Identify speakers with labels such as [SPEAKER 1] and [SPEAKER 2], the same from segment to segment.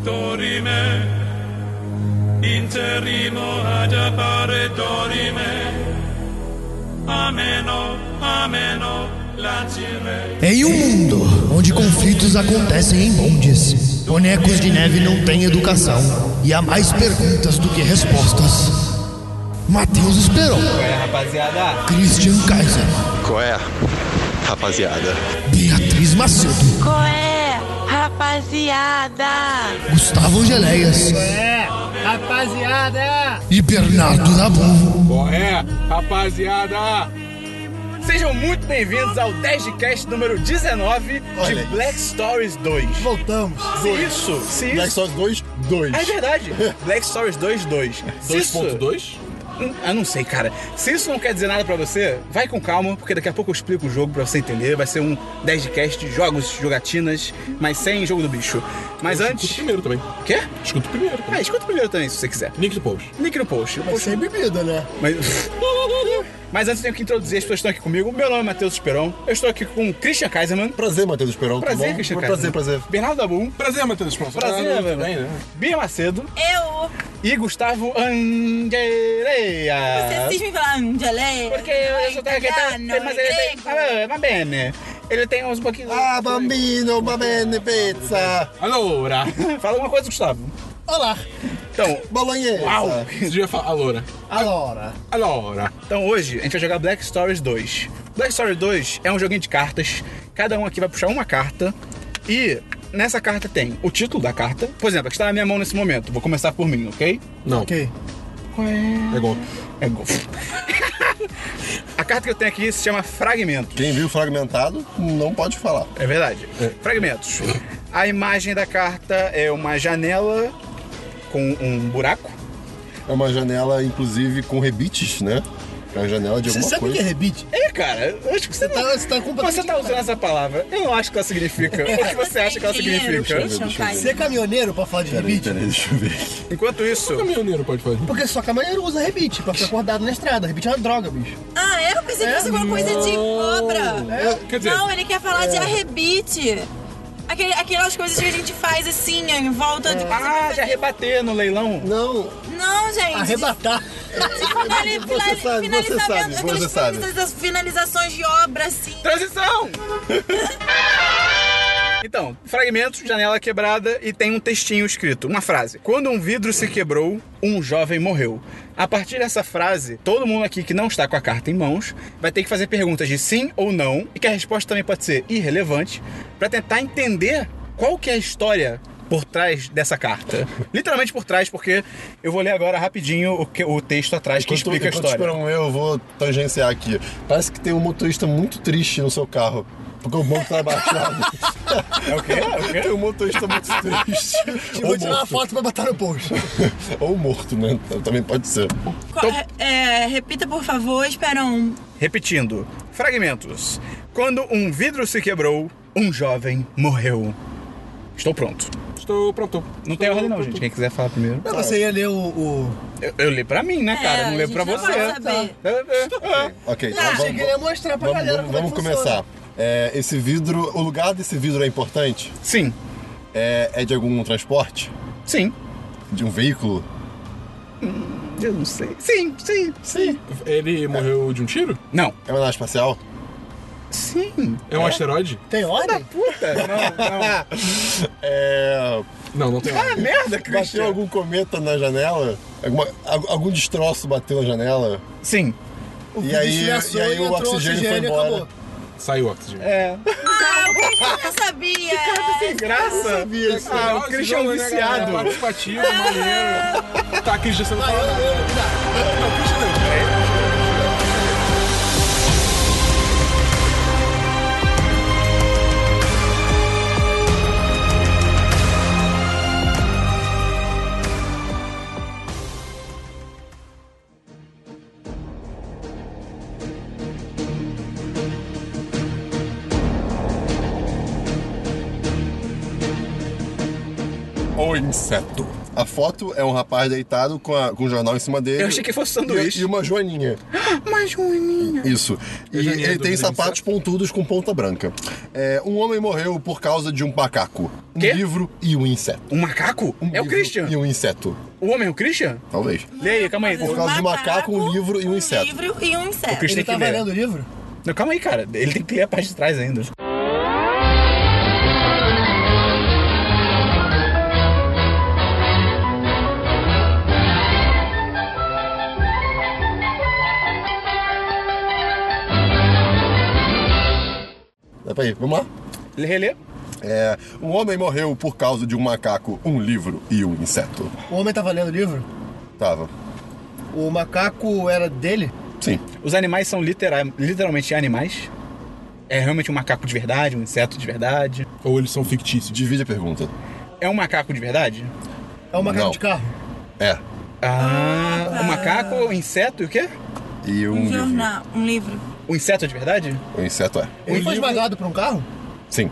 [SPEAKER 1] dorime interimo ad appare dorime ameno ameno lazire
[SPEAKER 2] Em um mundo onde conflitos acontecem em bondes, bonecos de neve não têm educação e há mais perguntas do que respostas. Matheus Esperon,
[SPEAKER 3] É, rapaziada.
[SPEAKER 2] Christian Kaiser,
[SPEAKER 4] Qual é, rapaziada?
[SPEAKER 2] Beatriz Macedo,
[SPEAKER 5] Qual é, rapaziada?
[SPEAKER 2] Gustavo Geleias
[SPEAKER 6] É, rapaziada!
[SPEAKER 2] e Bernardo Dabu.
[SPEAKER 3] Corré, é, rapaziada. Sejam muito bem-vindos ao 10 de cast número 19
[SPEAKER 7] Olha
[SPEAKER 3] de
[SPEAKER 7] isso.
[SPEAKER 3] Black Stories 2.
[SPEAKER 7] Voltamos.
[SPEAKER 3] Se isso, se
[SPEAKER 7] Black
[SPEAKER 3] isso.
[SPEAKER 7] Stories 2, 2.
[SPEAKER 3] É verdade, Black Stories 2 2. Se isso-
[SPEAKER 7] 2.2?
[SPEAKER 3] Hum, Eu não sei, cara. Se isso não quer dizer nada pra você, vai com calma, porque daqui a pouco eu explico o jogo pra você entender. Vai ser um 10 de cast, jogos, jogatinas, mas sem jogo do bicho. Mas
[SPEAKER 8] Escuta o
[SPEAKER 3] antes.
[SPEAKER 8] primeiro também.
[SPEAKER 3] Quê?
[SPEAKER 8] Escuta o primeiro.
[SPEAKER 3] Ah,
[SPEAKER 8] Também.
[SPEAKER 3] escuta primeiro também, se você quiser.
[SPEAKER 8] Link do post.
[SPEAKER 3] Link no post. O
[SPEAKER 7] Mas
[SPEAKER 3] post
[SPEAKER 7] sem bebida, né?
[SPEAKER 3] Mas... Mas antes eu tenho que introduzir, as pessoas que estão aqui comigo. Meu nome é Matheus Esperon. Eu estou aqui com o Christian Kaiserman.
[SPEAKER 7] Prazer, Matheus Esperão. tudo
[SPEAKER 3] Prazer,
[SPEAKER 7] bom?
[SPEAKER 3] Christian
[SPEAKER 7] Prazer,
[SPEAKER 3] Kaiserman.
[SPEAKER 7] prazer.
[SPEAKER 3] Bernardo Dabu.
[SPEAKER 8] Prazer, Matheus Pronto.
[SPEAKER 3] Prazer,
[SPEAKER 8] Ah, não,
[SPEAKER 3] velho.
[SPEAKER 8] tudo bem, né?
[SPEAKER 3] Bia Macedo.
[SPEAKER 5] Eu?
[SPEAKER 3] E Gustavo
[SPEAKER 7] É.
[SPEAKER 3] Angereia.
[SPEAKER 5] Vocês me falaram de lei?
[SPEAKER 3] Porque eu sou
[SPEAKER 5] italiano,
[SPEAKER 3] Mas ele tem...
[SPEAKER 5] grego.
[SPEAKER 3] Ah, mas bem, né? Ele tem uns pouquinhos...
[SPEAKER 7] Ah, bambino, bambene, pizza.
[SPEAKER 8] Alora.
[SPEAKER 3] Fala alguma coisa, Gustavo.
[SPEAKER 7] Olá,
[SPEAKER 3] Então...
[SPEAKER 7] bolognese.
[SPEAKER 3] Uau!
[SPEAKER 8] Você devia falar alora.
[SPEAKER 7] Allora.
[SPEAKER 8] Alora.
[SPEAKER 3] Então hoje a gente vai jogar Black Stories 2. Black Stories 2 é um joguinho de cartas. Cada um aqui vai puxar uma carta e nessa carta tem o título da carta. Por exemplo, a que está na minha mão nesse momento. Vou começar por mim, ok?
[SPEAKER 8] Não.
[SPEAKER 7] Ok.
[SPEAKER 8] É golpe.
[SPEAKER 3] É gol. a carta que eu tenho aqui se chama Fragmentos.
[SPEAKER 7] Quem viu fragmentado não pode falar.
[SPEAKER 3] É verdade. Fragmentos. A imagem da carta é uma janela com um buraco.
[SPEAKER 7] É uma janela, inclusive, com rebites, né? É uma janela de alguma coisa.
[SPEAKER 2] rebite?
[SPEAKER 3] É, cara, eu acho que você não.
[SPEAKER 2] tá- você tá completamente
[SPEAKER 3] Você tá usando essa palavra. Eu não acho que ela significa. O que você acha que ela significa?
[SPEAKER 2] é caminhoneiro pra falar de
[SPEAKER 7] Peraí, peraí, deixa eu ver aqui.
[SPEAKER 3] Enquanto isso.
[SPEAKER 8] é O caminhoneiro pode fazer.
[SPEAKER 2] Porque só caminhoneiro usa rebite pra ficar acordado na estrada. Rebite é uma droga, bicho.
[SPEAKER 5] Ah, é? Eu pensei que fosse alguma coisa
[SPEAKER 7] É,
[SPEAKER 5] de cobra.
[SPEAKER 8] Quer dizer,
[SPEAKER 5] Não, ele quer falar de arrebite. Aquele, aquelas coisas que a gente faz assim, ó, em volta
[SPEAKER 7] É.
[SPEAKER 5] de.
[SPEAKER 3] Ah, já rebater no leilão.
[SPEAKER 7] Não,
[SPEAKER 5] Não, gente.
[SPEAKER 2] Arrebatar.
[SPEAKER 5] De finali- finali-
[SPEAKER 7] Você sabe, você
[SPEAKER 5] finalizamento,
[SPEAKER 7] sabe,
[SPEAKER 5] aquelas
[SPEAKER 7] você sabe.
[SPEAKER 5] finaliza- finalizações de obra assim.
[SPEAKER 3] Transição! Então, fragmentos, janela quebrada e tem um textinho escrito, uma frase. Quando um vidro se quebrou, um jovem morreu. A partir dessa frase, todo mundo aqui que não está com a carta em mãos vai ter que fazer perguntas de sim ou não e que a resposta também pode ser irrelevante para tentar entender qual que é a história por trás dessa carta. Literalmente por trás, porque eu vou ler agora rapidinho o, que- o texto atrás que
[SPEAKER 7] Enquanto,
[SPEAKER 3] explica a
[SPEAKER 7] enquanto
[SPEAKER 3] história.
[SPEAKER 7] esperam eu, eu vou tangenciar aqui. Parece que tem um motorista muito triste no seu carro. Porque o banco tá abaixado. é o quê? Tem um motorista muito triste.
[SPEAKER 2] Eu
[SPEAKER 7] Ou
[SPEAKER 2] vou tirar uma
[SPEAKER 7] morto.
[SPEAKER 2] foto pra botar no post.
[SPEAKER 7] Ou morto, né? Também pode ser.
[SPEAKER 3] Então-
[SPEAKER 5] Co- é, repita, por favor, Esperão.
[SPEAKER 3] Repetindo, fragmentos. Quando um vidro se quebrou, um jovem morreu. Estou pronto.
[SPEAKER 8] estou pronto.
[SPEAKER 3] Não tem ordem não, gente. Quem quiser falar primeiro.
[SPEAKER 2] Você ia ler o. o...
[SPEAKER 3] Eu, eu li pra mim, né, cara?
[SPEAKER 5] É,
[SPEAKER 3] Eu não
[SPEAKER 5] a
[SPEAKER 3] leio
[SPEAKER 5] gente
[SPEAKER 3] pra
[SPEAKER 5] não
[SPEAKER 3] você.
[SPEAKER 5] vai saber.
[SPEAKER 3] Ah,
[SPEAKER 7] Ok, então
[SPEAKER 2] Ah,
[SPEAKER 7] vamos,
[SPEAKER 2] achei que ele ia mostrar pra
[SPEAKER 7] vamos-
[SPEAKER 2] galera
[SPEAKER 7] vamos-
[SPEAKER 2] como é que
[SPEAKER 7] vamos
[SPEAKER 2] funciona.
[SPEAKER 7] começar. É, esse vidro, o lugar desse vidro é importante?
[SPEAKER 3] Sim,
[SPEAKER 7] É, é de algum transporte?
[SPEAKER 3] sim.
[SPEAKER 7] De um veículo?
[SPEAKER 3] Eu não sei. Sim, sim.
[SPEAKER 7] Sim.
[SPEAKER 8] Ele morreu de um tiro?
[SPEAKER 3] Não.
[SPEAKER 7] É uma nave espacial?
[SPEAKER 3] Sim.
[SPEAKER 8] É um asteroide?
[SPEAKER 2] Tem ordem?
[SPEAKER 3] Puta, não, não.
[SPEAKER 7] É.
[SPEAKER 8] Não, não tem.
[SPEAKER 3] Ah, merda,
[SPEAKER 7] Bateu
[SPEAKER 3] Christian.
[SPEAKER 7] algum cometa na janela? Alguma- al- algum destroço bateu na janela?
[SPEAKER 3] Sim.
[SPEAKER 2] O
[SPEAKER 7] E
[SPEAKER 2] bicho
[SPEAKER 7] aí-
[SPEAKER 2] ameaçou
[SPEAKER 7] e aí o
[SPEAKER 2] entrou
[SPEAKER 7] oxigênio foi
[SPEAKER 2] e
[SPEAKER 7] embora.
[SPEAKER 2] acabou.
[SPEAKER 8] Saiu oxigênio.
[SPEAKER 3] É.
[SPEAKER 5] Ah, o Christian não sabia.
[SPEAKER 3] Sem graça.
[SPEAKER 7] sabia isso.
[SPEAKER 3] Ah, o Christian é um viciado.
[SPEAKER 8] né, Participativo,
[SPEAKER 7] É.
[SPEAKER 8] maneiro. Tá, Christian, você não
[SPEAKER 2] Vai, eu-
[SPEAKER 8] fala nada.
[SPEAKER 2] eu-
[SPEAKER 8] Não, Christian não.
[SPEAKER 7] Ou inseto? A foto é um rapaz deitado com, a- com um jornal em cima dele.
[SPEAKER 3] Eu achei que fosse
[SPEAKER 7] E-
[SPEAKER 3] sanduíche. um
[SPEAKER 7] E, uma joaninha.
[SPEAKER 3] Mas ruininha.
[SPEAKER 7] Isso. E
[SPEAKER 8] joaninha
[SPEAKER 7] ele
[SPEAKER 8] do
[SPEAKER 7] tem
[SPEAKER 8] Grêmio,
[SPEAKER 7] sapatos pontudos com ponta branca. É, um homem morreu por causa de um macaco. Um
[SPEAKER 3] Quê?
[SPEAKER 7] livro e um inseto.
[SPEAKER 3] Um macaco?
[SPEAKER 7] Um
[SPEAKER 3] é o
[SPEAKER 7] livro
[SPEAKER 3] Christian.
[SPEAKER 7] E um inseto,
[SPEAKER 3] O homem é o Christian?
[SPEAKER 7] talvez.
[SPEAKER 3] Lê aí, calma
[SPEAKER 5] tá
[SPEAKER 3] aí.
[SPEAKER 7] Por causa de um macaco, um livro e um inseto.
[SPEAKER 5] Um livro e um inseto.
[SPEAKER 3] Christian
[SPEAKER 6] Ele
[SPEAKER 2] tá
[SPEAKER 6] tá
[SPEAKER 3] tem
[SPEAKER 6] tava
[SPEAKER 3] que ler.
[SPEAKER 6] lendo o livro?
[SPEAKER 3] Não, calma aí, cara. Ele tem que ler a parte de trás ainda.
[SPEAKER 7] Dá pra ir. Vamos lá?
[SPEAKER 3] Lê, relê.
[SPEAKER 7] É, um homem morreu por causa de um macaco, um livro e um inseto.
[SPEAKER 6] O homem
[SPEAKER 2] tá
[SPEAKER 6] tava lendo o livro?
[SPEAKER 7] Tava.
[SPEAKER 6] O macaco era dele?
[SPEAKER 7] Sim.
[SPEAKER 3] Os animais são litera- literalmente animais? É realmente um macaco de verdade, um inseto de verdade?
[SPEAKER 8] Ou eles são fictícios.
[SPEAKER 7] Divide a pergunta.
[SPEAKER 3] É um macaco de verdade?
[SPEAKER 6] É o macaco
[SPEAKER 7] Não.
[SPEAKER 6] de carro?
[SPEAKER 7] É.
[SPEAKER 3] Ah, um macaco, um inseto e o quê?
[SPEAKER 7] E um,
[SPEAKER 5] Um
[SPEAKER 7] livro.
[SPEAKER 5] jornal, um livro.
[SPEAKER 3] Um inseto de verdade?
[SPEAKER 7] Um inseto é.
[SPEAKER 6] Ele foi esmagado por um carro?
[SPEAKER 7] Sim.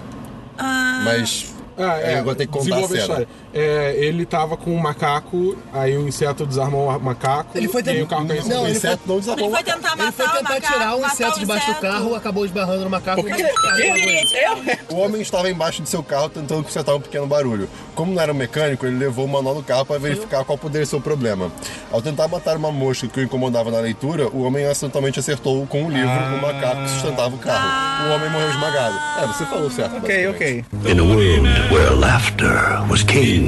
[SPEAKER 5] Ah,
[SPEAKER 7] Mas. é,
[SPEAKER 8] Ah,
[SPEAKER 7] Aí agora tem que contar
[SPEAKER 8] desenvolve
[SPEAKER 7] a cena.
[SPEAKER 8] É, ele tava com um macaco, aí o inseto desarmou o macaco.
[SPEAKER 6] Ele foi
[SPEAKER 8] e aí o carro caiu em cima
[SPEAKER 6] Não,
[SPEAKER 7] o
[SPEAKER 6] ele
[SPEAKER 8] dele.
[SPEAKER 7] inseto não
[SPEAKER 5] ele
[SPEAKER 7] desabou.
[SPEAKER 5] foi tentar matar
[SPEAKER 6] Ele foi tentar
[SPEAKER 5] o macaco,
[SPEAKER 6] tirar o
[SPEAKER 5] matar
[SPEAKER 6] inseto debaixo do carro, acabou esbarrando no macaco.
[SPEAKER 3] Por que
[SPEAKER 6] mas
[SPEAKER 3] que
[SPEAKER 6] o carro
[SPEAKER 3] ele-
[SPEAKER 5] Eu
[SPEAKER 3] que-
[SPEAKER 6] pegou ele.
[SPEAKER 5] queria tirar o
[SPEAKER 7] O homem estava embaixo do seu carro tentando consertar um pequeno barulho. Como não era um mecânico, ele levou o manual do carro para verificar qual poderia ser o problema. Ao tentar matar uma mosca que o incomodava na leitura, o homem acidentalmente acertou com o livro o macaco que sustentava o carro. O homem morreu esmagado. É, você falou certo.
[SPEAKER 3] Ok,
[SPEAKER 7] basicamente.
[SPEAKER 3] ok.
[SPEAKER 4] In a world where laughter was king.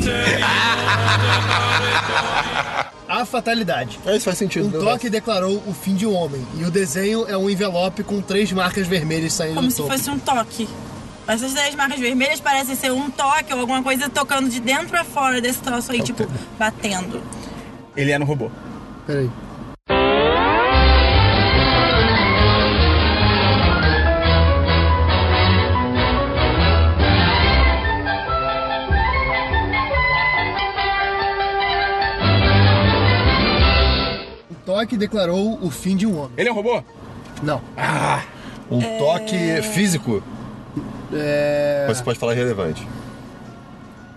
[SPEAKER 6] A fatalidade.
[SPEAKER 7] É, isso faz sentido.
[SPEAKER 6] Um
[SPEAKER 7] né?
[SPEAKER 6] toque declarou o fim de um homem. E o desenho é um envelope com três marcas vermelhas saindo
[SPEAKER 5] Como
[SPEAKER 6] do
[SPEAKER 5] se
[SPEAKER 6] topo.
[SPEAKER 5] fosse um toque. Essas 10 marcas vermelhas parecem ser um toque ou alguma coisa tocando de dentro pra fora desse troço aí, tipo, batendo.
[SPEAKER 3] Ele era um robô.
[SPEAKER 6] Peraí. O toque declarou o fim de um homem.
[SPEAKER 3] Ele é um robô?
[SPEAKER 6] Não.
[SPEAKER 7] Um toque físico.
[SPEAKER 6] É...
[SPEAKER 7] Você pode falar relevante.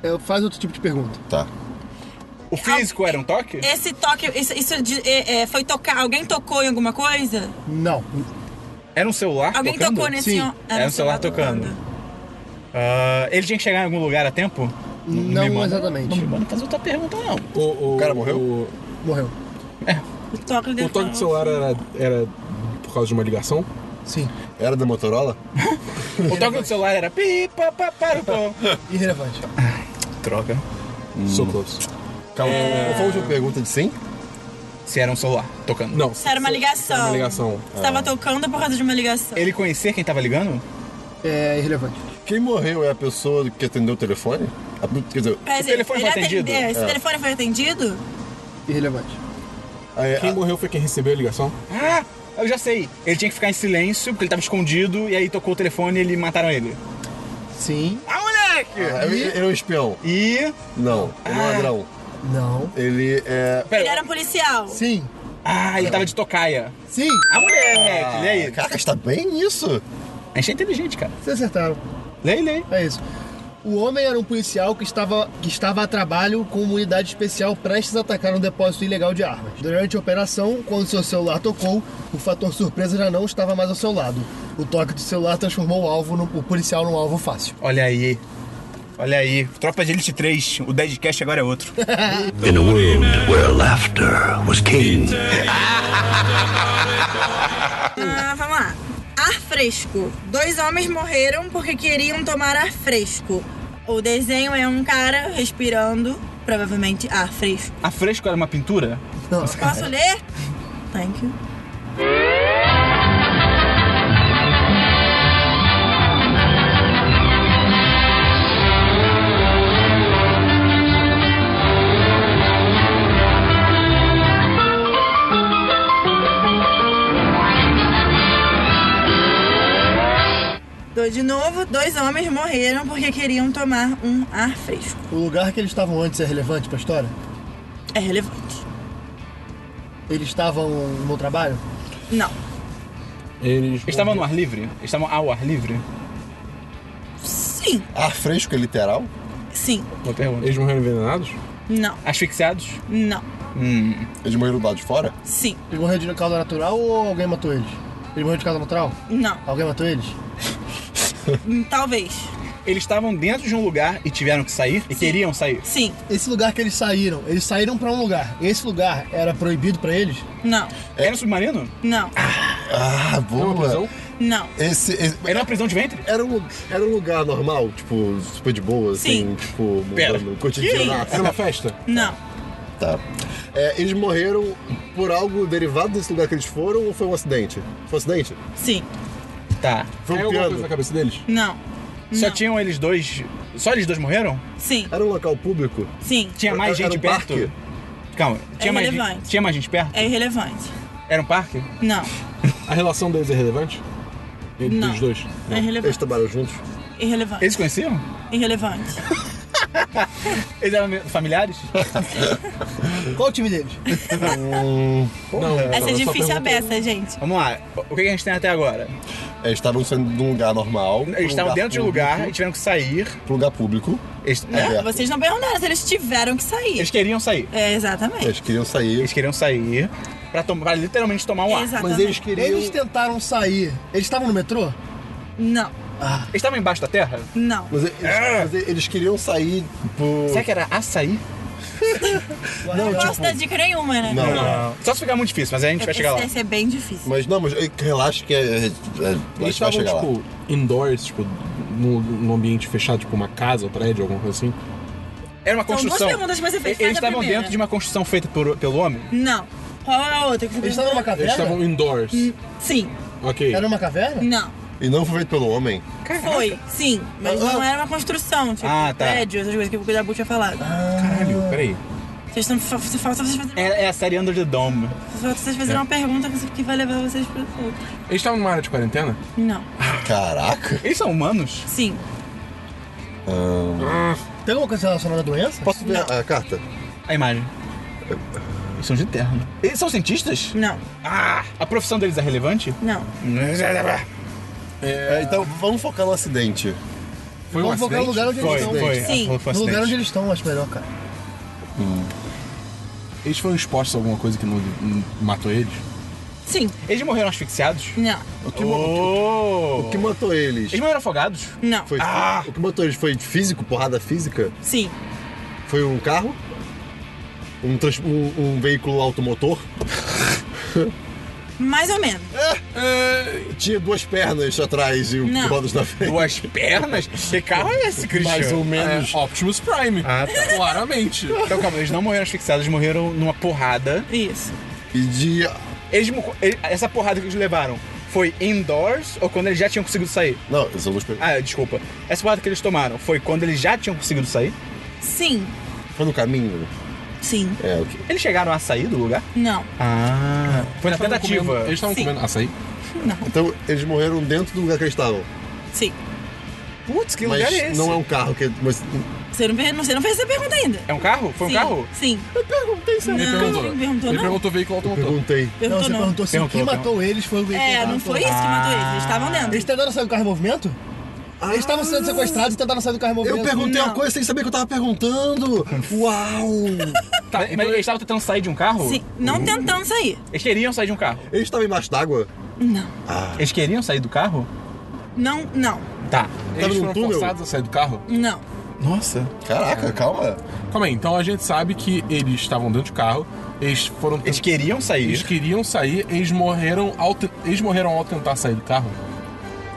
[SPEAKER 6] é, Faz outro tipo de pergunta.
[SPEAKER 7] Tá.
[SPEAKER 3] O físico era um toque?
[SPEAKER 5] Esse toque, isso, isso de- é- é, foi tocar, alguém tocou em alguma coisa?
[SPEAKER 6] Não.
[SPEAKER 3] Era um celular
[SPEAKER 5] Alguém
[SPEAKER 3] tocando?
[SPEAKER 5] tocou nesse...
[SPEAKER 6] Sim.
[SPEAKER 5] ó-
[SPEAKER 3] Era um celular tocando. Ah, ele tinha que chegar em algum lugar a tempo? me
[SPEAKER 6] Não
[SPEAKER 3] manda-
[SPEAKER 6] exatamente.
[SPEAKER 3] Não me manda fazer outra pergunta, não.
[SPEAKER 8] O,
[SPEAKER 7] O cara morreu?
[SPEAKER 8] O,
[SPEAKER 6] Morreu.
[SPEAKER 5] O toque
[SPEAKER 8] o toque do celular era, era por causa de uma ligação?
[SPEAKER 6] Sim.
[SPEAKER 7] Era da Motorola?
[SPEAKER 3] O toque do celular era pi, pa, pa, para, pô.
[SPEAKER 6] Irrelevante.
[SPEAKER 3] Droga.
[SPEAKER 7] Hum.
[SPEAKER 8] So close.
[SPEAKER 7] Calma. Qual foi a última pergunta de sim?
[SPEAKER 3] Se era um celular tocando.
[SPEAKER 8] Não.
[SPEAKER 5] Isso era uma ligação.
[SPEAKER 8] Era uma ligação.
[SPEAKER 5] Estava tocando por causa de uma ligação.
[SPEAKER 3] Ele conhecia quem tava ligando?
[SPEAKER 6] É irrelevante.
[SPEAKER 7] Quem morreu é a pessoa que atendeu o telefone? A- Quer dizer,
[SPEAKER 5] Quer dizer,
[SPEAKER 3] telefone foi
[SPEAKER 5] atende-
[SPEAKER 3] atendido?
[SPEAKER 5] é, Esse telefone foi atendido?
[SPEAKER 6] Irrelevante.
[SPEAKER 7] a-
[SPEAKER 8] Quem morreu foi quem recebeu a ligação?
[SPEAKER 3] Ah, eu já sei. Ele tinha que ficar em silêncio, porque ele tava escondido, e aí tocou o telefone e ele mataram ele.
[SPEAKER 6] Sim.
[SPEAKER 3] Ah, moleque!
[SPEAKER 7] Ah, Ele ele é um espião.
[SPEAKER 3] E.
[SPEAKER 7] Não, ele é um ladrão.
[SPEAKER 6] Não.
[SPEAKER 7] Ele é.
[SPEAKER 5] Ele era um policial.
[SPEAKER 6] Sim.
[SPEAKER 3] Ah, ele tava de tocaia.
[SPEAKER 6] Sim.
[SPEAKER 3] Ah, moleque! Lê aí.
[SPEAKER 7] Caraca, está bem nisso?
[SPEAKER 3] A gente é inteligente, cara.
[SPEAKER 6] Vocês acertaram.
[SPEAKER 3] Lê, lê.
[SPEAKER 6] É isso. O homem era um policial que estava, que estava a trabalho com uma unidade especial prestes a atacar um depósito ilegal de armas. Durante a operação, quando seu celular tocou, o fator surpresa já não estava mais ao seu lado. O toque do celular transformou o alvo, no, o policial num alvo fácil.
[SPEAKER 3] Olha aí. Olha aí. Tropa de Elite 3. O Deadcast agora é outro.
[SPEAKER 4] In a world where laughter was king.
[SPEAKER 5] Ah, vamos lá. Ar fresco. Dois homens morreram porque queriam tomar ar fresco. O desenho é um cara respirando, provavelmente ar fresco.
[SPEAKER 3] A Fresco era uma pintura?
[SPEAKER 5] Posso ler? Thank you. Do- De novo, dois homens morreram porque queriam tomar um ar fresco.
[SPEAKER 6] O lugar que eles estavam antes é relevante para a história?
[SPEAKER 5] É relevante.
[SPEAKER 6] Eles estavam no trabalho?
[SPEAKER 5] Não.
[SPEAKER 8] Eles
[SPEAKER 3] Eles estavam no ar livre? Eles estavam ao ar livre?
[SPEAKER 5] Sim.
[SPEAKER 7] Ar fresco é literal?
[SPEAKER 5] Sim.
[SPEAKER 3] Boa pergunta.
[SPEAKER 8] Eles morreram envenenados?
[SPEAKER 5] Não,
[SPEAKER 3] Asfixiados?
[SPEAKER 5] não.
[SPEAKER 7] Eles morreram do lado de fora?
[SPEAKER 5] Sim,
[SPEAKER 6] Ele morreu de causa natural ou alguém matou eles? Ele morreu de causa natural?
[SPEAKER 5] não. hum,
[SPEAKER 6] Alguém matou eles?
[SPEAKER 5] Talvez.
[SPEAKER 3] Eles estavam dentro de um lugar e tiveram que sair? E queriam sair?
[SPEAKER 5] Sim,
[SPEAKER 6] Esse lugar que eles saíram, eles saíram pra um lugar. Esse lugar era proibido pra eles?
[SPEAKER 5] não,
[SPEAKER 7] É.
[SPEAKER 3] Era um submarino?
[SPEAKER 5] não,
[SPEAKER 7] Ah,
[SPEAKER 8] É uma prisão?
[SPEAKER 7] boa.
[SPEAKER 5] não.
[SPEAKER 7] Esse, esse-
[SPEAKER 3] Era uma prisão de ventre?
[SPEAKER 7] era, um, era um lugar normal, tipo, super de boa, assim,
[SPEAKER 5] Sim.
[SPEAKER 7] tipo,
[SPEAKER 3] Pera.
[SPEAKER 7] mudando o cotidiano.
[SPEAKER 5] Sim.
[SPEAKER 8] Era uma festa?
[SPEAKER 5] Não,
[SPEAKER 7] Tá. É, eles morreram por algo derivado desse lugar que eles foram ou foi um acidente? Foi um acidente?
[SPEAKER 5] sim,
[SPEAKER 3] Tá.
[SPEAKER 7] Foi um
[SPEAKER 8] Caiu alguma coisa
[SPEAKER 7] piano?
[SPEAKER 8] na cabeça deles?
[SPEAKER 5] não,
[SPEAKER 3] Só
[SPEAKER 5] Não.
[SPEAKER 3] tinham eles dois. Só eles dois morreram?
[SPEAKER 5] sim,
[SPEAKER 7] Era um local público?
[SPEAKER 5] sim.
[SPEAKER 3] Tinha
[SPEAKER 7] Era-
[SPEAKER 3] mais
[SPEAKER 7] era
[SPEAKER 3] gente
[SPEAKER 7] um
[SPEAKER 3] perto?
[SPEAKER 7] parque? É
[SPEAKER 3] Calma. Tinha, mais, gen-
[SPEAKER 5] irrelevante.
[SPEAKER 3] tinha mais gente perto?
[SPEAKER 5] É irrelevante.
[SPEAKER 3] Era um parque?
[SPEAKER 5] Não,
[SPEAKER 8] A relação deles é relevante? Entre
[SPEAKER 5] Não.
[SPEAKER 8] os dois?
[SPEAKER 5] é
[SPEAKER 7] Eles
[SPEAKER 5] irrelevante.
[SPEAKER 7] trabalham juntos?
[SPEAKER 5] Irrelevante.
[SPEAKER 3] Eles se conheciam?
[SPEAKER 5] Irrelevante.
[SPEAKER 3] Eles eram me- familiares?
[SPEAKER 6] Qual o time deles?
[SPEAKER 8] Não,
[SPEAKER 5] Essa é
[SPEAKER 8] eu só
[SPEAKER 5] difícil a
[SPEAKER 8] perguntei.
[SPEAKER 5] beça, gente.
[SPEAKER 3] Vamos lá. O que a gente tem até agora?
[SPEAKER 7] Eles estavam saindo de um lugar normal. pra um
[SPEAKER 3] Eles estavam
[SPEAKER 7] lugar
[SPEAKER 3] dentro de um
[SPEAKER 7] público,
[SPEAKER 3] lugar e tiveram que sair.
[SPEAKER 7] Pra um lugar público.
[SPEAKER 3] Eles,
[SPEAKER 7] É.
[SPEAKER 5] Não, vocês não perguntaram se eles tiveram que sair.
[SPEAKER 3] eles queriam sair.
[SPEAKER 5] É, exatamente.
[SPEAKER 7] Eles queriam sair.
[SPEAKER 3] Eles queriam sair pra, tom- pra literalmente tomar um ar. Eles
[SPEAKER 5] Exatamente.
[SPEAKER 8] Mas eles queriam.
[SPEAKER 6] Eles tentaram sair. Eles estavam no metrô?
[SPEAKER 5] Não,
[SPEAKER 3] estavam embaixo da terra?
[SPEAKER 5] não.
[SPEAKER 7] Mas eles, mas eles queriam sair por.
[SPEAKER 3] Será que era açaí?
[SPEAKER 5] Não
[SPEAKER 6] tipo,
[SPEAKER 5] posso dar dica nenhuma, né?
[SPEAKER 7] Não,
[SPEAKER 3] Só se ficar muito difícil, mas aí a gente vai chegar lá.
[SPEAKER 5] Esse, esse é bem difícil.
[SPEAKER 7] Mas não, mas eh, relaxa que é. é, é
[SPEAKER 8] Eles
[SPEAKER 7] a gente vai
[SPEAKER 8] estavam,
[SPEAKER 7] chegar lá.
[SPEAKER 8] tipo, indoors, tipo, num, num ambiente fechado, tipo uma casa, um prédio, alguma coisa assim.
[SPEAKER 3] Era uma
[SPEAKER 5] duas
[SPEAKER 3] construção.
[SPEAKER 5] perguntas que Então, você é
[SPEAKER 3] Eles
[SPEAKER 5] fez, faz a
[SPEAKER 3] estavam
[SPEAKER 5] primeira.
[SPEAKER 3] dentro de uma construção feita por- pelo homem?
[SPEAKER 5] Não. Qual é a outra que você
[SPEAKER 6] Eles estavam
[SPEAKER 5] perguntou?
[SPEAKER 6] numa
[SPEAKER 8] Eles
[SPEAKER 6] caverna?
[SPEAKER 8] estavam indoors.
[SPEAKER 5] Sim,
[SPEAKER 8] Ok.
[SPEAKER 6] Ah, é? Hum. Era numa caverna?
[SPEAKER 5] não.
[SPEAKER 7] E não foi feito pelo homem.
[SPEAKER 5] Foi, sim. Mas não
[SPEAKER 7] Ah.
[SPEAKER 5] era uma construção, tipo,
[SPEAKER 3] Ah, tá.
[SPEAKER 5] prédio, essas coisas que o Cuidabu tinha falado.
[SPEAKER 8] Caralho, peraí.
[SPEAKER 5] Vocês estão. fa- Só falta vocês fazerem,
[SPEAKER 3] É, é a série Under the Dome.
[SPEAKER 5] só falta vocês fazerem uma pergunta que- que vai levar vocês pro. outro.
[SPEAKER 8] Eles estavam numa área de quarentena?
[SPEAKER 5] Não.
[SPEAKER 7] Caraca!
[SPEAKER 3] Eles são humanos?
[SPEAKER 5] Sim.
[SPEAKER 6] Tem alguma coisa relacionada à doença?
[SPEAKER 7] Posso ver a, a carta?
[SPEAKER 3] A imagem. Eles são de terno. Eles são cientistas?
[SPEAKER 5] Não.
[SPEAKER 3] Ah! A profissão deles é relevante?
[SPEAKER 5] Não.
[SPEAKER 7] É, então vamos focar no acidente.
[SPEAKER 8] Foi um
[SPEAKER 6] Vamos focar no lugar
[SPEAKER 8] acidente?
[SPEAKER 6] onde
[SPEAKER 3] Foi,
[SPEAKER 6] eles estão.
[SPEAKER 3] foi.
[SPEAKER 5] Então, Sim.
[SPEAKER 3] Ah, foi um
[SPEAKER 6] No lugar
[SPEAKER 3] acidente.
[SPEAKER 6] onde eles estão, acho melhor, cara.
[SPEAKER 8] Eles foram expostos a alguma coisa que não, não matou eles?
[SPEAKER 5] Sim.
[SPEAKER 3] Eles morreram asfixiados?
[SPEAKER 5] Não.
[SPEAKER 7] O que,
[SPEAKER 3] Oh!
[SPEAKER 7] o que matou eles?
[SPEAKER 3] Eles morreram afogados?
[SPEAKER 5] Não.
[SPEAKER 7] Foi,
[SPEAKER 3] Ah!
[SPEAKER 7] O que matou eles foi físico, porrada física?
[SPEAKER 5] Sim.
[SPEAKER 7] Foi um carro? Um, trans- um- um veículo automotor?
[SPEAKER 5] Mais ou menos.
[SPEAKER 7] Tinha duas pernas atrás e um
[SPEAKER 5] Não.
[SPEAKER 7] rodas na frente.
[SPEAKER 3] Duas pernas? Que carro é esse, Christian?
[SPEAKER 7] Mais ou menos.
[SPEAKER 8] É, Optimus Prime.
[SPEAKER 3] Ah, tá.
[SPEAKER 8] Claramente.
[SPEAKER 3] Então calma, eles não morreram asfixiados, eles morreram numa porrada.
[SPEAKER 5] Isso.
[SPEAKER 7] E de.
[SPEAKER 3] Eles, mo- ele- essa porrada que eles levaram foi indoors ou quando eles já tinham conseguido sair?
[SPEAKER 7] Não, são duas pernas.
[SPEAKER 3] Ah, desculpa. Essa porrada que eles tomaram foi quando eles já tinham conseguido sair?
[SPEAKER 5] Sim.
[SPEAKER 7] Foi no caminho?
[SPEAKER 5] Sim.
[SPEAKER 7] É, ok.
[SPEAKER 3] Eles chegaram a sair do lugar?
[SPEAKER 5] Não.
[SPEAKER 3] Ah, foi na
[SPEAKER 8] Eles tavam
[SPEAKER 3] tentativa.
[SPEAKER 8] comendo- Eles estavam
[SPEAKER 5] Sim.
[SPEAKER 8] comendo açaí?
[SPEAKER 7] Então eles morreram dentro do lugar que eles estavam.
[SPEAKER 5] Sim.
[SPEAKER 3] Putz, que lugar é
[SPEAKER 7] Mas
[SPEAKER 3] esse?
[SPEAKER 7] não é um carro que. Mas,
[SPEAKER 5] Você não, per- você não fez essa pergunta ainda.
[SPEAKER 3] É um carro? Foi um
[SPEAKER 5] Sim.
[SPEAKER 3] carro?
[SPEAKER 5] Sim.
[SPEAKER 8] Ele
[SPEAKER 5] Não,
[SPEAKER 8] perguntou.
[SPEAKER 5] ele perguntou,
[SPEAKER 8] Ele
[SPEAKER 5] não.
[SPEAKER 8] perguntou veículo automotor.
[SPEAKER 7] perguntei.
[SPEAKER 6] Não,
[SPEAKER 5] Perguntou
[SPEAKER 6] você
[SPEAKER 5] não.
[SPEAKER 6] perguntou tá? se o que
[SPEAKER 3] Perguntou,
[SPEAKER 6] matou eles foi o veículo.
[SPEAKER 5] É, não
[SPEAKER 6] automotor.
[SPEAKER 5] foi isso que matou eles. Eles estavam dentro.
[SPEAKER 6] Eles tentaram sair do carro em movimento?
[SPEAKER 3] Ah,
[SPEAKER 6] Eles estavam sendo sequestrados e tentaram sair do carro em movimento.
[SPEAKER 7] Eu perguntei
[SPEAKER 5] Não.
[SPEAKER 7] uma coisa sem saber o que eu tava perguntando! Uau!
[SPEAKER 3] Tá, mas eles estavam tentando sair de um carro?
[SPEAKER 5] Sim. Não tentando sair.
[SPEAKER 3] Eles queriam sair de um carro.
[SPEAKER 7] eles estavam embaixo d'água?
[SPEAKER 5] Não.
[SPEAKER 3] Eles queriam sair do carro?
[SPEAKER 5] Não, não.
[SPEAKER 3] Tá.
[SPEAKER 7] Tava
[SPEAKER 8] Eles
[SPEAKER 7] num
[SPEAKER 8] foram
[SPEAKER 7] túnel?
[SPEAKER 8] forçados a sair do carro?
[SPEAKER 5] Não.
[SPEAKER 3] Nossa. É.
[SPEAKER 7] Caraca, calma.
[SPEAKER 8] Calma aí, então a gente sabe que eles estavam dentro de carro, eles foram.
[SPEAKER 3] Eles queriam
[SPEAKER 8] Eles
[SPEAKER 3] sair.
[SPEAKER 8] queriam sair, eles morreram ao, te- eles morreram ao tentar sair do carro.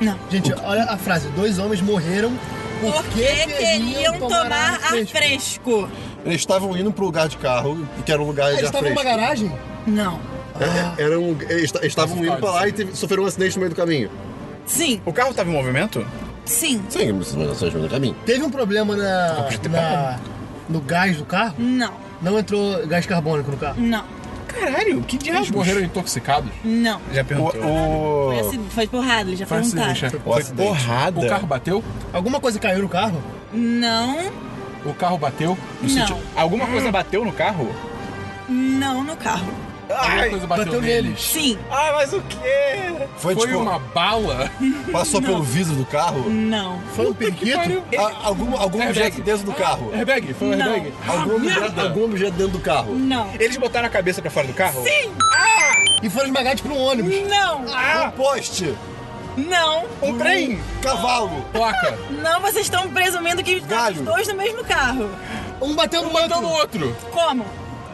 [SPEAKER 5] Não.
[SPEAKER 6] Gente, olha a frase. Dois homens morreram porque,
[SPEAKER 5] Porque queriam tomar
[SPEAKER 6] a
[SPEAKER 5] ar fresco.
[SPEAKER 7] Eles estavam indo pro lugar de carro, que era um
[SPEAKER 3] É,
[SPEAKER 7] lugar
[SPEAKER 6] Eles
[SPEAKER 7] de ar
[SPEAKER 6] estavam numa
[SPEAKER 7] fresco.
[SPEAKER 6] garagem?
[SPEAKER 5] Não.
[SPEAKER 7] É, Era um, eles ta- eles estavam indo pra lá e teve- sofreram um acidente no meio do caminho.
[SPEAKER 5] Sim,
[SPEAKER 3] O carro tava em movimento?
[SPEAKER 5] sim,
[SPEAKER 7] Sim, mas um acidente no meio do caminho.
[SPEAKER 6] Teve um problema na, na- no gás do carro?
[SPEAKER 5] não,
[SPEAKER 6] Não entrou gás carbônico no carro.
[SPEAKER 5] não,
[SPEAKER 3] Caralho, que
[SPEAKER 8] Eles
[SPEAKER 3] diabos?
[SPEAKER 8] morreram intoxicados?
[SPEAKER 5] não.
[SPEAKER 3] Já
[SPEAKER 7] O,
[SPEAKER 3] perguntou.
[SPEAKER 5] Foi,
[SPEAKER 7] o,
[SPEAKER 5] assim, foi porrada, eles já
[SPEAKER 8] Foi um acidente,
[SPEAKER 5] perguntaram.
[SPEAKER 8] é.
[SPEAKER 7] o
[SPEAKER 3] Foi
[SPEAKER 7] acidente.
[SPEAKER 3] porrada.
[SPEAKER 8] O carro bateu?
[SPEAKER 6] Alguma coisa caiu no carro?
[SPEAKER 5] Não,
[SPEAKER 8] O carro bateu?
[SPEAKER 5] não,
[SPEAKER 3] Ah. Alguma coisa bateu no carro?
[SPEAKER 5] não no carro.
[SPEAKER 8] Aí
[SPEAKER 3] Ai,
[SPEAKER 8] a coisa bateu,
[SPEAKER 6] Bateu
[SPEAKER 8] nele.
[SPEAKER 6] neles.
[SPEAKER 5] Sim.
[SPEAKER 3] Ai, mas o quê?
[SPEAKER 7] Foi,
[SPEAKER 8] Foi
[SPEAKER 7] tipo,
[SPEAKER 8] uma bala?
[SPEAKER 7] passou pelo vidro do carro?
[SPEAKER 5] Não.
[SPEAKER 6] Foi um periquito?
[SPEAKER 7] A- algum algum
[SPEAKER 8] É,
[SPEAKER 7] objeto
[SPEAKER 8] velho.
[SPEAKER 7] dentro do carro?
[SPEAKER 8] Airbag? Foi um
[SPEAKER 5] Não.
[SPEAKER 8] airbag?
[SPEAKER 3] Ah,
[SPEAKER 7] Algum objeto,
[SPEAKER 8] merda!
[SPEAKER 7] algum objeto dentro do carro?
[SPEAKER 5] Não.
[SPEAKER 3] Eles botaram a cabeça pra fora do carro? Sim!
[SPEAKER 6] E foram esmagados por um ônibus.
[SPEAKER 5] Não.
[SPEAKER 7] Um poste?
[SPEAKER 5] Não.
[SPEAKER 3] Um trem!
[SPEAKER 7] Cavalo?
[SPEAKER 8] Placa?
[SPEAKER 5] Não, vocês estão presumindo que estão os
[SPEAKER 7] Galho.
[SPEAKER 5] dois no mesmo carro.
[SPEAKER 6] Um bateu no
[SPEAKER 8] Então no
[SPEAKER 6] outro.
[SPEAKER 8] outro!
[SPEAKER 5] Como?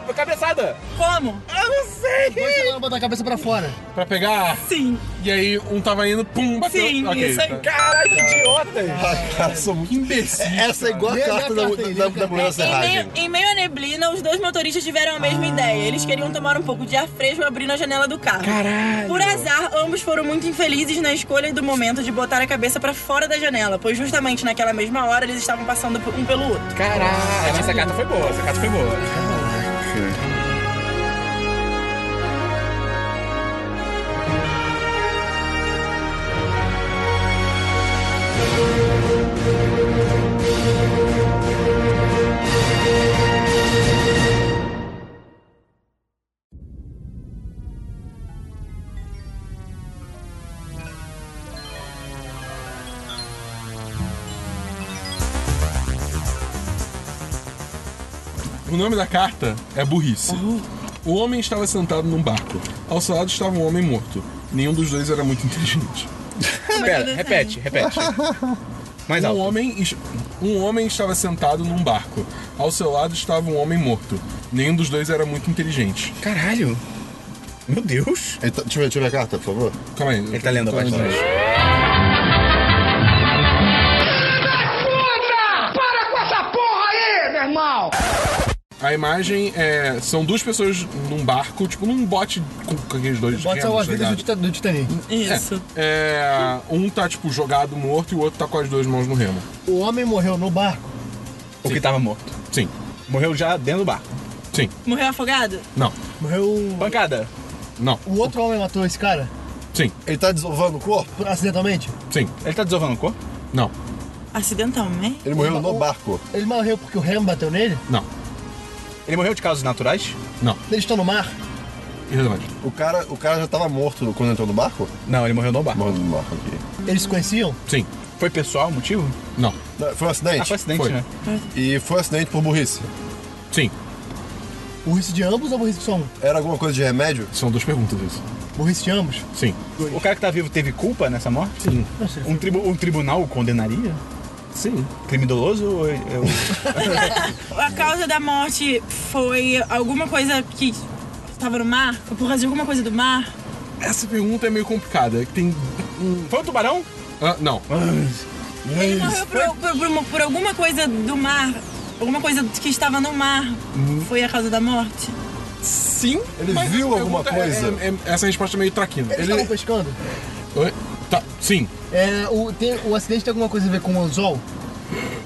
[SPEAKER 3] Foi Cabeçada!
[SPEAKER 5] Como?
[SPEAKER 3] Eu não sei!
[SPEAKER 6] Dois tentaram botar a cabeça pra fora.
[SPEAKER 8] Pra pegar.
[SPEAKER 5] Sim.
[SPEAKER 8] E aí um tava indo, pum, bateu.
[SPEAKER 5] Sim,
[SPEAKER 8] Ok,
[SPEAKER 5] isso aí.
[SPEAKER 8] tá.
[SPEAKER 3] Caralho, que idiotas!
[SPEAKER 7] Ah, cara, sou muito
[SPEAKER 8] Que imbecil.
[SPEAKER 7] Essa é igual a
[SPEAKER 6] Lê a
[SPEAKER 7] carta da,
[SPEAKER 6] carta aí, lê a
[SPEAKER 7] da, da,
[SPEAKER 6] carta.
[SPEAKER 7] mulher da
[SPEAKER 5] Em
[SPEAKER 7] serragem.
[SPEAKER 5] meio, em meio à neblina, os dois motoristas tiveram a mesma ideia. Eles queriam tomar um pouco de ar fresco abrindo a janela do carro.
[SPEAKER 3] Caralho.
[SPEAKER 5] Por azar, ambos foram muito infelizes na escolha do momento de botar a cabeça pra fora da janela, pois justamente naquela mesma hora eles estavam passando por- um pelo outro.
[SPEAKER 3] Caralho! Essa carta foi boa, essa carta foi boa.
[SPEAKER 8] O nome da carta é burrice.
[SPEAKER 3] Uhum.
[SPEAKER 8] O homem estava sentado num barco. Ao seu lado estava um homem morto. Nenhum dos dois era muito inteligente. Ah,
[SPEAKER 3] Pera,
[SPEAKER 5] tudo
[SPEAKER 3] repete, repete. Mais
[SPEAKER 8] é assim. Um
[SPEAKER 3] alto.
[SPEAKER 8] homem, es- um homem estava sentado num barco. Ao seu lado estava um homem morto. Nenhum dos dois era muito inteligente.
[SPEAKER 3] Caralho! Meu Deus!
[SPEAKER 7] Então, deixa, eu ver- deixa eu ver a carta, por favor.
[SPEAKER 8] Calma aí.
[SPEAKER 3] Ele tá lendo a parte de trás.
[SPEAKER 9] Para com essa porra aí, meu irmão!
[SPEAKER 8] A imagem é. São duas pessoas num barco, tipo num bote com, com aqueles dois.
[SPEAKER 6] Bota
[SPEAKER 3] é
[SPEAKER 8] remos,
[SPEAKER 6] salvar a
[SPEAKER 8] tá
[SPEAKER 6] vida
[SPEAKER 8] ligado?
[SPEAKER 6] do Tita- do Titanic.
[SPEAKER 5] Isso.
[SPEAKER 8] É, um tá, tipo, jogado morto e o outro tá com as duas mãos no remo.
[SPEAKER 6] O homem morreu no barco.
[SPEAKER 3] O que tava morto.
[SPEAKER 8] Sim.
[SPEAKER 3] Morreu já dentro do barco.
[SPEAKER 8] Sim.
[SPEAKER 5] Morreu afogado?
[SPEAKER 8] Não.
[SPEAKER 6] Morreu.
[SPEAKER 3] Pancada.
[SPEAKER 8] Não.
[SPEAKER 6] O outro homem matou esse cara?
[SPEAKER 8] Sim.
[SPEAKER 7] Ele tá desovando o corpo?
[SPEAKER 6] Por- Acidentalmente?
[SPEAKER 8] Sim.
[SPEAKER 3] Ele tá desovando o corpo?
[SPEAKER 8] Não.
[SPEAKER 5] Acidentalmente?
[SPEAKER 7] Ele morreu no barco.
[SPEAKER 6] Ele morreu porque o remo bateu nele?
[SPEAKER 8] Não.
[SPEAKER 3] Ele morreu de causas naturais?
[SPEAKER 8] Não.
[SPEAKER 6] Eles estão no mar?
[SPEAKER 8] Irrelevante.
[SPEAKER 7] O cara, o cara já tava morto quando entrou no barco?
[SPEAKER 3] Não, ele morreu no barco.
[SPEAKER 7] Morreu no barco, ok.
[SPEAKER 6] Eles se conheciam?
[SPEAKER 8] Sim.
[SPEAKER 3] Foi pessoal o motivo?
[SPEAKER 8] Não.
[SPEAKER 7] Não, Foi um acidente?
[SPEAKER 3] Ah, foi acidente,
[SPEAKER 8] É, Foi.
[SPEAKER 3] né?
[SPEAKER 7] E foi um acidente por burrice.
[SPEAKER 8] Sim.
[SPEAKER 6] Burrice de ambos ou burrice de só um?
[SPEAKER 7] Era alguma coisa de remédio?
[SPEAKER 8] São duas perguntas isso.
[SPEAKER 6] Burrice de ambos?
[SPEAKER 8] Sim.
[SPEAKER 3] O cara que tá vivo teve culpa nessa morte?
[SPEAKER 8] Sim.
[SPEAKER 3] Um, tribu um tribunal o condenaria?
[SPEAKER 8] Sim.
[SPEAKER 3] Crime doloso ou... é, ou-
[SPEAKER 5] A causa da morte foi alguma coisa que estava no mar? Foi por causa de alguma coisa do mar?
[SPEAKER 8] Essa pergunta é meio complicada. que Tem.
[SPEAKER 3] Foi um tubarão?
[SPEAKER 8] Ah, não.
[SPEAKER 5] Ele morreu por, por- por uma- por alguma coisa do mar. Alguma coisa que estava no mar foi a causa da morte?
[SPEAKER 8] Sim.
[SPEAKER 7] Ele
[SPEAKER 8] mas
[SPEAKER 7] viu
[SPEAKER 8] essa
[SPEAKER 7] alguma
[SPEAKER 8] pergunta é-
[SPEAKER 7] coisa?
[SPEAKER 8] é- é- essa resposta é meio traquina.
[SPEAKER 6] Eles estavam pescando?
[SPEAKER 8] Oi? Tá. Sim.
[SPEAKER 6] É, o, tem- o acidente tem alguma coisa a ver com o anzol?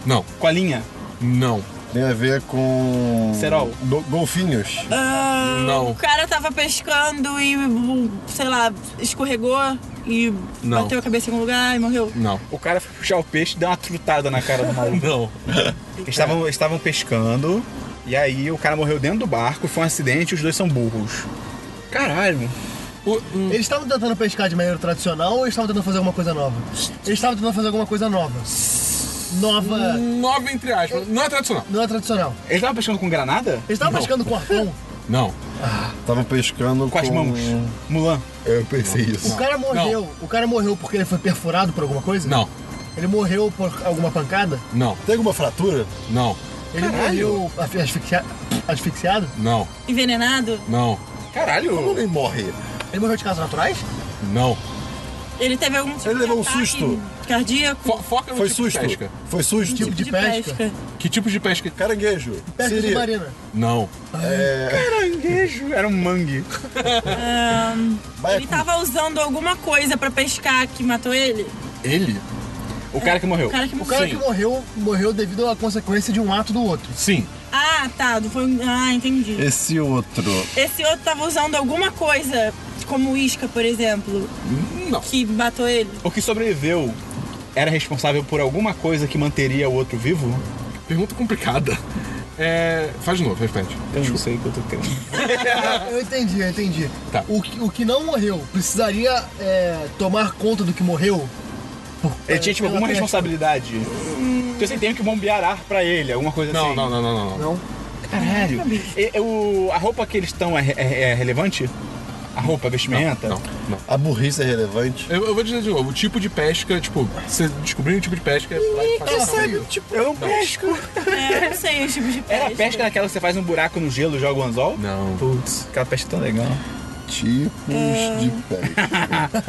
[SPEAKER 8] Não.
[SPEAKER 3] Com a linha?
[SPEAKER 8] Não.
[SPEAKER 7] Tem a ver com.
[SPEAKER 3] Serol.
[SPEAKER 7] Go- golfinhos.
[SPEAKER 5] Ah,
[SPEAKER 8] Não.
[SPEAKER 5] O cara tava pescando e, hum, sei lá, escorregou e
[SPEAKER 8] Não.
[SPEAKER 5] bateu a cabeça em algum lugar e morreu.
[SPEAKER 8] Não.
[SPEAKER 3] O cara foi puxar o peixe e deu uma trutada na cara do maluco.
[SPEAKER 8] Não.
[SPEAKER 3] Eles estavam, eles estavam pescando e aí o cara morreu dentro do barco, foi um acidente e os dois são burros. Caralho.
[SPEAKER 8] O- hum,
[SPEAKER 6] Eles estavam tentando pescar de maneira tradicional ou eles estavam tentando fazer alguma coisa nova? Eles estavam tentando fazer alguma coisa nova. Nova.
[SPEAKER 8] Nova entre aspas. Não é tradicional.
[SPEAKER 6] Não é tradicional.
[SPEAKER 3] Eles estavam pescando com granada?
[SPEAKER 6] Eles estavam
[SPEAKER 8] Não.
[SPEAKER 6] pescando com arpão.
[SPEAKER 8] Não.
[SPEAKER 7] Tava pescando É,
[SPEAKER 3] Com as mãos. Mulan.
[SPEAKER 7] Eu pensei isso.
[SPEAKER 6] O cara morreu. O cara morreu porque ele foi perfurado por alguma coisa?
[SPEAKER 8] Não.
[SPEAKER 6] Ele morreu por alguma pancada?
[SPEAKER 8] Não.
[SPEAKER 7] Tem alguma fratura?
[SPEAKER 8] Não.
[SPEAKER 6] Ele morreu asfixia- asfixiado?
[SPEAKER 8] Não.
[SPEAKER 5] Envenenado?
[SPEAKER 8] Não.
[SPEAKER 7] Como
[SPEAKER 3] Caralho.
[SPEAKER 7] ele morre?
[SPEAKER 6] Ele morreu de causas naturais?
[SPEAKER 8] Não.
[SPEAKER 5] Ele teve algum tipo
[SPEAKER 7] Ele
[SPEAKER 5] de
[SPEAKER 7] levou um
[SPEAKER 5] ataque
[SPEAKER 7] susto.
[SPEAKER 5] Cardíaco?
[SPEAKER 8] Fo- foca no
[SPEAKER 7] Foi
[SPEAKER 8] tipo
[SPEAKER 7] susto?
[SPEAKER 8] de pesca.
[SPEAKER 7] Foi susto?
[SPEAKER 6] Tipo de
[SPEAKER 5] de
[SPEAKER 6] pesca.
[SPEAKER 5] pesca.
[SPEAKER 8] Que tipo de pesca?
[SPEAKER 7] Caranguejo.
[SPEAKER 6] Pesca
[SPEAKER 7] Siri.
[SPEAKER 6] submarina.
[SPEAKER 8] Não.
[SPEAKER 3] Caranguejo. Era um mangue.
[SPEAKER 7] Baiacu.
[SPEAKER 5] Ele tá- tava usando alguma coisa pra pescar que matou ele?
[SPEAKER 8] Ele?
[SPEAKER 3] O cara que morreu.
[SPEAKER 5] O cara que
[SPEAKER 6] O
[SPEAKER 5] morreu.
[SPEAKER 6] cara
[SPEAKER 8] Sim.
[SPEAKER 6] que morreu, morreu devido à consequência de um ato do outro.
[SPEAKER 8] Sim.
[SPEAKER 5] Ah, tá. Foi... um- Ah, entendi.
[SPEAKER 7] Esse outro.
[SPEAKER 5] Esse outro tava usando alguma coisa, como isca, por exemplo,
[SPEAKER 8] Não.
[SPEAKER 5] que matou ele.
[SPEAKER 3] O que sobreviveu era responsável por alguma coisa que manteria o outro vivo?
[SPEAKER 8] Pergunta complicada. É. Faz de novo, repete.
[SPEAKER 3] Eu não sei o que eu tô querendo.
[SPEAKER 6] Eu entendi, eu entendi.
[SPEAKER 8] Tá.
[SPEAKER 6] O, que- o que não morreu precisaria é, tomar conta do que morreu?
[SPEAKER 3] Ele tinha, tipo, alguma responsabilidade. Então, assim, tem que bombear ar pra ele, alguma coisa
[SPEAKER 8] Não,
[SPEAKER 3] assim.
[SPEAKER 8] não, não, não, não, não.
[SPEAKER 6] Não?
[SPEAKER 3] Caralho. E- e o- a roupa que eles estão é, re- é- é relevante? A roupa, a vestimenta?
[SPEAKER 8] Não, não.
[SPEAKER 7] A burrice é relevante.
[SPEAKER 8] Eu, eu vou dizer de novo, o tipo de pesca, tipo, você descobriu o tipo de pesca é. vai fazer isso.
[SPEAKER 3] Tipo, eu não pesco.
[SPEAKER 5] É, eu não sei os tipos de pesca.
[SPEAKER 3] Era a pesca daquela que você faz um buraco no gelo e joga o anzol?
[SPEAKER 8] Não.
[SPEAKER 3] Putz, aquela pesca é tão legal.
[SPEAKER 7] Tipos de pé.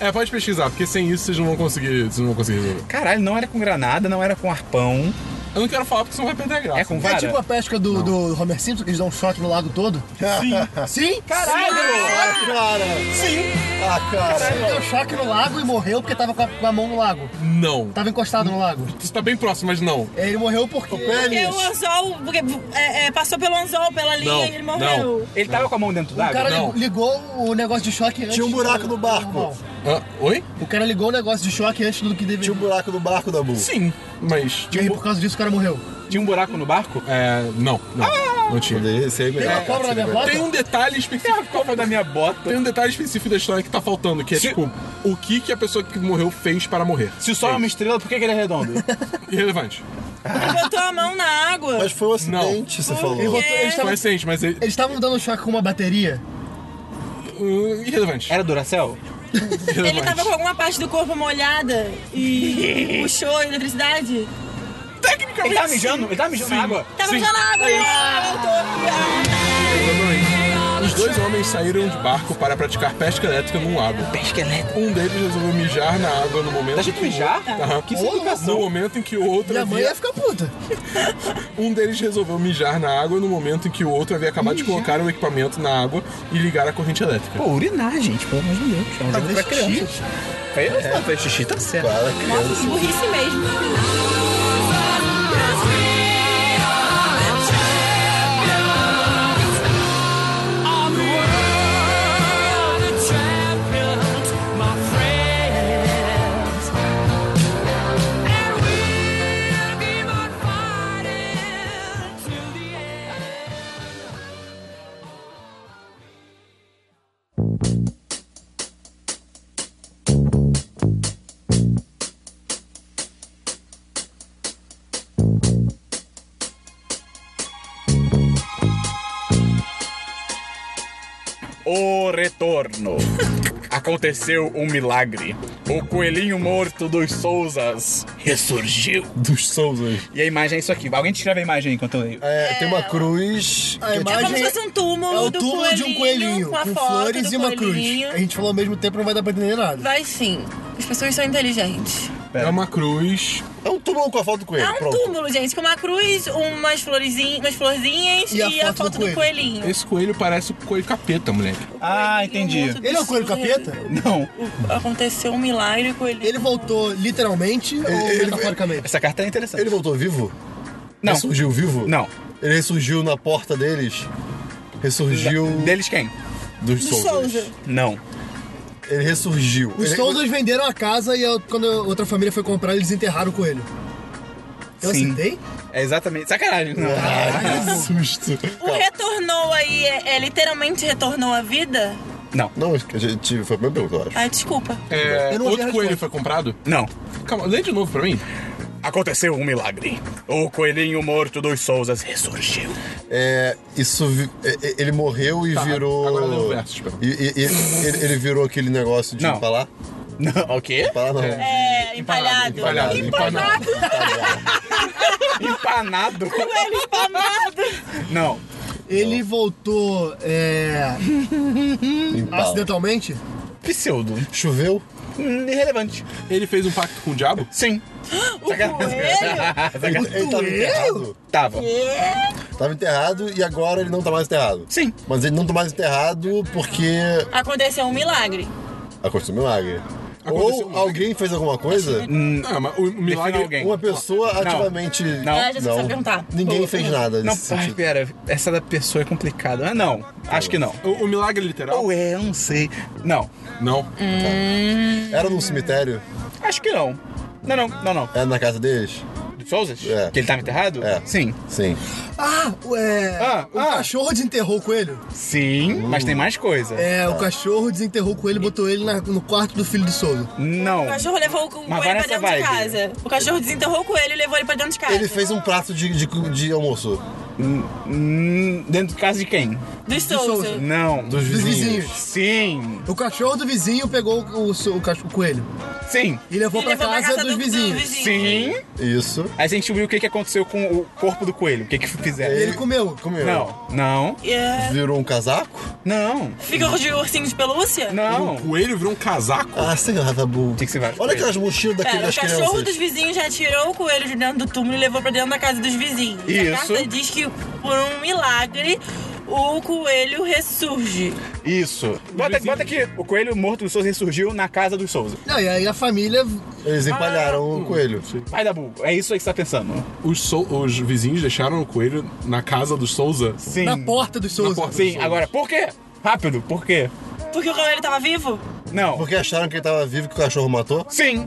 [SPEAKER 8] É, pode pesquisar, porque sem isso vocês não vão conseguir. Vocês não vão conseguir resolver.
[SPEAKER 3] Caralho, não era com granada, não era com arpão.
[SPEAKER 8] Eu não quero falar porque você não vai perder a graça.
[SPEAKER 3] É com
[SPEAKER 6] É
[SPEAKER 3] vara?
[SPEAKER 6] tipo a pesca do, do Homer Simpson, que eles dão um choque no lago todo? Sim. Sim?
[SPEAKER 3] Caralho!
[SPEAKER 7] Ah, cara! Sim! Ah, cara!
[SPEAKER 6] Deu um choque no lago e morreu porque tava com a, com a mão no lago.
[SPEAKER 8] Não.
[SPEAKER 6] Tava encostado no lago.
[SPEAKER 8] Você tá bem próximo, mas não.
[SPEAKER 6] Ele morreu porque...
[SPEAKER 5] Porque o
[SPEAKER 7] Pênis!
[SPEAKER 5] anzol, porque, é, é, passou pelo anzol, pela linha
[SPEAKER 8] Não,
[SPEAKER 5] e ele morreu.
[SPEAKER 3] Ele tava com a mão dentro
[SPEAKER 6] O Um cara
[SPEAKER 3] d'água?
[SPEAKER 8] Não.
[SPEAKER 6] li- ligou o negócio de choque antes.
[SPEAKER 7] Tinha um buraco
[SPEAKER 6] do-
[SPEAKER 7] no barco.
[SPEAKER 6] do normal.
[SPEAKER 8] Hã? oi?
[SPEAKER 6] O cara ligou o negócio de choque antes do que
[SPEAKER 7] Tinha
[SPEAKER 6] deveria.
[SPEAKER 7] um buraco no barco da Bu.
[SPEAKER 8] Sim. Mas.
[SPEAKER 6] E aí, por causa disso, o cara morreu.
[SPEAKER 3] Tinha um buraco no barco?
[SPEAKER 8] É. Não, não. não tinha.
[SPEAKER 7] Poderia ser
[SPEAKER 6] Tem uma
[SPEAKER 7] é melhor.
[SPEAKER 6] cobra na minha bota?
[SPEAKER 8] Tem um detalhe
[SPEAKER 3] É
[SPEAKER 8] específico.
[SPEAKER 3] a cova da minha bota.
[SPEAKER 8] Tem um detalhe específico da história que tá faltando, que é
[SPEAKER 3] Se-
[SPEAKER 8] tipo, o que, que a pessoa que morreu fez para morrer.
[SPEAKER 3] Se o sol é uma estrela, por que que ele é redondo?
[SPEAKER 8] Irrelevante.
[SPEAKER 5] Ele botou a mão na água.
[SPEAKER 7] Mas foi um acidente, você
[SPEAKER 6] Ele
[SPEAKER 7] falou.
[SPEAKER 6] botou- eles
[SPEAKER 8] Foi
[SPEAKER 3] Então,
[SPEAKER 6] tavam-
[SPEAKER 8] recente, é mas ele.
[SPEAKER 6] Eles estavam dando choque com uma bateria.
[SPEAKER 8] Uh, irrelevante.
[SPEAKER 3] Era Duracell?
[SPEAKER 5] Ele
[SPEAKER 8] irrelevante.
[SPEAKER 5] tava com alguma parte do corpo molhada e puxou a eletricidade.
[SPEAKER 3] Ele
[SPEAKER 6] assim.
[SPEAKER 3] tava mijando? Ele tava mijando na água?
[SPEAKER 5] Tava
[SPEAKER 8] Sim.
[SPEAKER 5] mijando na água, ele
[SPEAKER 6] Ah,
[SPEAKER 5] voltou.
[SPEAKER 8] Exatamente. Os dois homens saíram de barco para praticar pesca elétrica num lago.
[SPEAKER 3] Pesca elétrica.
[SPEAKER 8] Um deles resolveu mijar na água no momento.
[SPEAKER 3] Tá gente
[SPEAKER 8] em que-
[SPEAKER 3] mijar?
[SPEAKER 6] Ah.
[SPEAKER 8] Aham.
[SPEAKER 3] Que
[SPEAKER 8] No
[SPEAKER 3] educação.
[SPEAKER 8] momento em que o outro.
[SPEAKER 6] Minha mãe
[SPEAKER 8] havia-
[SPEAKER 6] ia ficar puta.
[SPEAKER 8] Um deles resolveu mijar na água no momento em que o outro havia acabado de colocar o equipamento na água e ligar a corrente elétrica.
[SPEAKER 3] Pô, urinar, gente, pelo amor de Deus. É um jogo pra criança. É, pra xixi tá certo.
[SPEAKER 7] Para, criança.
[SPEAKER 5] Nossa, burrice mesmo.
[SPEAKER 3] O retorno. Aconteceu um milagre. O coelhinho morto dos Souzas ressurgiu.
[SPEAKER 7] Dos Souzas.
[SPEAKER 3] E a imagem é isso aqui. Alguém descreve a imagem aí enquanto eu leio.
[SPEAKER 7] É, tem uma cruz. tipo
[SPEAKER 6] A
[SPEAKER 5] É como se
[SPEAKER 6] imagem
[SPEAKER 5] fosse um túmulo
[SPEAKER 6] é o
[SPEAKER 5] do
[SPEAKER 6] túmulo de um coelhinho,
[SPEAKER 5] com, a
[SPEAKER 6] com
[SPEAKER 5] foto
[SPEAKER 6] flores
[SPEAKER 5] do
[SPEAKER 6] e uma
[SPEAKER 5] coelhinho.
[SPEAKER 6] cruz. É A gente falou ao mesmo tempo, não vai dar pra entender nada.
[SPEAKER 5] Vai sim. As pessoas são inteligentes.
[SPEAKER 8] É uma cruz.
[SPEAKER 7] É um túmulo com a foto do coelho.
[SPEAKER 5] É um
[SPEAKER 7] Pronto.
[SPEAKER 5] túmulo, gente, com uma cruz, umas, florezinhas, umas florzinhas e, a, foto do,
[SPEAKER 6] coelho.
[SPEAKER 5] coelhinho.
[SPEAKER 8] Esse coelho parece o coelho capeta, moleque.
[SPEAKER 3] Ah,
[SPEAKER 5] Coelhinho
[SPEAKER 3] entendi.
[SPEAKER 5] morto do
[SPEAKER 6] Ele é o coelho
[SPEAKER 5] sul-
[SPEAKER 6] capeta?
[SPEAKER 3] Não.
[SPEAKER 5] Aconteceu um milagre com ele.
[SPEAKER 6] Ele voltou literalmente ou
[SPEAKER 7] ele-
[SPEAKER 6] metaforicamente?
[SPEAKER 3] Essa carta é interessante.
[SPEAKER 7] Ele voltou vivo?
[SPEAKER 3] Não.
[SPEAKER 7] Ressurgiu vivo?
[SPEAKER 3] Não.
[SPEAKER 7] Ele ressurgiu na porta deles? Ressurgiu
[SPEAKER 3] Deles quem?
[SPEAKER 7] dos
[SPEAKER 5] Do
[SPEAKER 7] Souzas.
[SPEAKER 5] Souza.
[SPEAKER 3] Não.
[SPEAKER 7] Ele ressurgiu.
[SPEAKER 6] Os
[SPEAKER 7] Ele-
[SPEAKER 6] Souzas venderam a casa e eu- quando a outra família foi comprar, eles enterraram o coelho. Eu
[SPEAKER 3] Sim.
[SPEAKER 6] acertei?
[SPEAKER 3] É exatamente. Ah. Sacanagem. Não.
[SPEAKER 7] Ai, que susto.
[SPEAKER 5] O retornou aí é, é literalmente retornou à vida?
[SPEAKER 3] Não.
[SPEAKER 7] Não, acho que a gente foi a minha pergunta, eu acho.
[SPEAKER 5] Ah, desculpa.
[SPEAKER 8] É,
[SPEAKER 6] Eu não ouvi a
[SPEAKER 8] outro coelho
[SPEAKER 6] resposta.
[SPEAKER 8] foi comprado?
[SPEAKER 3] Não.
[SPEAKER 8] Calma, lê de novo pra mim.
[SPEAKER 3] Aconteceu um milagre. O coelhinho morto dos Souzas ressurgiu.
[SPEAKER 7] É, isso vi- é, é, ele morreu e
[SPEAKER 8] Tá,
[SPEAKER 7] virou.
[SPEAKER 8] agora lê o verso, espera.
[SPEAKER 7] e, e- e- ele, ele virou aquele negócio de
[SPEAKER 3] Não.
[SPEAKER 7] empalar?
[SPEAKER 3] Não. O quê?
[SPEAKER 7] Empalar não.
[SPEAKER 5] É, empalhado.
[SPEAKER 8] Empalhado, empalhado.
[SPEAKER 3] Empanado.
[SPEAKER 5] Coelho empanado.
[SPEAKER 3] Não.
[SPEAKER 6] Ele voltou é,
[SPEAKER 7] Empala.
[SPEAKER 6] acidentalmente?
[SPEAKER 3] Pseudo.
[SPEAKER 7] Choveu?
[SPEAKER 3] Hum, Irrelevante.
[SPEAKER 8] Ele fez um pacto com o diabo?
[SPEAKER 3] Sim.
[SPEAKER 5] O coelho?
[SPEAKER 7] Ele, ele tava enterrado?
[SPEAKER 3] Tava.
[SPEAKER 7] Tava enterrado e agora ele não tá mais enterrado.
[SPEAKER 3] Sim.
[SPEAKER 7] Mas ele não tá mais enterrado porque
[SPEAKER 5] Aconteceu um milagre.
[SPEAKER 7] aconteceu um milagre.
[SPEAKER 8] Aconteceu um
[SPEAKER 7] Ou
[SPEAKER 8] milagre.
[SPEAKER 7] alguém fez alguma coisa?
[SPEAKER 8] Não, mas o, o milagre.
[SPEAKER 3] Defina alguém.
[SPEAKER 7] Uma pessoa ativamente.
[SPEAKER 3] Não.
[SPEAKER 5] Ah, já sei o que você vai perguntar.
[SPEAKER 7] Ninguém fez nada
[SPEAKER 3] Não,
[SPEAKER 7] nesse
[SPEAKER 3] ai,
[SPEAKER 7] sentido.
[SPEAKER 3] pera. Essa da pessoa é complicada. Ah, não. Acho que não.
[SPEAKER 8] O, o milagre literal?
[SPEAKER 3] Ou é, eu não sei. Não.
[SPEAKER 8] Não.
[SPEAKER 7] Era num cemitério?
[SPEAKER 3] Acho que não. Não, não, não, não.
[SPEAKER 7] Era na casa deles?
[SPEAKER 3] De Souzas?
[SPEAKER 7] É.
[SPEAKER 3] Que ele tava enterrado?
[SPEAKER 7] É.
[SPEAKER 3] Sim.
[SPEAKER 7] Sim.
[SPEAKER 6] Ah, ué.
[SPEAKER 3] Ah,
[SPEAKER 6] o
[SPEAKER 3] ah.
[SPEAKER 6] cachorro desenterrou o coelho?
[SPEAKER 3] Sim, mas tem mais coisa.
[SPEAKER 6] É, o cachorro desenterrou o coelho e botou ele na- no quarto do filho de Souza.
[SPEAKER 3] Não.
[SPEAKER 5] O cachorro levou o coelho
[SPEAKER 3] É. vai
[SPEAKER 5] pra
[SPEAKER 3] nessa
[SPEAKER 5] dentro
[SPEAKER 3] vibe.
[SPEAKER 5] de casa. O cachorro desenterrou o coelho e levou ele pra dentro de casa.
[SPEAKER 7] Ele fez um prato de, de, de almoço
[SPEAKER 3] Hum, Dentro de casa de quem?
[SPEAKER 5] Do Souza.
[SPEAKER 6] Souza.
[SPEAKER 3] Não.
[SPEAKER 7] dos
[SPEAKER 6] Dos
[SPEAKER 7] vizinhos.
[SPEAKER 6] vizinhos.
[SPEAKER 3] Sim.
[SPEAKER 6] O cachorro do vizinho pegou o, so- o, cach- o coelho
[SPEAKER 3] Sim.
[SPEAKER 6] e levou,
[SPEAKER 5] Ele
[SPEAKER 6] pra,
[SPEAKER 5] levou
[SPEAKER 6] casa dos
[SPEAKER 5] do- do
[SPEAKER 6] vizinhos.
[SPEAKER 5] vizinho.
[SPEAKER 3] Sim.
[SPEAKER 7] Isso.
[SPEAKER 3] Aí você descobriu o que, que aconteceu com o corpo do coelho. O que que fizeram.
[SPEAKER 6] E ele comeu.
[SPEAKER 7] Comeu.
[SPEAKER 3] Não. Não.
[SPEAKER 5] E, é,
[SPEAKER 7] Virou um casaco?
[SPEAKER 3] Não.
[SPEAKER 5] Fica de ursinho de pelúcia?
[SPEAKER 3] Não.
[SPEAKER 8] O coelho virou um casaco?
[SPEAKER 7] Ah, sei lá, tá bom.
[SPEAKER 3] que que você vai
[SPEAKER 7] Olha
[SPEAKER 3] fazer?
[SPEAKER 7] aquelas mochilas daquele
[SPEAKER 5] Pera, É, o
[SPEAKER 7] das
[SPEAKER 5] cachorro
[SPEAKER 7] crianças.
[SPEAKER 5] dos vizinhos já tirou o coelho de dentro do túmulo e levou pra dentro da casa dos vizinhos. E A
[SPEAKER 3] Isso.
[SPEAKER 5] carta diz que, por um milagre, o coelho ressurge.
[SPEAKER 3] Isso. Bota, bota aqui. O coelho morto do Souza ressurgiu na casa do Souza.
[SPEAKER 6] Não, e aí a família.
[SPEAKER 7] Eles empalharam
[SPEAKER 5] Ah,
[SPEAKER 7] o coelho.
[SPEAKER 3] Pai da Bu, é isso aí que você tá pensando.
[SPEAKER 8] Os, Sou- os vizinhos deixaram o coelho na casa dos Souza?
[SPEAKER 3] Sim.
[SPEAKER 6] Na porta dos Souza.
[SPEAKER 8] porta.
[SPEAKER 3] Sim, agora, por quê? Rápido, por quê?
[SPEAKER 5] Porque o coelho tava vivo?
[SPEAKER 3] Não.
[SPEAKER 7] Porque acharam que ele tava vivo e que o cachorro matou?
[SPEAKER 3] Sim.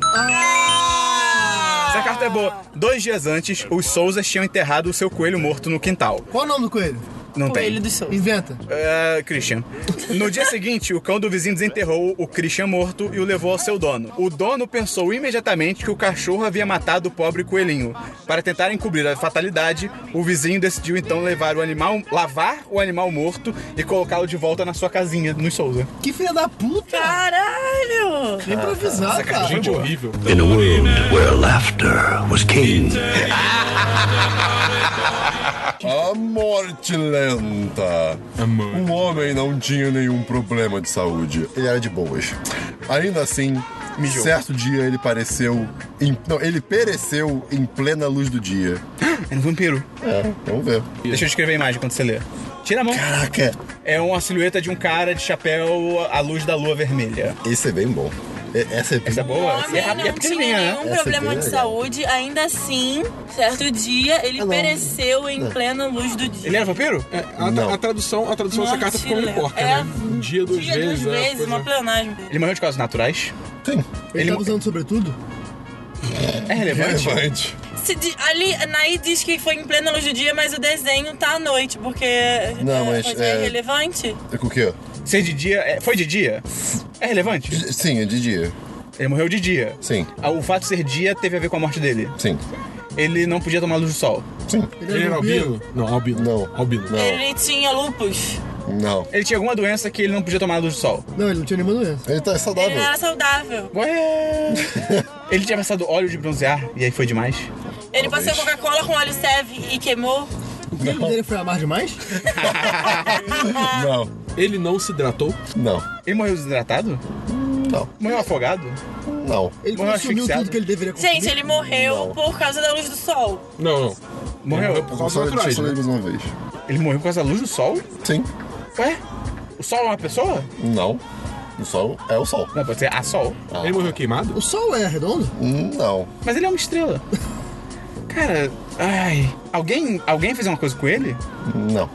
[SPEAKER 3] Essa carta é boa. Dois dias antes, os Souzas tinham enterrado o seu coelho morto no quintal.
[SPEAKER 6] Qual o nome do coelho?
[SPEAKER 3] Não
[SPEAKER 5] Coelho
[SPEAKER 3] tem.
[SPEAKER 5] do Souza.
[SPEAKER 6] Inventa.
[SPEAKER 3] Ah, Christian. No dia seguinte, o cão do vizinho desenterrou o Christian morto e o levou ao seu dono. O dono pensou imediatamente que o cachorro havia matado o pobre coelhinho. Para tentar encobrir a fatalidade, o vizinho decidiu então levar o animal, lavar o animal morto e colocá-lo de volta na sua casinha, nos Souza.
[SPEAKER 6] Que filha da puta!
[SPEAKER 5] Caralho!
[SPEAKER 6] Vem improvisar, cara.
[SPEAKER 8] Gente horrível.
[SPEAKER 4] In a world where laughter was king.
[SPEAKER 7] A morte lenta.
[SPEAKER 8] Amor.
[SPEAKER 7] Um homem não tinha nenhum problema de saúde. Ele era de boas. Ainda assim,
[SPEAKER 3] Mijou.
[SPEAKER 7] certo dia ele pareceu. em- não, ele pereceu em plena luz do dia.
[SPEAKER 3] É um vampiro.
[SPEAKER 7] É, vamos ver.
[SPEAKER 3] Deixa eu descrever a imagem quando você lê. Tira a mão.
[SPEAKER 7] Caraca,
[SPEAKER 3] É uma silhueta de um cara de chapéu à luz da lua vermelha.
[SPEAKER 7] esse é bem bom. E- Essa é bem.
[SPEAKER 3] Essa é boa? Essa
[SPEAKER 5] O
[SPEAKER 3] é rápida,
[SPEAKER 5] homem
[SPEAKER 3] é
[SPEAKER 5] não tinha
[SPEAKER 3] pequenininha, né?
[SPEAKER 5] nenhum
[SPEAKER 7] Essa é
[SPEAKER 5] problema
[SPEAKER 7] bem
[SPEAKER 5] de
[SPEAKER 7] legal. É
[SPEAKER 5] saúde, ainda assim, certo dia, ele
[SPEAKER 7] não.
[SPEAKER 5] pereceu
[SPEAKER 7] É.
[SPEAKER 5] em plena luz do dia.
[SPEAKER 3] Ele era vampiro?
[SPEAKER 8] É, a,
[SPEAKER 7] Não.
[SPEAKER 8] a tradução, a tradução dessa carta ficou meio
[SPEAKER 5] Morte,
[SPEAKER 8] porca,
[SPEAKER 5] é,
[SPEAKER 8] né? Dia, duas
[SPEAKER 5] dia
[SPEAKER 8] vezes.
[SPEAKER 5] duas
[SPEAKER 8] né?
[SPEAKER 5] vezes,
[SPEAKER 8] Coisa-
[SPEAKER 5] uma plenagem.
[SPEAKER 3] Ele morreu de causas naturais?
[SPEAKER 7] Sim.
[SPEAKER 6] Ele, tava Tá usando sobretudo?
[SPEAKER 3] É relevante?
[SPEAKER 7] Relevante.
[SPEAKER 5] Se di- ali, Naí diz que foi em plena luz do dia, mas o desenho tá à noite, porque
[SPEAKER 7] Não, mas,
[SPEAKER 5] pode
[SPEAKER 7] é-
[SPEAKER 5] é relevante.
[SPEAKER 7] O quê?
[SPEAKER 3] Ser de dia. é- foi de dia? É relevante?
[SPEAKER 7] Sim, é de dia.
[SPEAKER 3] Ele morreu de dia.
[SPEAKER 7] Sim,
[SPEAKER 3] Ah, O fato de ser dia teve a ver com a morte dele.
[SPEAKER 7] sim,
[SPEAKER 3] Ele não podia tomar luz do sol.
[SPEAKER 7] sim.
[SPEAKER 6] é
[SPEAKER 8] Ele era albino? Não, albino.
[SPEAKER 7] Não.
[SPEAKER 8] Albino.
[SPEAKER 7] Não.
[SPEAKER 5] Ele tinha lupus.
[SPEAKER 7] Não.
[SPEAKER 3] Ele tinha alguma doença que ele não podia tomar luz do sol.
[SPEAKER 6] Não, ele não tinha nenhuma doença.
[SPEAKER 7] Ele tá
[SPEAKER 5] Ele
[SPEAKER 7] saudável.
[SPEAKER 5] não era saudável.
[SPEAKER 3] Ué! ele tinha passado óleo de bronzear e aí foi demais.
[SPEAKER 5] Ele
[SPEAKER 7] Tá
[SPEAKER 5] passou Coca-Cola com óleo Seve e queimou.
[SPEAKER 6] O coelho dele foi amar demais?
[SPEAKER 7] Não,
[SPEAKER 8] Ele não se hidratou?
[SPEAKER 7] não,
[SPEAKER 3] Ele morreu desidratado?
[SPEAKER 7] Não.
[SPEAKER 3] Morreu afogado?
[SPEAKER 7] não.
[SPEAKER 6] Ele
[SPEAKER 3] Morreu
[SPEAKER 6] consumiu
[SPEAKER 3] asfixiado.
[SPEAKER 6] tudo que ele deveria consumir.
[SPEAKER 5] Gente, ele morreu
[SPEAKER 7] Não.
[SPEAKER 5] por causa da luz do sol.
[SPEAKER 8] Não, não.
[SPEAKER 3] Morreu.
[SPEAKER 8] Ele morreu por causa
[SPEAKER 7] Só, deixa eu
[SPEAKER 8] naturais,
[SPEAKER 7] só
[SPEAKER 8] né?
[SPEAKER 7] ler mais uma vez.
[SPEAKER 3] Ele morreu por causa da luz do sol?
[SPEAKER 7] Sim,
[SPEAKER 3] Ué? O sol é uma pessoa?
[SPEAKER 7] não. O sol é o sol.
[SPEAKER 3] Não, pode ser a sol.
[SPEAKER 8] Ele morreu queimado?
[SPEAKER 6] O sol é redondo?
[SPEAKER 7] Não.
[SPEAKER 3] Mas ele é uma estrela. Cara, ai. Alguém, alguém fez uma coisa com ele?
[SPEAKER 7] Não.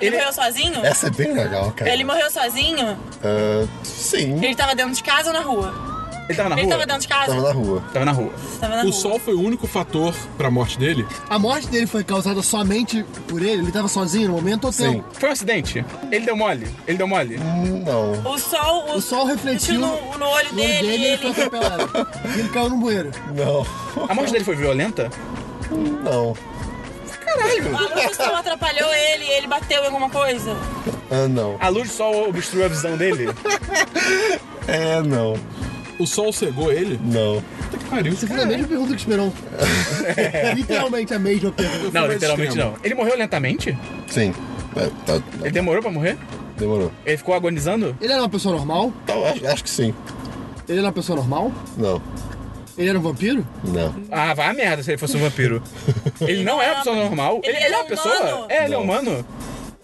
[SPEAKER 5] Ele,
[SPEAKER 3] Ele-
[SPEAKER 5] morreu sozinho?
[SPEAKER 7] Essa é bem legal, cara.
[SPEAKER 5] Ele morreu sozinho?
[SPEAKER 7] Ah, sim.
[SPEAKER 5] Ele tava dentro de casa ou na rua?
[SPEAKER 3] Ele tava na
[SPEAKER 5] Ele
[SPEAKER 3] rua?
[SPEAKER 5] tava dentro de casa?
[SPEAKER 7] Tava na rua.
[SPEAKER 3] Tava na rua.
[SPEAKER 5] Tava na
[SPEAKER 8] O
[SPEAKER 5] rua.
[SPEAKER 8] sol foi o único fator pra morte dele?
[SPEAKER 6] A morte dele foi causada somente por ele? Ele tava sozinho no momento ou
[SPEAKER 7] Sim.
[SPEAKER 6] tempo?
[SPEAKER 3] Foi um acidente? Ele deu mole? Ele deu mole?
[SPEAKER 7] Não.
[SPEAKER 5] O sol, o,
[SPEAKER 6] um- O sol refletiu
[SPEAKER 5] no, no olho
[SPEAKER 6] No olho
[SPEAKER 5] dele,
[SPEAKER 6] dele
[SPEAKER 5] e
[SPEAKER 6] ele foi
[SPEAKER 5] ele...
[SPEAKER 6] atropelado. E ele caiu no banheiro.
[SPEAKER 7] Não.
[SPEAKER 3] A morte dele foi violenta?
[SPEAKER 7] Não.
[SPEAKER 5] A luz do sol atrapalhou ele e ele bateu em alguma coisa.
[SPEAKER 7] Ah, não.
[SPEAKER 3] A luz do sol obstruiu a visão dele?
[SPEAKER 7] É, não.
[SPEAKER 8] O sol cegou ele?
[SPEAKER 7] Não.
[SPEAKER 8] Puta que pariu.
[SPEAKER 6] Você fez a mesma pergunta que o Esperão. Literalmente a mesma pergunta.
[SPEAKER 3] Não,
[SPEAKER 8] mais
[SPEAKER 3] literalmente
[SPEAKER 8] extremo.
[SPEAKER 3] não. Ele morreu lentamente?
[SPEAKER 7] Sim. É, tá, tá.
[SPEAKER 3] Ele demorou pra morrer?
[SPEAKER 7] Demorou.
[SPEAKER 3] Ele ficou agonizando?
[SPEAKER 6] Ele era uma pessoa normal?
[SPEAKER 7] Então, acho, acho que sim.
[SPEAKER 6] Ele era uma pessoa normal?
[SPEAKER 7] Não.
[SPEAKER 6] Ele era um vampiro?
[SPEAKER 7] Não.
[SPEAKER 3] Ah, vai a merda se ele fosse um vampiro. Ele não é uma pessoa normal. Ele,
[SPEAKER 5] Ele
[SPEAKER 3] ele é
[SPEAKER 5] é
[SPEAKER 3] uma pessoa?
[SPEAKER 5] humano.
[SPEAKER 3] É, ele é humano.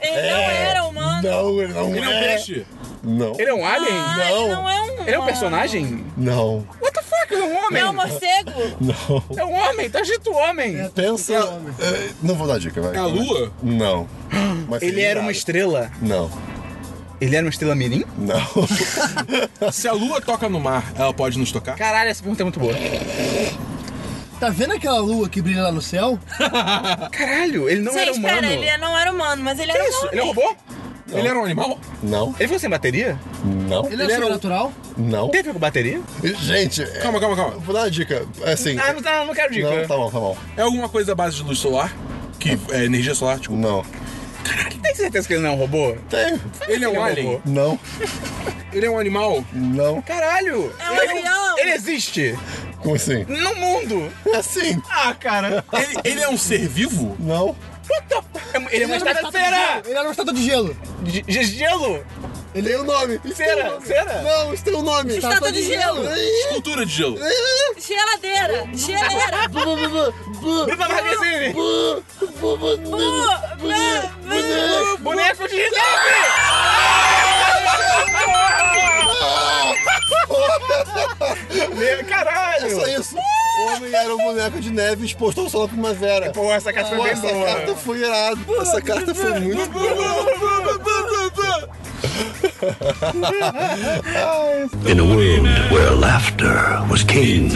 [SPEAKER 5] Ele não
[SPEAKER 3] É.
[SPEAKER 5] era humano.
[SPEAKER 7] Não, ele não
[SPEAKER 8] Ele é um peixe.
[SPEAKER 7] Não.
[SPEAKER 3] Ele é um alien?
[SPEAKER 5] Ah, Ele não é um humano.
[SPEAKER 3] Ele é um personagem?
[SPEAKER 7] Não.
[SPEAKER 3] What the fuck? Ele é um homem?
[SPEAKER 5] É um morcego?
[SPEAKER 7] Não.
[SPEAKER 3] É um homem, tá escrito homem.
[SPEAKER 7] Pensa. É, não vou dar dica, vai.
[SPEAKER 8] É a lua?
[SPEAKER 7] Não.
[SPEAKER 8] assim,
[SPEAKER 7] Mas
[SPEAKER 3] Ele
[SPEAKER 7] seria
[SPEAKER 3] era uma
[SPEAKER 7] irado.
[SPEAKER 3] estrela.
[SPEAKER 7] Não.
[SPEAKER 3] Ele era uma estrela mirim?
[SPEAKER 7] Não.
[SPEAKER 8] Se a lua toca no mar, ela pode nos tocar?
[SPEAKER 3] Caralho, essa pergunta é muito boa.
[SPEAKER 6] Tá vendo aquela lua que brilha lá no céu?
[SPEAKER 8] Ah.
[SPEAKER 3] Caralho, ele não era
[SPEAKER 5] Gente,
[SPEAKER 3] humano.
[SPEAKER 5] pera, ele não era humano, mas ele
[SPEAKER 3] Que
[SPEAKER 5] era
[SPEAKER 3] isso?
[SPEAKER 5] um
[SPEAKER 3] Ele é um
[SPEAKER 5] homem.
[SPEAKER 3] robô?
[SPEAKER 8] Ele era um animal?
[SPEAKER 7] Não,
[SPEAKER 3] Ele ficou sem bateria?
[SPEAKER 7] não,
[SPEAKER 6] Ele,
[SPEAKER 3] Ele
[SPEAKER 6] é
[SPEAKER 3] era um-
[SPEAKER 6] sobrenatural?
[SPEAKER 7] não.
[SPEAKER 3] Teve com bateria?
[SPEAKER 7] Gente, é-
[SPEAKER 8] Calma, calma, calma.
[SPEAKER 7] vou dar uma dica. Assim.
[SPEAKER 3] Ah, não, tá- não quero dica.
[SPEAKER 7] Não, tá bom, tá bom.
[SPEAKER 8] É alguma coisa à base de luz solar? Que é energia solar, tipo.
[SPEAKER 7] Não.
[SPEAKER 3] Tem certeza que ele não é um robô?
[SPEAKER 7] Tem.
[SPEAKER 8] Ele é um
[SPEAKER 3] robô.
[SPEAKER 8] alien?
[SPEAKER 7] Não,
[SPEAKER 8] Ele é um animal?
[SPEAKER 7] não.
[SPEAKER 3] Caralho!
[SPEAKER 5] É um
[SPEAKER 3] ele,
[SPEAKER 5] avião.
[SPEAKER 3] ele existe!
[SPEAKER 7] Como assim?
[SPEAKER 3] No mundo!
[SPEAKER 7] Assim.
[SPEAKER 3] Ah, cara!
[SPEAKER 8] Ele, ele é um ser vivo?
[SPEAKER 7] Não.
[SPEAKER 3] Ele é uma
[SPEAKER 6] era uma
[SPEAKER 3] estrada
[SPEAKER 6] estátua de
[SPEAKER 3] cera!
[SPEAKER 6] gelo. Ele era uma estátua de gelo.
[SPEAKER 3] De de gelo!
[SPEAKER 7] Ele tem o nome. Isso tem
[SPEAKER 3] Cera,
[SPEAKER 7] um nome.
[SPEAKER 3] cera.
[SPEAKER 7] Não, isso tem um nome.
[SPEAKER 5] Estátua de gelo.
[SPEAKER 8] Escultura de gelo?
[SPEAKER 5] Geladeira. Geleira.
[SPEAKER 7] Bu, bu, bu, bu,
[SPEAKER 3] Bruno Marquezine!
[SPEAKER 7] bu, bu, bu, bu,
[SPEAKER 5] Bu-
[SPEAKER 7] bu, bu.
[SPEAKER 3] Boneco de Hidalgo! Caralho!
[SPEAKER 7] É só isso. O homem era um boneco de neve exposto ao sol da primavera.
[SPEAKER 3] Pô, essa carta
[SPEAKER 7] Pô,
[SPEAKER 3] foi bem
[SPEAKER 7] essa carta
[SPEAKER 3] boa.
[SPEAKER 7] foi irada. Essa carta foi muito boa.
[SPEAKER 4] In a world where laughter was king,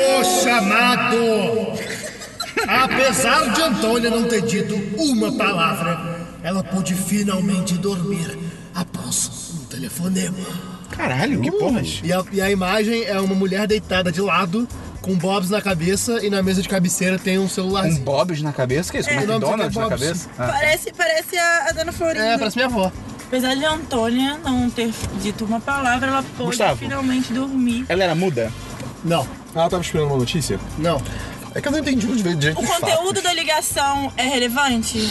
[SPEAKER 2] O chamado! Apesar de Antônia não ter dito uma palavra, ela pôde finalmente dormir após um telefonema.
[SPEAKER 3] Caralho,
[SPEAKER 7] Uh,
[SPEAKER 3] que porras.
[SPEAKER 6] E a, e a imagem é uma mulher deitada de lado, com bobs na cabeça, e na mesa de cabeceira tem um
[SPEAKER 3] Um
[SPEAKER 6] celularzinho.
[SPEAKER 3] Bob's na cabeça? Que isso? Um
[SPEAKER 6] o nome
[SPEAKER 3] McDonald's
[SPEAKER 6] dele é
[SPEAKER 3] na
[SPEAKER 6] Bob's.
[SPEAKER 3] cabeça? Ah.
[SPEAKER 5] Parece, parece a, a Dona Florinda.
[SPEAKER 6] É, parece minha avó.
[SPEAKER 5] Apesar de a Antônia não ter dito uma palavra, ela pôde
[SPEAKER 3] Gustavo.
[SPEAKER 5] finalmente dormir.
[SPEAKER 3] Ela era muda?
[SPEAKER 6] Não,
[SPEAKER 8] Ela Ah, tava esperando uma notícia?
[SPEAKER 6] não.
[SPEAKER 7] É que eu não entendi o direito de
[SPEAKER 5] O conteúdo da ligação é relevante?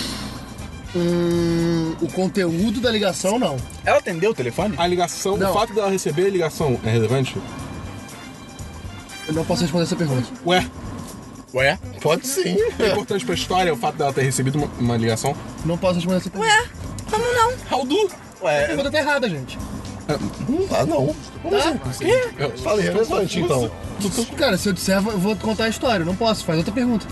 [SPEAKER 6] Hum, o conteúdo da ligação, não.
[SPEAKER 3] Ela atendeu o telefone?
[SPEAKER 8] A ligação,
[SPEAKER 6] Não.
[SPEAKER 8] o fato dela receber a ligação é relevante?
[SPEAKER 6] Eu não posso responder essa pergunta.
[SPEAKER 8] Ué,
[SPEAKER 3] Ué?
[SPEAKER 7] Pode sim.
[SPEAKER 8] é importante pra história o fato dela ter recebido uma, uma ligação?
[SPEAKER 6] Não posso responder essa pergunta.
[SPEAKER 5] Ué, como não?
[SPEAKER 8] How do?
[SPEAKER 6] A
[SPEAKER 3] Ué,
[SPEAKER 6] pergunta tá errada, gente.
[SPEAKER 5] Hum?
[SPEAKER 7] Não dá, Ah, não.
[SPEAKER 5] Tá?
[SPEAKER 7] assim?
[SPEAKER 8] Eu-
[SPEAKER 7] Falei relevante, então.
[SPEAKER 6] Cara, se eu disser, eu vou contar a história. Não posso, faz outra pergunta.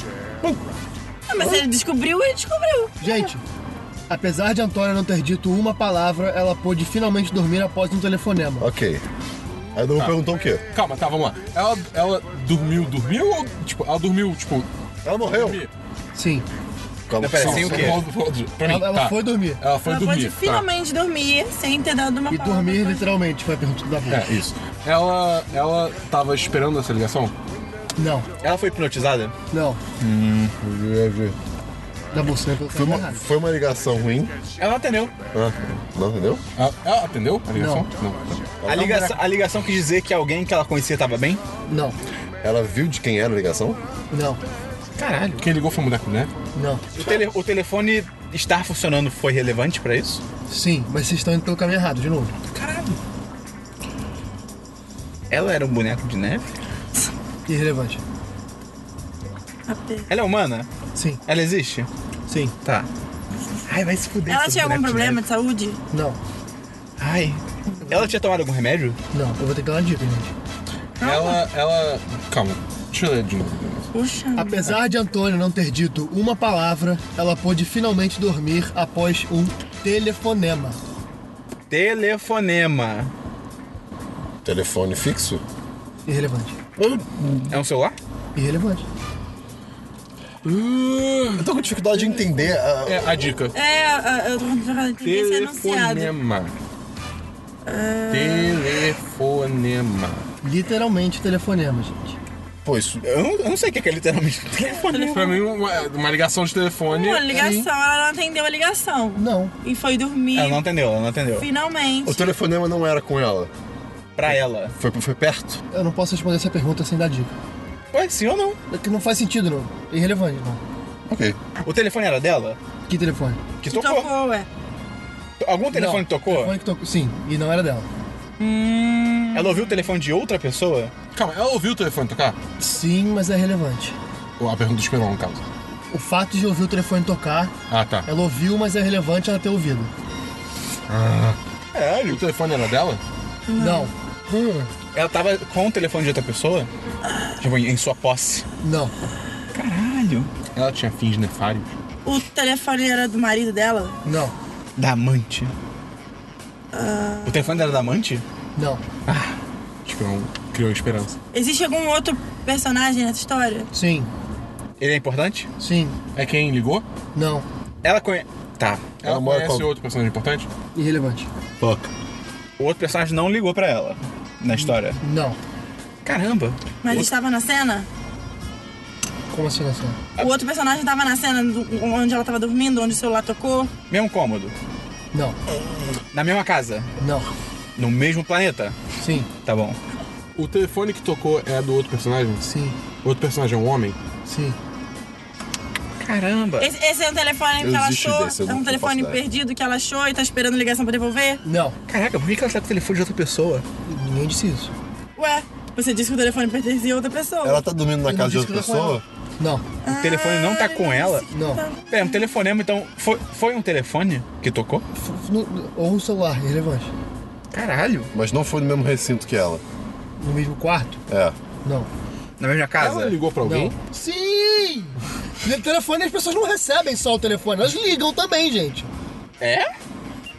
[SPEAKER 5] Ah, mas ele descobriu, ele descobriu.
[SPEAKER 6] Gente, apesar de Antônia não ter dito uma palavra, ela pôde finalmente dormir após um telefonema.
[SPEAKER 7] Ok. Aí não perguntou o quê?
[SPEAKER 8] Calma, tá, vamos lá. Ela, ela dormiu, dormiu ou, tipo, ela dormiu, tipo,
[SPEAKER 7] Ela morreu.
[SPEAKER 8] dormir?
[SPEAKER 6] Sim.
[SPEAKER 7] Calma.
[SPEAKER 3] Pera, sem
[SPEAKER 8] Não,
[SPEAKER 3] o quê?
[SPEAKER 8] só- só- pra mim,
[SPEAKER 6] Ela, ela
[SPEAKER 8] tá.
[SPEAKER 6] foi dormir.
[SPEAKER 8] Ela foi
[SPEAKER 5] ela
[SPEAKER 8] dormir.
[SPEAKER 5] pode
[SPEAKER 8] tá.
[SPEAKER 5] finalmente dormir sem ter dado uma
[SPEAKER 6] E
[SPEAKER 5] palavra.
[SPEAKER 6] dormir literalmente foi a pergunta da boca.
[SPEAKER 8] É, isso. Ela, ela tava esperando essa ligação?
[SPEAKER 7] É.
[SPEAKER 6] Não,
[SPEAKER 3] ela foi hipnotizada?
[SPEAKER 6] não. Da bolsa, né?
[SPEAKER 7] Foi uma, foi uma ligação ruim.
[SPEAKER 3] Ela não atendeu.
[SPEAKER 7] Ah, não entendeu?
[SPEAKER 8] Ela, ela atendeu a ligação? Não. tá.
[SPEAKER 3] A ligação, a ligação quis dizer que alguém que ela conhecia tava bem?
[SPEAKER 6] Não,
[SPEAKER 7] Ela viu de quem era a ligação?
[SPEAKER 6] não,
[SPEAKER 3] Caralho.
[SPEAKER 8] Quem ligou foi né? a mulher com mulher?
[SPEAKER 6] não.
[SPEAKER 3] O, tele- o telefone estar funcionando foi relevante pra isso?
[SPEAKER 6] Sim, mas vocês estão indo pelo caminho errado, de novo.
[SPEAKER 3] Caralho. Ela era um boneco de neve?
[SPEAKER 6] Irrelevante.
[SPEAKER 3] Ela é humana?
[SPEAKER 6] Sim,
[SPEAKER 3] Ela existe?
[SPEAKER 6] sim,
[SPEAKER 3] Tá. Ai, vai se fuder.
[SPEAKER 5] Ela
[SPEAKER 3] seus
[SPEAKER 5] tinha algum
[SPEAKER 3] bonecos de
[SPEAKER 5] problema de saúde?
[SPEAKER 6] não,
[SPEAKER 3] neve. Ai. Ela tinha tomado algum remédio?
[SPEAKER 6] não. Eu vou ter que dar uma dica, gente.
[SPEAKER 8] Ela, ela. Calma, deixa eu ler de novo.
[SPEAKER 5] Puxa.
[SPEAKER 6] Apesar de Antônia não ter dito uma palavra, ela pôde finalmente dormir após um telefonema.
[SPEAKER 3] Telefonema.
[SPEAKER 7] Telefone fixo?
[SPEAKER 6] Irrelevante.
[SPEAKER 3] É um celular?
[SPEAKER 6] Irrelevante. Uh.
[SPEAKER 7] Eu tô com dificuldade de entender. ah,
[SPEAKER 8] É a dica.
[SPEAKER 5] É, ah, eu tô com dificuldade de entender esse enunciado.
[SPEAKER 8] Telefonema. Telefonema.
[SPEAKER 6] Literalmente telefonema, gente.
[SPEAKER 7] Pô, isso.
[SPEAKER 3] Eu não, eu não sei o que que é literalmente um telefone.
[SPEAKER 8] Pra mim, uma, uma ligação de telefone.
[SPEAKER 5] Uma ligação, ela não atendeu a ligação.
[SPEAKER 6] Não.
[SPEAKER 5] E foi dormir,
[SPEAKER 3] Ela não atendeu, ela não atendeu.
[SPEAKER 5] finalmente.
[SPEAKER 7] O telefonema não era com ela.
[SPEAKER 3] Pra ela.
[SPEAKER 7] Foi, foi perto?
[SPEAKER 6] Eu não posso responder essa pergunta sem dar dica.
[SPEAKER 3] Ué, sim ou não?
[SPEAKER 6] É que não faz sentido, não. Irrelevante, não.
[SPEAKER 7] Ok.
[SPEAKER 3] O telefone era dela?
[SPEAKER 6] Que telefone?
[SPEAKER 3] Que
[SPEAKER 5] Que
[SPEAKER 3] tocou.
[SPEAKER 5] tocou, ué.
[SPEAKER 3] Algum telefone
[SPEAKER 6] Não,
[SPEAKER 3] tocou?
[SPEAKER 6] Telefone que tocou. Sim, e não era dela.
[SPEAKER 3] Ela ouviu o telefone de outra pessoa?
[SPEAKER 8] Calma, ela ouviu o telefone tocar?
[SPEAKER 6] Sim, mas é relevante.
[SPEAKER 8] Ou a pergunta do Esperon, no caso.
[SPEAKER 6] O fato de ouvir o telefone tocar,
[SPEAKER 8] Ah, tá.
[SPEAKER 6] ela ouviu, mas é relevante ela ter ouvido.
[SPEAKER 8] O
[SPEAKER 3] Caralho.
[SPEAKER 8] telefone era dela?
[SPEAKER 6] Não. Hum.
[SPEAKER 3] Ela tava com o telefone de outra pessoa? Tipo, em em sua posse.
[SPEAKER 6] Não.
[SPEAKER 3] Caralho.
[SPEAKER 8] Ela tinha fins nefários.
[SPEAKER 5] O telefone era do marido dela?
[SPEAKER 6] Não.
[SPEAKER 3] Da amante. O telefone era da amante?
[SPEAKER 6] Não.
[SPEAKER 8] Esperon criou esperança.
[SPEAKER 5] Existe algum outro personagem nessa história?
[SPEAKER 6] Sim,
[SPEAKER 3] Ele é importante?
[SPEAKER 6] sim,
[SPEAKER 8] É quem ligou?
[SPEAKER 6] não.
[SPEAKER 3] Ela conhece. Tá.
[SPEAKER 8] Ela
[SPEAKER 7] Ela mora
[SPEAKER 8] conhece
[SPEAKER 7] com-
[SPEAKER 8] outro personagem importante?
[SPEAKER 6] Irrelevante.
[SPEAKER 7] Fuck.
[SPEAKER 3] O outro personagem não ligou pra ela na história.
[SPEAKER 6] Não.
[SPEAKER 3] Caramba.
[SPEAKER 5] Mas estava na cena?
[SPEAKER 6] Como assim, assim?
[SPEAKER 5] O outro personagem estava na cena do- onde ela estava dormindo, onde o celular tocou?
[SPEAKER 3] Mesmo cômodo.
[SPEAKER 6] Não,
[SPEAKER 3] Na mesma casa.
[SPEAKER 6] não.
[SPEAKER 3] No mesmo planeta.
[SPEAKER 6] Sim,
[SPEAKER 3] Tá bom.
[SPEAKER 8] O telefone que tocou é do outro personagem?
[SPEAKER 6] sim,
[SPEAKER 8] O outro personagem é um homem?
[SPEAKER 6] sim.
[SPEAKER 3] Caramba.
[SPEAKER 5] Esse, esse é um telefone que
[SPEAKER 7] Eu
[SPEAKER 5] ela
[SPEAKER 7] desisti
[SPEAKER 5] achou,
[SPEAKER 7] desse, eu
[SPEAKER 5] é
[SPEAKER 7] não-
[SPEAKER 5] um
[SPEAKER 7] não
[SPEAKER 5] telefone
[SPEAKER 7] posso dar.
[SPEAKER 5] perdido que ela achou e tá esperando ligação pra devolver?
[SPEAKER 6] Não,
[SPEAKER 3] Caraca, por que que ela tá com o telefone de outra pessoa?
[SPEAKER 6] ninguém disse isso.
[SPEAKER 5] Ué, você disse que o telefone pertencia a outra pessoa.
[SPEAKER 7] Ela tá dormindo na
[SPEAKER 6] Eu
[SPEAKER 7] casa de
[SPEAKER 6] não
[SPEAKER 7] outra
[SPEAKER 6] disse que não é
[SPEAKER 7] pessoa?
[SPEAKER 6] Não,
[SPEAKER 3] O telefone não
[SPEAKER 5] Ah,
[SPEAKER 3] tá com ela.
[SPEAKER 6] não.
[SPEAKER 3] Pera, um telefonema, então. Foi, foi um telefone que tocou?
[SPEAKER 6] F- no- Ou o celular, irrelevante.
[SPEAKER 3] Caralho.
[SPEAKER 7] Mas não foi no mesmo recinto que ela.
[SPEAKER 6] No mesmo quarto?
[SPEAKER 7] É.
[SPEAKER 6] Não.
[SPEAKER 3] Na mesma
[SPEAKER 7] Ah,
[SPEAKER 3] casa?
[SPEAKER 8] Ela ligou pra alguém?
[SPEAKER 6] Não. Sim! E o telefone as pessoas não recebem só o telefone, elas ligam também, gente.
[SPEAKER 3] É?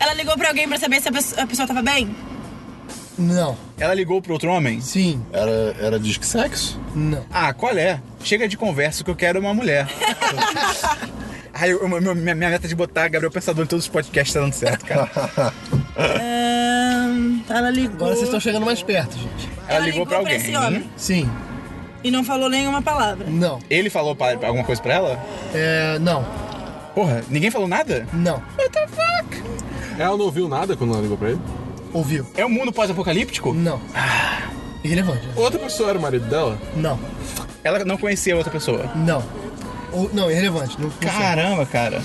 [SPEAKER 5] Ela ligou pra alguém pra saber se a pessoa, a pessoa tava bem?
[SPEAKER 6] Não.
[SPEAKER 3] Ela ligou pro outro homem?
[SPEAKER 6] Sim.
[SPEAKER 7] Era, era disque sexo?
[SPEAKER 6] Não.
[SPEAKER 3] Ah, qual é? Chega de conversa que eu quero uma mulher. Ai, eu- eu- minha, minha meta de botar Gabriel Pensador em todos os podcasts tá dando certo, cara.
[SPEAKER 5] Ahn, ela ligou.
[SPEAKER 6] Agora vocês estão chegando mais perto, gente.
[SPEAKER 3] Ela, ligou, pra alguém.
[SPEAKER 5] esse homem
[SPEAKER 6] Sim.
[SPEAKER 5] e não falou nenhuma palavra.
[SPEAKER 6] Não.
[SPEAKER 3] Ele falou pa- alguma coisa pra ela?
[SPEAKER 6] É. Não.
[SPEAKER 3] Porra, ninguém falou nada?
[SPEAKER 6] Não.
[SPEAKER 8] Ela não ouviu nada quando ela ligou pra ele?
[SPEAKER 6] Ouviu?
[SPEAKER 3] É um mundo pós-apocalíptico?
[SPEAKER 6] Não. Ah, Irrelevante.
[SPEAKER 8] Outra pessoa era o marido dela?
[SPEAKER 6] Não.
[SPEAKER 3] Ela não conhecia a outra pessoa.
[SPEAKER 6] Não. Ou, não, irrelevante. Não, não sei.
[SPEAKER 3] Caramba, cara.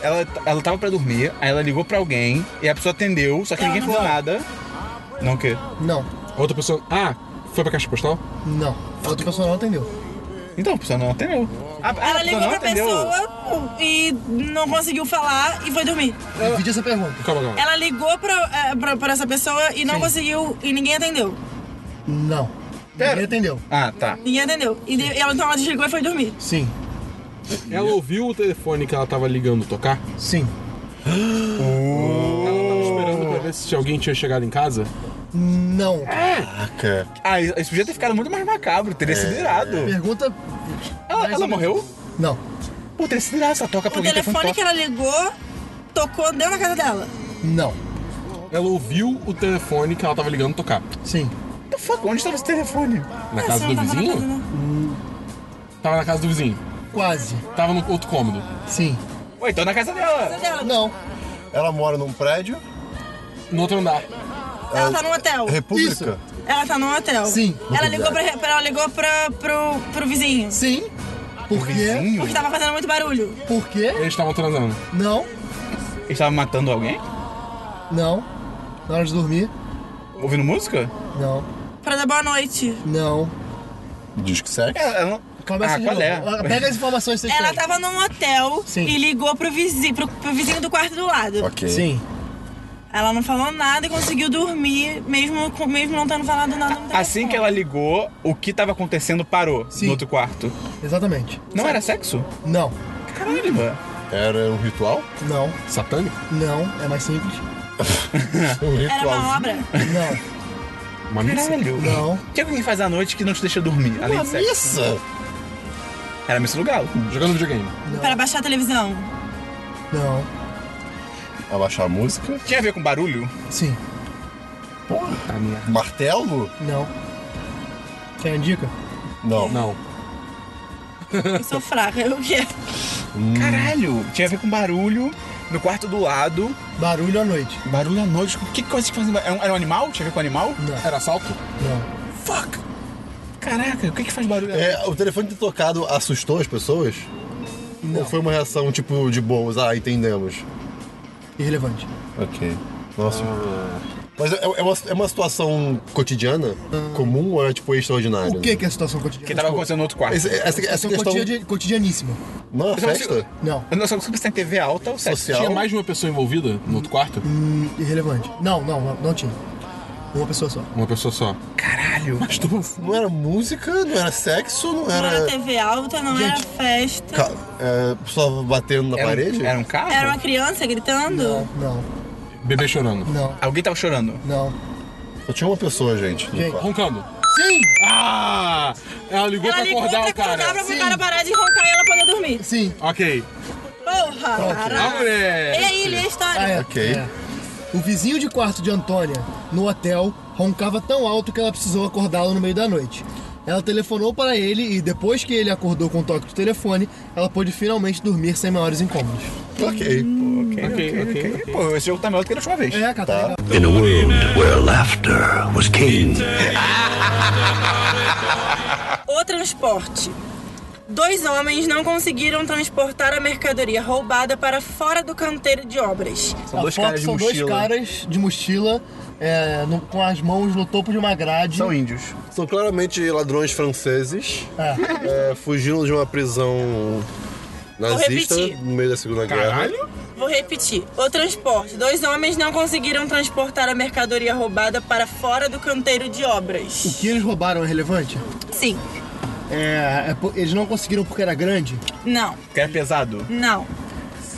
[SPEAKER 3] Ela, t- ela tava pra dormir, aí ela ligou pra alguém, e a pessoa atendeu, só que ninguém falou nada. Não o quê?
[SPEAKER 6] Não.
[SPEAKER 8] Outra pessoa. Ah, foi pra caixa postal?
[SPEAKER 6] Não. A outra pessoa não atendeu.
[SPEAKER 3] Então, a pessoa não atendeu. Ah, ah,
[SPEAKER 5] Ela
[SPEAKER 3] a pessoa
[SPEAKER 5] ligou
[SPEAKER 3] não
[SPEAKER 5] pra
[SPEAKER 3] atendeu.
[SPEAKER 5] pessoa e não conseguiu falar e foi dormir.
[SPEAKER 6] Divide essa pergunta.
[SPEAKER 8] Calma, calma.
[SPEAKER 5] Ela ligou pra, eh, pra, pra essa pessoa e não
[SPEAKER 6] Sim.
[SPEAKER 5] conseguiu e ninguém atendeu.
[SPEAKER 6] Não.
[SPEAKER 3] Pera.
[SPEAKER 6] Ninguém atendeu.
[SPEAKER 3] Ah, tá.
[SPEAKER 5] Ninguém atendeu. E de- ela, então ela desligou e foi dormir.
[SPEAKER 6] Sim.
[SPEAKER 8] Ela ouviu o telefone que ela tava ligando tocar?
[SPEAKER 6] Sim.
[SPEAKER 8] Ela tava esperando pra ver se alguém tinha chegado em casa?
[SPEAKER 6] Não.
[SPEAKER 3] É?
[SPEAKER 7] Caraca.
[SPEAKER 3] Ah, isso podia ter ficado muito mais macabro, teria sido irado.
[SPEAKER 6] Pergunta.
[SPEAKER 3] Ela,
[SPEAKER 6] Mais
[SPEAKER 3] ela
[SPEAKER 6] ou
[SPEAKER 3] morreu?
[SPEAKER 6] Não.
[SPEAKER 3] Pô, teria sido irado, essa toca pra
[SPEAKER 5] O
[SPEAKER 3] alguém um
[SPEAKER 5] telefone
[SPEAKER 3] toca.
[SPEAKER 5] que ela ligou tocou, deu na casa dela.
[SPEAKER 6] Não.
[SPEAKER 8] Ela ouviu o telefone que ela tava ligando tocar?
[SPEAKER 6] Sim.
[SPEAKER 3] What the fuck? Onde estava esse telefone?
[SPEAKER 5] Ah,
[SPEAKER 8] Na casa
[SPEAKER 5] você
[SPEAKER 8] do
[SPEAKER 5] não tava na
[SPEAKER 8] Tá vizinho?
[SPEAKER 5] casa, não.
[SPEAKER 8] Tava na casa do vizinho.
[SPEAKER 6] Quase.
[SPEAKER 8] Tava no outro cômodo.
[SPEAKER 6] Sim.
[SPEAKER 3] Ué, então na casa dela.
[SPEAKER 5] Casa dela.
[SPEAKER 6] Não.
[SPEAKER 7] Ela mora num prédio?
[SPEAKER 8] No outro andar.
[SPEAKER 5] Ela tá num hotel.
[SPEAKER 7] República?
[SPEAKER 5] Ela tá num hotel.
[SPEAKER 6] Sim.
[SPEAKER 5] Ela ligou, pra, pra- ela ligou pra, pro, pro vizinho.
[SPEAKER 6] Sim. Por quê? tá?
[SPEAKER 3] Vizinho?
[SPEAKER 5] Porque tava fazendo muito barulho.
[SPEAKER 6] Por quê?
[SPEAKER 8] Eles estavam transando.
[SPEAKER 6] Não.
[SPEAKER 3] Ele estava matando alguém?
[SPEAKER 6] Não. Na hora de dormir?
[SPEAKER 3] Ouvindo música?
[SPEAKER 6] Não.
[SPEAKER 5] Pra dar boa noite.
[SPEAKER 6] Não.
[SPEAKER 7] Disque sexo?
[SPEAKER 3] Ela, ela não...
[SPEAKER 6] Começa
[SPEAKER 3] ah,
[SPEAKER 6] de
[SPEAKER 3] qual
[SPEAKER 6] novo.
[SPEAKER 3] é? tá-
[SPEAKER 6] Pega as informações que vocês
[SPEAKER 5] Ela
[SPEAKER 6] têm.
[SPEAKER 5] tava num hotel
[SPEAKER 6] Sim.
[SPEAKER 5] e ligou pro vizinho, pro, pro vizinho do quarto do lado.
[SPEAKER 7] Ok.
[SPEAKER 6] Sim.
[SPEAKER 5] Ela não falou nada e conseguiu dormir, mesmo, com- mesmo não tendo falado nada no telefone.
[SPEAKER 3] Assim que ela ligou, o que estava acontecendo parou
[SPEAKER 6] Sim.
[SPEAKER 3] no outro quarto.
[SPEAKER 6] Exatamente.
[SPEAKER 3] Não era sexo?
[SPEAKER 6] Não.
[SPEAKER 3] Caralho, mano.
[SPEAKER 7] Era um ritual?
[SPEAKER 6] Não.
[SPEAKER 8] Satânico?
[SPEAKER 6] Não. É mais simples.
[SPEAKER 7] Um
[SPEAKER 5] Era uma
[SPEAKER 7] ritual.
[SPEAKER 5] obra.
[SPEAKER 6] Não.
[SPEAKER 8] Uma missa?
[SPEAKER 3] Caralho.
[SPEAKER 6] Não.
[SPEAKER 3] O que alguém faz à noite que não te deixa dormir, além de sexo?
[SPEAKER 7] Missa?
[SPEAKER 3] Era missa do galo.
[SPEAKER 8] Jogando videogame.
[SPEAKER 5] Pra baixar a televisão.
[SPEAKER 6] Não.
[SPEAKER 7] Abaixar a música?
[SPEAKER 3] Tinha a ver com barulho?
[SPEAKER 6] Sim.
[SPEAKER 8] Tá minha.
[SPEAKER 7] Martelo?
[SPEAKER 6] Não. Quer uma dica?
[SPEAKER 7] Não.
[SPEAKER 8] Não.
[SPEAKER 5] Eu sou fraca. Eu quê?
[SPEAKER 6] Hum.
[SPEAKER 3] Caralho. Tinha a ver com barulho no quarto do lado.
[SPEAKER 6] Barulho à noite.
[SPEAKER 3] Barulho à noite? O que coisa que fazia? Era um, era um animal? Tinha a ver com animal?
[SPEAKER 8] Era assalto?
[SPEAKER 6] Não.
[SPEAKER 3] Fuck! Caraca, o que que faz barulho? É.
[SPEAKER 7] É, o telefone ter tocado assustou as pessoas? Ou foi uma reação tipo de boas? Ah, entendemos.
[SPEAKER 6] Irrelevante.
[SPEAKER 7] Ok. Nossa. Mas é, é uma, é uma situação cotidiana? Comum ou é tipo extraordinária?
[SPEAKER 6] O que que é a situação
[SPEAKER 3] Que tá-
[SPEAKER 6] cotidiana?
[SPEAKER 3] tava acontecendo no outro quarto.
[SPEAKER 7] Esse- essa, essa
[SPEAKER 6] Situação
[SPEAKER 7] questão.
[SPEAKER 6] cotidia- cotidianíssima.
[SPEAKER 7] Não é uma festa?
[SPEAKER 6] Não.
[SPEAKER 3] Eu não sei se você tem TV alta ou sexo.
[SPEAKER 7] Social?
[SPEAKER 8] Tinha mais de uma pessoa envolvida no outro quarto?
[SPEAKER 6] Hum, irrelevante. Não, não, não, não tinha. Uma pessoa só.
[SPEAKER 8] Uma pessoa só.
[SPEAKER 3] Caralho.
[SPEAKER 7] Não era música, não era sexo, não
[SPEAKER 5] Não era
[SPEAKER 7] era.
[SPEAKER 5] TV alta, não era festa.
[SPEAKER 7] Ca... É, pessoa batendo na
[SPEAKER 3] Era,
[SPEAKER 7] parede?
[SPEAKER 3] um- era um carro?
[SPEAKER 5] Era uma criança gritando?
[SPEAKER 6] Não,
[SPEAKER 8] Bebê chorando.
[SPEAKER 6] não,
[SPEAKER 3] Alguém tava chorando.
[SPEAKER 6] não.
[SPEAKER 7] Só tinha uma pessoa, gente. no
[SPEAKER 6] Quem?
[SPEAKER 7] quarto.
[SPEAKER 8] Roncando.
[SPEAKER 6] Sim!
[SPEAKER 8] Ah! Ela ligou
[SPEAKER 5] Ela
[SPEAKER 8] pra
[SPEAKER 5] ligou
[SPEAKER 8] acordar
[SPEAKER 5] pra
[SPEAKER 8] o cara.
[SPEAKER 5] acordar pra o
[SPEAKER 6] Sim.
[SPEAKER 5] cara parar de roncar e ela poder dormir.
[SPEAKER 6] Sim.
[SPEAKER 8] Ok.
[SPEAKER 5] Porra,
[SPEAKER 8] A
[SPEAKER 5] caralho. E
[SPEAKER 8] mulher.
[SPEAKER 5] aí, lê a história.
[SPEAKER 6] Ah, é.
[SPEAKER 7] Ok.
[SPEAKER 6] É. O vizinho de quarto de Antônia, no hotel, roncava tão alto que ela precisou acordá-lo no meio da noite. Ela telefonou para ele e depois que ele acordou com o toque de telefone, ela pôde finalmente dormir sem maiores incômodos.
[SPEAKER 7] Ok.
[SPEAKER 3] Ok, ok, ok. Pô, esse jogo tá melhor do que da última vez.
[SPEAKER 6] É, cara, tá legal.
[SPEAKER 4] In a world where laughter was king,
[SPEAKER 5] O transporte. Dois homens não conseguiram transportar a mercadoria roubada para fora do canteiro de obras.
[SPEAKER 3] São
[SPEAKER 6] A
[SPEAKER 3] dois
[SPEAKER 6] foto
[SPEAKER 3] caras de
[SPEAKER 6] são
[SPEAKER 3] mochila.
[SPEAKER 6] dois caras de mochila é, no- com as mãos no topo de uma grade.
[SPEAKER 3] São índios.
[SPEAKER 7] São claramente ladrões franceses
[SPEAKER 6] É.
[SPEAKER 7] é, fugindo de uma prisão nazista
[SPEAKER 5] repetir.
[SPEAKER 7] no meio da Segunda Guerra.
[SPEAKER 8] Caralho?
[SPEAKER 5] Vou repetir. O transporte. Dois homens não conseguiram transportar a mercadoria roubada para fora do canteiro de
[SPEAKER 6] O
[SPEAKER 5] obras.
[SPEAKER 6] que eles roubaram é relevante?
[SPEAKER 5] Sim.
[SPEAKER 6] É, é po- eles não conseguiram porque era grande.
[SPEAKER 5] Não.
[SPEAKER 3] Que é pesado.
[SPEAKER 5] Não.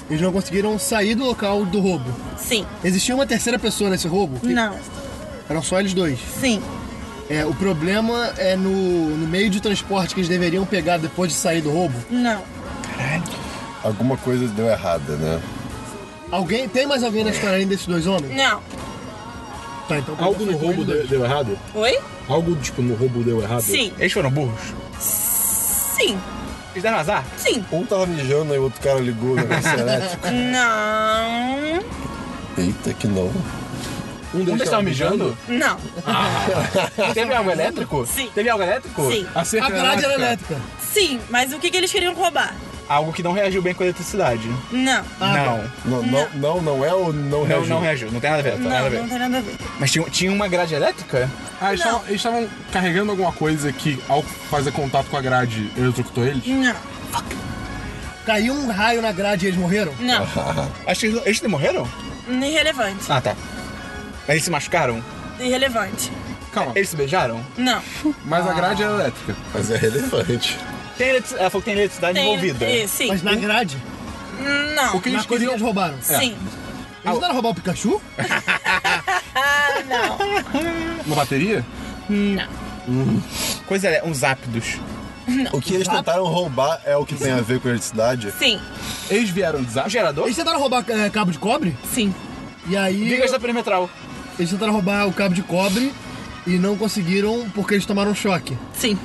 [SPEAKER 6] Eles não conseguiram sair do local do roubo.
[SPEAKER 5] Sim.
[SPEAKER 6] Existia uma terceira pessoa nesse roubo?
[SPEAKER 5] Não.
[SPEAKER 6] Eram só eles dois.
[SPEAKER 5] Sim.
[SPEAKER 6] É, o problema é no, no meio de transporte que eles deveriam pegar depois de sair do roubo.
[SPEAKER 5] Não.
[SPEAKER 7] Alguma coisa deu errada, né?
[SPEAKER 6] Alguém. Tem mais alguém na história além desses dois homens?
[SPEAKER 5] Não.
[SPEAKER 6] Tá, então.
[SPEAKER 8] Algo no
[SPEAKER 6] foi com
[SPEAKER 8] roubo
[SPEAKER 6] eles
[SPEAKER 8] deu,
[SPEAKER 6] dois.
[SPEAKER 8] deu errado?
[SPEAKER 5] Oi?
[SPEAKER 8] Algo, tipo, no roubo deu errado?
[SPEAKER 5] Sim.
[SPEAKER 3] Eles foram burros?
[SPEAKER 5] Sim.
[SPEAKER 3] Eles deram azar?
[SPEAKER 5] Sim.
[SPEAKER 7] Um tava mijando e o outro cara ligou né? o negócio é elétrico.
[SPEAKER 5] Não.
[SPEAKER 7] Eita, que não.
[SPEAKER 8] Um
[SPEAKER 3] Um
[SPEAKER 8] deles
[SPEAKER 3] deles tava mijando?
[SPEAKER 5] Não.
[SPEAKER 3] Teve algo elétrico?
[SPEAKER 5] Sim.
[SPEAKER 3] Teve algo elétrico?
[SPEAKER 5] Sim.
[SPEAKER 8] A cerca
[SPEAKER 6] A grade era
[SPEAKER 8] elétrica.
[SPEAKER 6] elétrica.
[SPEAKER 5] Sim. Mas o que, que eles queriam roubar?
[SPEAKER 3] Algo que não reagiu bem com a eletricidade.
[SPEAKER 5] Não.
[SPEAKER 3] não.
[SPEAKER 7] Não, não, não, não é ou
[SPEAKER 3] Não,
[SPEAKER 7] não reagiu?
[SPEAKER 3] não Ah, tá. reagiu. Não tem nada a ver, tá nada a
[SPEAKER 5] Não, não
[SPEAKER 3] ver.
[SPEAKER 5] tem nada a ver.
[SPEAKER 3] Mas tinha, tinha uma grade elétrica?
[SPEAKER 8] Ah, eles
[SPEAKER 5] Não.
[SPEAKER 8] tavam- eles estavam carregando alguma coisa que, ao fazer contato com a grade, eletrocutou eles?
[SPEAKER 5] Não.
[SPEAKER 6] Caiu um raio na grade e eles morreram?
[SPEAKER 5] Não.
[SPEAKER 3] Acho que eles, eles não morreram?
[SPEAKER 5] Irrelevante.
[SPEAKER 3] Ah, tá. Mas eles se machucaram?
[SPEAKER 5] Irrelevante.
[SPEAKER 8] Calma,
[SPEAKER 3] Eles se beijaram?
[SPEAKER 5] Não.
[SPEAKER 8] mas a grade
[SPEAKER 5] Ah.
[SPEAKER 8] era elétrica.
[SPEAKER 7] Mas é relevante.
[SPEAKER 3] Tem eletri- Ela falou que tem eletricidade É envolvida.
[SPEAKER 5] Eh, Sim.
[SPEAKER 6] Mas na grade?
[SPEAKER 5] Não.
[SPEAKER 8] O que
[SPEAKER 6] Na coisa
[SPEAKER 8] eles
[SPEAKER 6] que
[SPEAKER 8] queriam...
[SPEAKER 6] eles roubaram.
[SPEAKER 3] é?
[SPEAKER 5] Sim.
[SPEAKER 6] Eles tentaram roubar o Pikachu?
[SPEAKER 5] Ah, não.
[SPEAKER 8] Uma bateria?
[SPEAKER 3] Coisa é uns ápidos.
[SPEAKER 7] O que eles tentaram roubar é o que tem a ver com a eletricidade?
[SPEAKER 5] Sim.
[SPEAKER 8] Eles vieram
[SPEAKER 3] Um
[SPEAKER 8] desastre?
[SPEAKER 3] gerador?
[SPEAKER 6] Eles tentaram roubar é, cabo de cobre?
[SPEAKER 5] Sim.
[SPEAKER 6] E aí.
[SPEAKER 3] Vigas da perimetral.
[SPEAKER 6] Eles tentaram roubar o cabo de cobre e não conseguiram porque eles tomaram um choque.
[SPEAKER 5] Sim.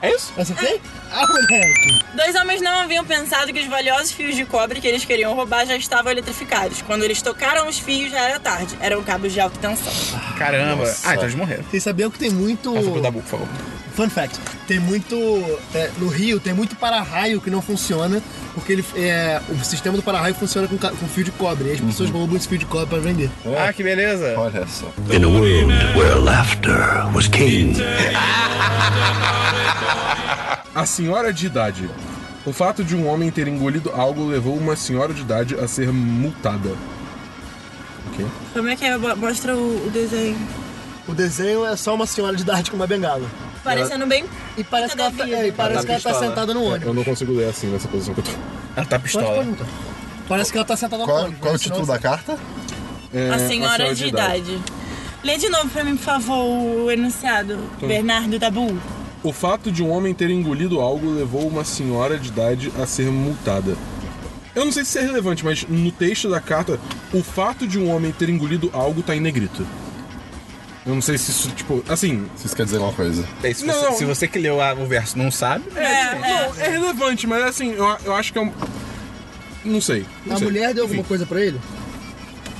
[SPEAKER 3] É isso?
[SPEAKER 6] Acertei? Ah, moleque!
[SPEAKER 5] Dois homens não haviam pensado que os valiosos fios de cobre que eles queriam roubar já estavam eletrificados. Quando eles tocaram os fios, já era tarde. Eram cabos de alta tensão.
[SPEAKER 3] Caramba.
[SPEAKER 7] Nossa.
[SPEAKER 3] Ah, então eles morreram. Ah,
[SPEAKER 6] Vocês sabiam que tem muito.
[SPEAKER 3] Passa pro Dabu, por favor.
[SPEAKER 6] Fun fact, tem muito. é, no Rio tem muito para-raio que não funciona, porque ele, é, o sistema do para-raio funciona com, ca- com fio de cobre. E as pessoas roubam esse fio de cobre pra vender.
[SPEAKER 3] Ah, que beleza.
[SPEAKER 7] Olha só.
[SPEAKER 4] in a world where laughter was king,
[SPEAKER 8] A senhora de idade. O fato de um homem ter engolido algo levou uma senhora de idade a ser multada.
[SPEAKER 5] Como é que é? Bo- Mostra o, o desenho.
[SPEAKER 6] O desenho é só uma senhora de idade com uma bengala.
[SPEAKER 5] Parecendo bem.
[SPEAKER 6] E parece que ela, tá,
[SPEAKER 5] Puta da
[SPEAKER 6] é,
[SPEAKER 5] vida.
[SPEAKER 6] e parece que ela tá
[SPEAKER 3] pistola.
[SPEAKER 6] sentada no ônibus.
[SPEAKER 8] Eu não consigo ler assim nessa posição que eu tô.
[SPEAKER 3] Ela tá
[SPEAKER 6] Pode
[SPEAKER 3] pistola.
[SPEAKER 6] perguntar. Parece que ela tá sentada no
[SPEAKER 7] Qual,
[SPEAKER 6] ônibus.
[SPEAKER 7] qual é o
[SPEAKER 6] né? Senão-
[SPEAKER 7] título da carta?
[SPEAKER 8] É,
[SPEAKER 5] a senhora de idade. Lê de novo pra mim, por favor, o enunciado. Bernardo Dabu.
[SPEAKER 8] O fato de um homem ter engolido algo levou uma senhora de idade a ser multada. Eu não sei se isso é relevante, mas no texto da carta, o fato de um homem ter engolido algo tá em negrito. Eu não sei se isso, tipo, assim.
[SPEAKER 7] Se isso quer dizer alguma coisa.
[SPEAKER 3] É, se,
[SPEAKER 8] Não,
[SPEAKER 3] você,
[SPEAKER 8] não.
[SPEAKER 3] se você que leu a- o verso não sabe,
[SPEAKER 5] É, é.
[SPEAKER 8] Não, é relevante, mas assim, eu, eu acho que é um. Não sei. Não
[SPEAKER 6] A
[SPEAKER 8] sei.
[SPEAKER 6] mulher deu alguma coisa pra ele?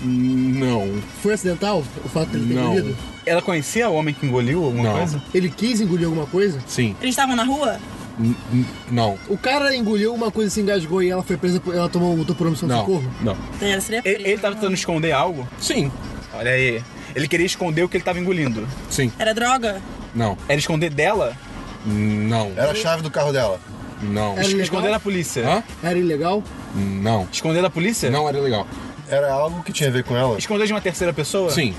[SPEAKER 8] Não.
[SPEAKER 6] Foi acidental o fato dele ter
[SPEAKER 8] Não.
[SPEAKER 6] engolido?
[SPEAKER 3] ela conhecia o homem que engoliu alguma
[SPEAKER 8] Não.
[SPEAKER 3] coisa?
[SPEAKER 6] Ele quis engolir alguma coisa?
[SPEAKER 8] Sim.
[SPEAKER 5] Eles estavam na rua?
[SPEAKER 8] N- n- Não.
[SPEAKER 6] O cara engoliu uma coisa, se engasgou e ela foi presa, por- ela tomou, lutou por omissão de
[SPEAKER 8] Não.
[SPEAKER 6] socorro?
[SPEAKER 8] Não.
[SPEAKER 5] Então ela seria
[SPEAKER 3] Ele,
[SPEAKER 5] presa.
[SPEAKER 3] ele tá- tava tentando esconder algo?
[SPEAKER 8] Sim.
[SPEAKER 3] Olha aí. Ele queria esconder o que ele tava engolindo.
[SPEAKER 8] Sim.
[SPEAKER 5] Era droga?
[SPEAKER 8] Não.
[SPEAKER 3] Era esconder dela?
[SPEAKER 8] Não.
[SPEAKER 7] Era a chave do carro dela.
[SPEAKER 8] Não.
[SPEAKER 6] Era ilegal?
[SPEAKER 3] Esconder da polícia?
[SPEAKER 8] Hã?
[SPEAKER 6] Era ilegal?
[SPEAKER 8] Não.
[SPEAKER 3] Esconder da polícia?
[SPEAKER 8] Não era legal.
[SPEAKER 7] Era algo que tinha a ver com ela?
[SPEAKER 3] Esconder de uma terceira pessoa?
[SPEAKER 8] Sim.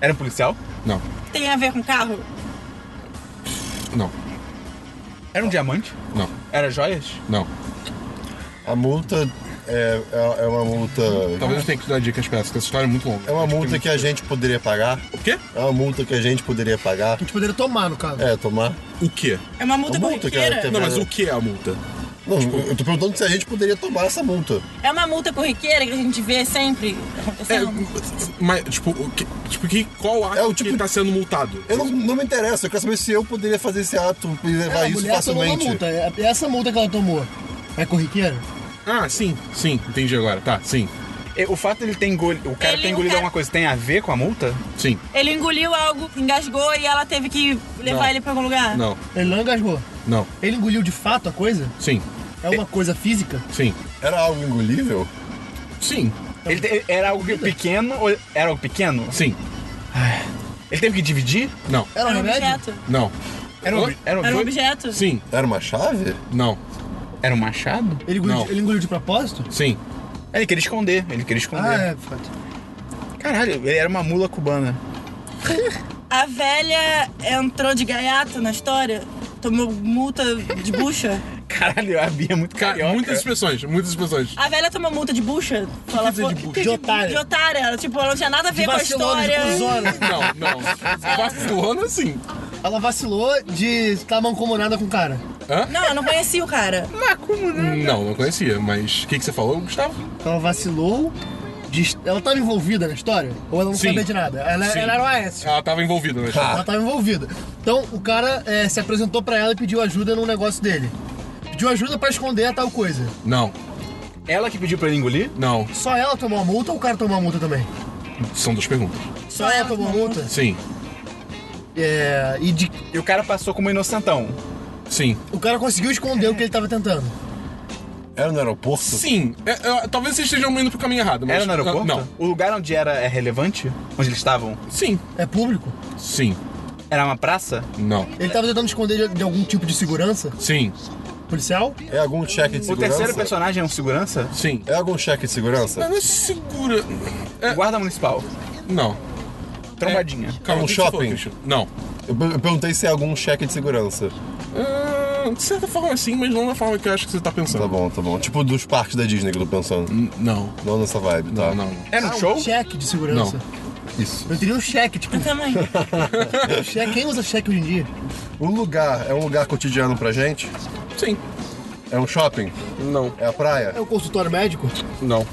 [SPEAKER 3] Era um policial?
[SPEAKER 8] Não.
[SPEAKER 5] Tem a ver com carro?
[SPEAKER 8] Não.
[SPEAKER 3] Era um diamante?
[SPEAKER 8] Não.
[SPEAKER 3] Era joias?
[SPEAKER 8] Não.
[SPEAKER 7] A multa é, é, é uma multa.
[SPEAKER 8] Talvez eu tenha que dar dicas pra essa, porque essa história é muito longa.
[SPEAKER 7] É uma
[SPEAKER 8] Acho
[SPEAKER 7] multa que a gente poderia pagar.
[SPEAKER 8] O quê?
[SPEAKER 7] É uma multa que a gente poderia pagar.
[SPEAKER 6] A gente poderia tomar, no caso.
[SPEAKER 7] É, tomar.
[SPEAKER 8] O quê?
[SPEAKER 5] É uma multa
[SPEAKER 7] Uma multa, cara,
[SPEAKER 5] corriqueira.
[SPEAKER 7] tem-
[SPEAKER 8] Não, mas o que é a multa?
[SPEAKER 7] Não,
[SPEAKER 8] Tipo-
[SPEAKER 7] eu tô perguntando se a gente poderia tomar essa multa.
[SPEAKER 5] É uma multa corriqueira que a gente vê sempre
[SPEAKER 8] É,
[SPEAKER 5] acontecendo.
[SPEAKER 8] mas, tipo, o que, tipo que, qual ato
[SPEAKER 7] É o
[SPEAKER 8] que
[SPEAKER 7] tipo-
[SPEAKER 8] tá sendo multado?
[SPEAKER 7] Eu não, não me interessa, eu quero saber se eu poderia fazer esse ato e levar
[SPEAKER 6] É, a
[SPEAKER 7] isso
[SPEAKER 6] mulher tomou uma
[SPEAKER 7] facilmente.
[SPEAKER 6] multa. É- é Essa multa que ela tomou é corriqueira?
[SPEAKER 8] Ah, sim, sim, entendi agora. Tá, sim,
[SPEAKER 3] E É, O fato de ele ter engolido. O cara
[SPEAKER 5] Ele-
[SPEAKER 3] ter
[SPEAKER 5] o
[SPEAKER 3] engolido
[SPEAKER 5] cara-
[SPEAKER 3] alguma coisa tem a ver com a multa?
[SPEAKER 8] sim.
[SPEAKER 5] Ele engoliu algo, engasgou e ela teve que levar
[SPEAKER 8] Não.
[SPEAKER 5] ele pra algum lugar.
[SPEAKER 8] Não,
[SPEAKER 6] Ele não engasgou.
[SPEAKER 8] não,
[SPEAKER 6] Ele engoliu de fato a coisa?
[SPEAKER 8] sim,
[SPEAKER 6] É uma coisa física?
[SPEAKER 8] sim,
[SPEAKER 7] Era algo engolível?
[SPEAKER 8] sim,
[SPEAKER 3] Ele te- era algo pequeno? ou- Era algo pequeno?
[SPEAKER 8] sim,
[SPEAKER 3] Ele teve que dividir?
[SPEAKER 8] não,
[SPEAKER 6] Era um
[SPEAKER 5] Era um
[SPEAKER 6] remédio?
[SPEAKER 5] objeto.
[SPEAKER 8] não,
[SPEAKER 3] Era um, era um-
[SPEAKER 5] Era um objeto.
[SPEAKER 8] sim,
[SPEAKER 7] Era uma chave?
[SPEAKER 8] não,
[SPEAKER 3] era um machado?
[SPEAKER 6] Ele engoliu,
[SPEAKER 8] Não.
[SPEAKER 6] de, ele engoliu de propósito?
[SPEAKER 8] sim.
[SPEAKER 3] Ele queria esconder, ele queria esconder.
[SPEAKER 6] Ah, é, de fato.
[SPEAKER 8] é.
[SPEAKER 3] Caralho, ele era uma mula cubana.
[SPEAKER 5] A velha entrou de gaiato na história, tomou multa de bucha.
[SPEAKER 3] Caralho, a Bia é muito
[SPEAKER 8] Cara,
[SPEAKER 3] carioca.
[SPEAKER 8] muitas expressões, muitas expressões.
[SPEAKER 5] A velha tomou multa de bucha. Fala,
[SPEAKER 8] dizer de bucha?
[SPEAKER 6] De otário.
[SPEAKER 5] De otária. Ela, Tipo, ela não tinha nada a ver com a
[SPEAKER 6] vacilona, de
[SPEAKER 5] história.
[SPEAKER 6] cuzona.
[SPEAKER 8] Não, não. Vacilona, sim.
[SPEAKER 6] Ela vacilou de estar mancomunada com o cara.
[SPEAKER 5] Não, eu não conhecia o cara.
[SPEAKER 8] Não, não conhecia, mas o que, que você falou, Gustavo?
[SPEAKER 6] Ela vacilou de... est- Ela estava envolvida na história? Ou ela não
[SPEAKER 8] Sim.
[SPEAKER 6] sabia de nada? Ela, é,
[SPEAKER 8] Sim.
[SPEAKER 6] ela era o AS.
[SPEAKER 8] Ela tava envolvida, mas.
[SPEAKER 7] Tá. Ah.
[SPEAKER 6] Ela tava envolvida. Então o cara é, se apresentou pra ela e pediu ajuda num negócio dele. Pediu ajuda pra esconder a tal coisa.
[SPEAKER 8] Não,
[SPEAKER 3] Ela que pediu pra ele engolir?
[SPEAKER 8] não.
[SPEAKER 6] Só ela tomou a multa ou o cara tomou a multa também?
[SPEAKER 8] São duas perguntas.
[SPEAKER 6] Só ela tomou a multa?
[SPEAKER 8] Sim,
[SPEAKER 6] É. E de-
[SPEAKER 3] E o cara passou como inocentão.
[SPEAKER 8] sim.
[SPEAKER 6] o cara conseguiu esconder o que ele tava tentando.
[SPEAKER 7] Era no aeroporto?
[SPEAKER 8] Sim. É, é, talvez vocês estejam indo pro caminho errado, mas.
[SPEAKER 3] Era no aeroporto?
[SPEAKER 8] Ah, Não.
[SPEAKER 3] O lugar onde era é relevante? Onde eles estavam?
[SPEAKER 8] Sim,
[SPEAKER 6] É público?
[SPEAKER 8] sim,
[SPEAKER 3] Era uma praça?
[SPEAKER 8] não.
[SPEAKER 6] Ele tava tentando esconder de, de algum tipo de segurança?
[SPEAKER 8] Sim,
[SPEAKER 6] Policial?
[SPEAKER 7] É algum cheque de
[SPEAKER 3] O
[SPEAKER 7] segurança?
[SPEAKER 3] terceiro personagem é um segurança?
[SPEAKER 8] sim.
[SPEAKER 7] É algum cheque de segurança?
[SPEAKER 8] Não, não é segura. É,
[SPEAKER 3] Guarda municipal.
[SPEAKER 8] não. É.
[SPEAKER 3] Trombadinha.
[SPEAKER 8] Calma,
[SPEAKER 7] um
[SPEAKER 8] o que que você falou,
[SPEAKER 7] shopping?
[SPEAKER 8] Christian? Não.
[SPEAKER 7] Eu, per- eu perguntei se é algum cheque de segurança.
[SPEAKER 8] Ah, de certa forma sim, mas não da forma que eu acho que você tá
[SPEAKER 7] Tá
[SPEAKER 8] pensando.
[SPEAKER 7] bom, tá bom. Tipo dos parques da Disney que eu tô pensando.
[SPEAKER 8] N- Não,
[SPEAKER 7] Não nessa vibe, tá?
[SPEAKER 8] não, não.
[SPEAKER 3] Era um show?
[SPEAKER 6] Cheque de segurança.
[SPEAKER 7] Isso.
[SPEAKER 6] Eu teria um cheque, tipo,
[SPEAKER 5] Eu também.
[SPEAKER 6] cheque. Quem usa cheque hoje em dia?
[SPEAKER 7] O lugar é um lugar cotidiano pra gente?
[SPEAKER 8] Sim.
[SPEAKER 7] É um shopping?
[SPEAKER 8] Não,
[SPEAKER 7] É a praia?
[SPEAKER 6] É o consultório médico?
[SPEAKER 8] não.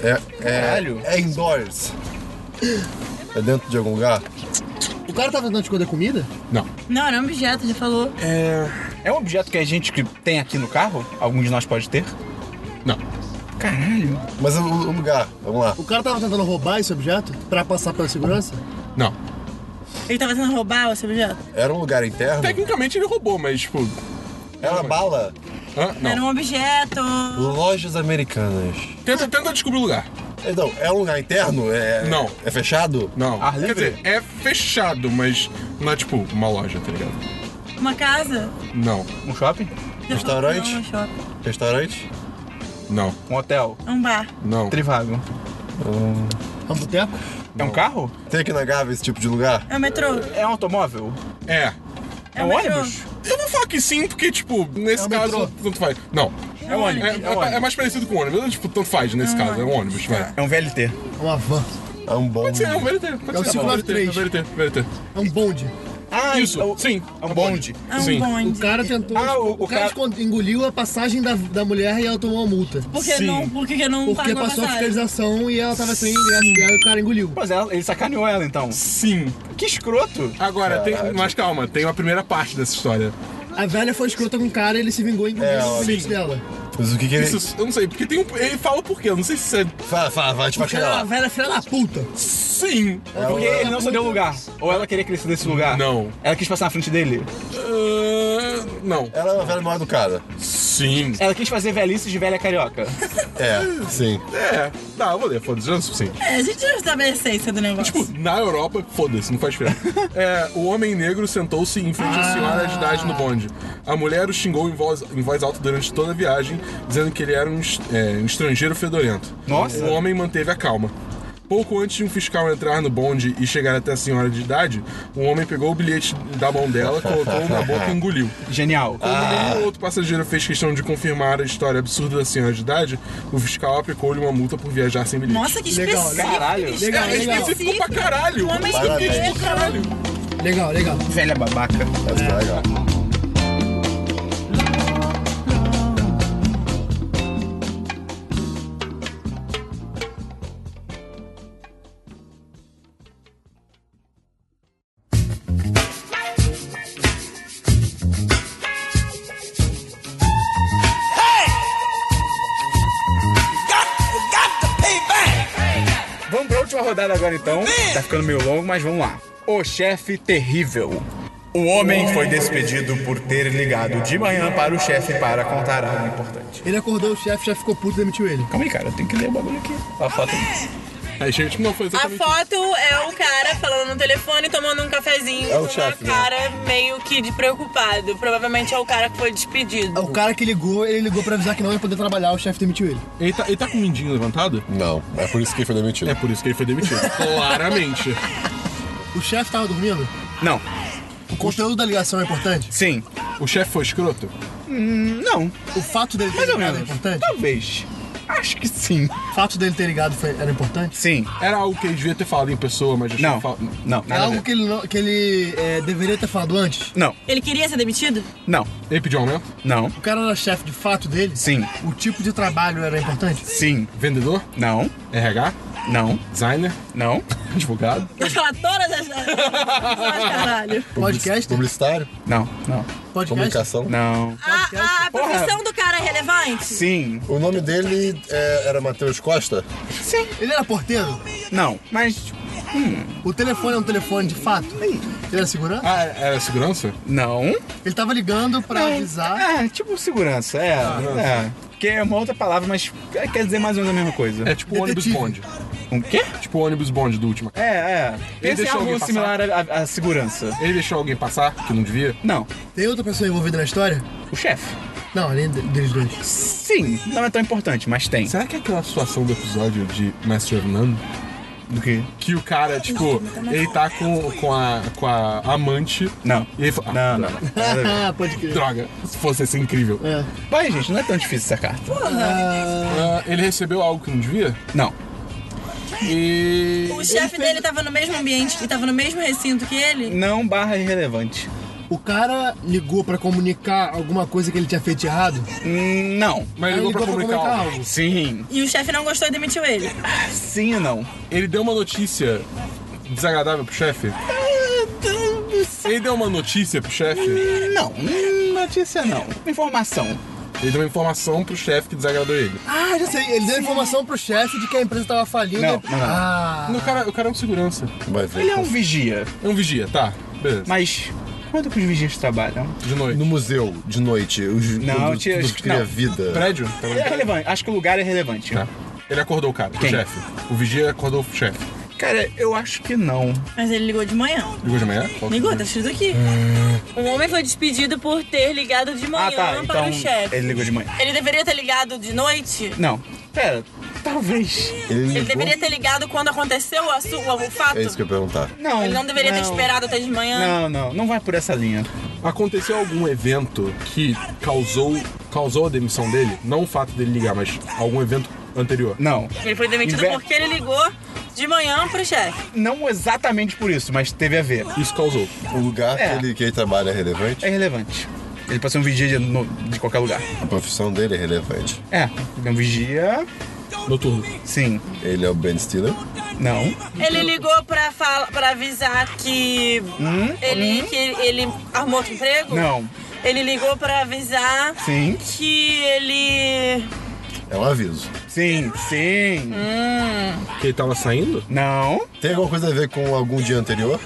[SPEAKER 7] É, é,
[SPEAKER 3] Caralho.
[SPEAKER 7] é indoors. É dentro de algum lugar?
[SPEAKER 6] O cara tava tentando esconder comida?
[SPEAKER 8] Não.
[SPEAKER 5] Não, era um objeto, já falou.
[SPEAKER 3] É um objeto que a gente que tem aqui no carro? Alguns de nós pode ter?
[SPEAKER 8] Não.
[SPEAKER 3] Caralho.
[SPEAKER 7] Mas é um um lugar, vamos lá.
[SPEAKER 6] O cara tava tentando roubar esse objeto pra passar pela segurança?
[SPEAKER 8] Não.
[SPEAKER 5] Ele tava tentando roubar esse objeto.
[SPEAKER 7] Era um lugar interno?
[SPEAKER 8] Tecnicamente ele roubou, mas tipo.
[SPEAKER 7] Era bala?
[SPEAKER 8] hã?
[SPEAKER 5] Era
[SPEAKER 8] Não.
[SPEAKER 5] um objeto.
[SPEAKER 7] Lojas americanas.
[SPEAKER 8] Tenta, tenta descobrir o lugar.
[SPEAKER 7] Então, é um lugar interno? É,
[SPEAKER 8] Não.
[SPEAKER 7] É fechado?
[SPEAKER 8] Não.
[SPEAKER 3] Ar
[SPEAKER 8] Quer
[SPEAKER 3] livre?
[SPEAKER 8] dizer, é fechado, mas não é tipo uma loja, tá ligado?
[SPEAKER 5] Uma casa.
[SPEAKER 8] Não,
[SPEAKER 3] Um shopping?
[SPEAKER 5] Já falou que
[SPEAKER 7] Restaurante?
[SPEAKER 5] não, um shopping.
[SPEAKER 7] Restaurante?
[SPEAKER 8] não,
[SPEAKER 3] Um hotel?
[SPEAKER 5] Um bar.
[SPEAKER 8] não.
[SPEAKER 3] Trivago.
[SPEAKER 6] É um boteco?
[SPEAKER 3] É um carro?
[SPEAKER 7] Tem aqui na Gávea esse tipo de lugar?
[SPEAKER 5] É um metrô.
[SPEAKER 3] É um automóvel?
[SPEAKER 8] É.
[SPEAKER 3] É,
[SPEAKER 5] É
[SPEAKER 3] um
[SPEAKER 5] um metrô.
[SPEAKER 3] ônibus?
[SPEAKER 8] Eu vou falar que sim, porque, tipo, nesse
[SPEAKER 6] É um
[SPEAKER 8] caso,
[SPEAKER 6] metrô.
[SPEAKER 8] tanto faz. Não.
[SPEAKER 3] É um ônibus. É,
[SPEAKER 8] É,
[SPEAKER 3] um
[SPEAKER 8] é- é
[SPEAKER 3] ônibus.
[SPEAKER 8] mais parecido com ônibus. Tipo, tanto faz nesse caso. É um ônibus, vai.
[SPEAKER 3] É um VLT.
[SPEAKER 6] É uma van?
[SPEAKER 7] É um bom.
[SPEAKER 8] Pode ser, é um VLT. Pode
[SPEAKER 6] É o
[SPEAKER 8] ser.
[SPEAKER 6] 593.
[SPEAKER 8] VLT, VLT.
[SPEAKER 6] É um bonde?
[SPEAKER 3] Ah,
[SPEAKER 8] Isso,
[SPEAKER 3] é o-
[SPEAKER 8] sim.
[SPEAKER 3] É um bonde.
[SPEAKER 5] É um
[SPEAKER 8] Sim.
[SPEAKER 6] O
[SPEAKER 5] bonde.
[SPEAKER 6] cara tentou.
[SPEAKER 3] Ah, o- o
[SPEAKER 6] o, cara,
[SPEAKER 3] cara-
[SPEAKER 6] esconde- engoliu a passagem da, da mulher e ela tomou uma multa.
[SPEAKER 5] Por que
[SPEAKER 8] Sim.
[SPEAKER 5] não? Por que que não
[SPEAKER 6] Porque
[SPEAKER 5] pagou a
[SPEAKER 6] passou a
[SPEAKER 5] passagem?
[SPEAKER 6] fiscalização e ela tava sem ingresso dela e o cara engoliu.
[SPEAKER 3] Mas é, ela, ele sacaneou ela então.
[SPEAKER 8] Sim.
[SPEAKER 3] Que escroto!
[SPEAKER 8] Agora, tem, mas calma, tem a primeira parte dessa história.
[SPEAKER 6] A velha foi escrota com o cara e ele se vingou e engoliu
[SPEAKER 7] É,
[SPEAKER 6] o
[SPEAKER 7] ó,
[SPEAKER 6] bilhete dela.
[SPEAKER 7] Mas o que que ele.
[SPEAKER 8] Isso, eu não sei, porque tem um. Ele fala o porquê, eu não sei se é.
[SPEAKER 7] Fala, fala, vai, a gente vai chegar
[SPEAKER 6] Cara, a
[SPEAKER 7] lá.
[SPEAKER 6] velha é filha da puta.
[SPEAKER 8] Sim.
[SPEAKER 3] Porque é ele não sabia o lugar. Ou ela queria crescer desse lugar.
[SPEAKER 8] Não.
[SPEAKER 3] Ela quis passar na frente dele.
[SPEAKER 8] Ah, não.
[SPEAKER 7] Ela é uma velha mal educada.
[SPEAKER 8] Sim.
[SPEAKER 3] Ela quis fazer velhice de velha carioca.
[SPEAKER 7] É, sim.
[SPEAKER 8] É. Tá, eu vou ler, foda-se, já é o suficiente.
[SPEAKER 5] É, a gente já sabe a essência do negócio.
[SPEAKER 8] Tipo, na Europa, foda-se, não faz diferença. É, o homem negro sentou-se em frente
[SPEAKER 5] Ah.
[SPEAKER 8] à senhora de idade no bonde. A mulher o xingou em voz, em voz alta durante toda a viagem, dizendo que ele era um, es- é, um estrangeiro fedorento.
[SPEAKER 3] Nossa.
[SPEAKER 8] O homem manteve a calma. Pouco antes de um fiscal entrar no bonde e chegar até a senhora de idade, um homem pegou o bilhete da mão dela, colocou na boca e engoliu.
[SPEAKER 3] Genial.
[SPEAKER 8] Quando
[SPEAKER 5] Ah.
[SPEAKER 8] nenhum outro passageiro fez questão de confirmar a história absurda da senhora de idade, o fiscal aplicou-lhe uma multa por viajar sem bilhete.
[SPEAKER 5] Nossa, que
[SPEAKER 6] Legal,
[SPEAKER 5] específico.
[SPEAKER 3] caralho.
[SPEAKER 8] é, é
[SPEAKER 5] específico.
[SPEAKER 8] específico pra caralho!
[SPEAKER 5] Um homem que
[SPEAKER 7] Parabéns.
[SPEAKER 5] deixa-
[SPEAKER 6] Legal, legal.
[SPEAKER 3] Velha babaca.
[SPEAKER 7] Essa é legal.
[SPEAKER 3] Vamos pra última rodada agora então. Tá ficando meio longo, mas vamos lá. O chefe terrível. O homem foi despedido por ter ligado de manhã para o chefe para contar algo importante.
[SPEAKER 6] Ele acordou o chefe, o chefe ficou puto e demitiu ele.
[SPEAKER 3] Calma aí, cara, eu tenho que ler o bagulho aqui. A foto.
[SPEAKER 8] Aí chega, tipo, não foi
[SPEAKER 5] A
[SPEAKER 8] exatamente.
[SPEAKER 5] foto é o cara falando no telefone, tomando um cafezinho,
[SPEAKER 7] É o
[SPEAKER 5] com
[SPEAKER 7] chefe, né?
[SPEAKER 5] uma cara meio que de preocupado. Provavelmente é o cara que foi despedido.
[SPEAKER 6] O cara que ligou, ele ligou pra avisar que não ia poder trabalhar, o chefe demitiu ele.
[SPEAKER 8] Ele tá, ele tá com o mindinho levantado?
[SPEAKER 7] Não, é por isso que foi demitido.
[SPEAKER 8] É por isso que ele foi demitido. Claramente.
[SPEAKER 6] O chefe tava dormindo?
[SPEAKER 3] Não.
[SPEAKER 6] O conteúdo da ligação é importante?
[SPEAKER 3] Sim.
[SPEAKER 8] O chefe foi escroto?
[SPEAKER 3] Não.
[SPEAKER 6] O fato dele ter
[SPEAKER 3] Mais ou
[SPEAKER 6] ligado
[SPEAKER 3] menos.
[SPEAKER 6] é importante?
[SPEAKER 3] Talvez. Acho que sim.
[SPEAKER 6] O fato dele ter ligado foi- era importante?
[SPEAKER 3] Sim.
[SPEAKER 8] Era algo que ele devia ter falado em pessoa, mas
[SPEAKER 3] Não.
[SPEAKER 8] Fal...
[SPEAKER 3] Não.
[SPEAKER 6] É
[SPEAKER 3] Nada a
[SPEAKER 6] algo
[SPEAKER 3] ver.
[SPEAKER 6] que ele, não- que ele é, deveria ter falado antes?
[SPEAKER 3] Não.
[SPEAKER 5] Ele queria ser demitido?
[SPEAKER 3] Não.
[SPEAKER 8] Ele pediu um aumento?
[SPEAKER 3] Não.
[SPEAKER 6] O cara era chefe de fato dele?
[SPEAKER 3] Sim.
[SPEAKER 6] O tipo de trabalho era importante?
[SPEAKER 3] Sim.
[SPEAKER 8] Vendedor?
[SPEAKER 3] Não.
[SPEAKER 8] RH?
[SPEAKER 3] Não.
[SPEAKER 8] Designer?
[SPEAKER 3] Não.
[SPEAKER 8] Advogado?
[SPEAKER 5] Vai falar todas as. Mas caralho.
[SPEAKER 6] Podcast?
[SPEAKER 7] Publicitário?
[SPEAKER 3] Não. Não.
[SPEAKER 6] Podcast?
[SPEAKER 7] Comunicação?
[SPEAKER 3] Não.
[SPEAKER 5] A, a profissão do cara é relevante?
[SPEAKER 3] Sim.
[SPEAKER 7] O nome dele é, era Matheus Costa?
[SPEAKER 6] Ele era porteiro?
[SPEAKER 3] Não. Mas tipo
[SPEAKER 6] O telefone é um telefone de fato? Ele era segurança?
[SPEAKER 8] Ah, era segurança?
[SPEAKER 3] não.
[SPEAKER 6] Ele tava ligando pra avisar.
[SPEAKER 3] Ah. É, tipo segurança, é. é. Que é uma outra palavra, mas quer dizer mais ou menos a mesma coisa.
[SPEAKER 8] É tipo o ônibus
[SPEAKER 6] Detetive.
[SPEAKER 8] bonde.
[SPEAKER 3] Um quê?
[SPEAKER 8] Tipo o ônibus bonde do último.
[SPEAKER 3] É, é. Pensa em
[SPEAKER 8] deixou alguém
[SPEAKER 3] algo
[SPEAKER 8] passar?
[SPEAKER 3] similar à, à- à segurança.
[SPEAKER 8] Ele deixou alguém passar que não devia?
[SPEAKER 3] Não.
[SPEAKER 6] Tem outra pessoa envolvida na história?
[SPEAKER 3] O chefe.
[SPEAKER 6] Não, além de- deles dois.
[SPEAKER 3] Sim, não é tão importante, mas tem.
[SPEAKER 8] Será que é aquela situação do episódio de Master of None?
[SPEAKER 3] Do quê?
[SPEAKER 8] Que o cara, tipo, ele tá com, com, a, com a amante.
[SPEAKER 3] Não.
[SPEAKER 8] E ele fala, "Ah,
[SPEAKER 3] Não, não. não. Nada a ver.
[SPEAKER 6] Ah, pode crer.
[SPEAKER 8] droga, se fosse assim incrível.
[SPEAKER 3] Mas, gente, não é tão difícil essa carta.
[SPEAKER 8] Ah, ele recebeu algo que não devia?
[SPEAKER 3] Não.
[SPEAKER 8] E.
[SPEAKER 5] O chefe dele tava no mesmo ambiente e tava no mesmo recinto que ele?
[SPEAKER 3] Não barra irrelevante.
[SPEAKER 6] O cara ligou pra comunicar alguma coisa que ele tinha feito de errado?
[SPEAKER 3] Não.
[SPEAKER 8] Mas
[SPEAKER 6] Aí
[SPEAKER 8] ele ligou pra comunicar algo.
[SPEAKER 3] Sim.
[SPEAKER 5] E o chefe não gostou e demitiu ele.
[SPEAKER 3] Sim e não.
[SPEAKER 8] Ele deu uma notícia desagradável pro chefe? Ele deu uma notícia pro chefe?
[SPEAKER 3] Não. Notícia não. Informação.
[SPEAKER 8] Ele deu uma informação pro chefe que desagradou ele.
[SPEAKER 6] Ah, já sei. Ele deu informação pro chefe de que a empresa tava falindo.
[SPEAKER 3] Não, não, não.
[SPEAKER 6] Ah,
[SPEAKER 8] O cara, o cara é um segurança.
[SPEAKER 7] Vai ver.
[SPEAKER 3] Ele é um vigia,
[SPEAKER 8] É um vigia, tá. Beleza.
[SPEAKER 3] mas quando que os vigias trabalham?
[SPEAKER 8] De noite.
[SPEAKER 7] No museu, de noite, os,
[SPEAKER 3] Não,
[SPEAKER 7] tudo,
[SPEAKER 3] tia,
[SPEAKER 7] tudo
[SPEAKER 3] acho que
[SPEAKER 7] cria
[SPEAKER 3] não.
[SPEAKER 7] vida.
[SPEAKER 8] Prédio?
[SPEAKER 3] É relevante, acho que o lugar é relevante.
[SPEAKER 8] Tá. Ele acordou o cara, o
[SPEAKER 3] Quem?
[SPEAKER 8] chefe. O vigia acordou o chefe.
[SPEAKER 3] Cara, eu acho que não.
[SPEAKER 5] Mas ele ligou de manhã.
[SPEAKER 8] Ligou de manhã?
[SPEAKER 5] Ligou, tá escrito aqui. Um homem foi despedido por ter ligado de manhã
[SPEAKER 3] Ah, tá,
[SPEAKER 5] para
[SPEAKER 3] então
[SPEAKER 5] o chefe.
[SPEAKER 3] ele ligou de manhã.
[SPEAKER 5] Ele deveria ter ligado de noite?
[SPEAKER 3] Não, pera, talvez.
[SPEAKER 7] Ele
[SPEAKER 5] Ele
[SPEAKER 7] ligou?
[SPEAKER 5] deveria ter ligado quando aconteceu o, assu- o fato?
[SPEAKER 7] É isso que eu ia perguntar.
[SPEAKER 3] Não.
[SPEAKER 5] Ele não deveria ter esperado até de manhã?
[SPEAKER 3] Não, não, não vai por essa linha.
[SPEAKER 8] Aconteceu algum evento que causou, causou a demissão dele? Não o fato dele ligar, mas algum evento anterior.
[SPEAKER 3] Não,
[SPEAKER 5] Ele foi demitido
[SPEAKER 3] Inver-
[SPEAKER 5] porque ele ligou de manhã pro chefe.
[SPEAKER 3] não exatamente por isso, mas teve a ver.
[SPEAKER 8] Isso causou.
[SPEAKER 7] O lugar
[SPEAKER 3] É.
[SPEAKER 7] que, ele, que ele trabalha é relevante?
[SPEAKER 3] É relevante. Ele pode ser um vigia de, no- de qualquer lugar.
[SPEAKER 7] A profissão dele é relevante.
[SPEAKER 3] É, ele é um vigia.
[SPEAKER 8] Noturno.
[SPEAKER 3] Sim,
[SPEAKER 7] Ele é o Ben Stiller?
[SPEAKER 3] não.
[SPEAKER 5] Ele ligou pra, fala, pra avisar que
[SPEAKER 6] Hum?
[SPEAKER 5] ele, que ele arrumou outro emprego?
[SPEAKER 3] Hum? Não.
[SPEAKER 5] Ele ligou pra avisar
[SPEAKER 3] Sim,
[SPEAKER 5] que ele.
[SPEAKER 7] É um aviso.
[SPEAKER 3] sim, sim.
[SPEAKER 8] Que ele tava saindo?
[SPEAKER 3] Não,
[SPEAKER 7] Tem alguma coisa a ver com algum dia anterior?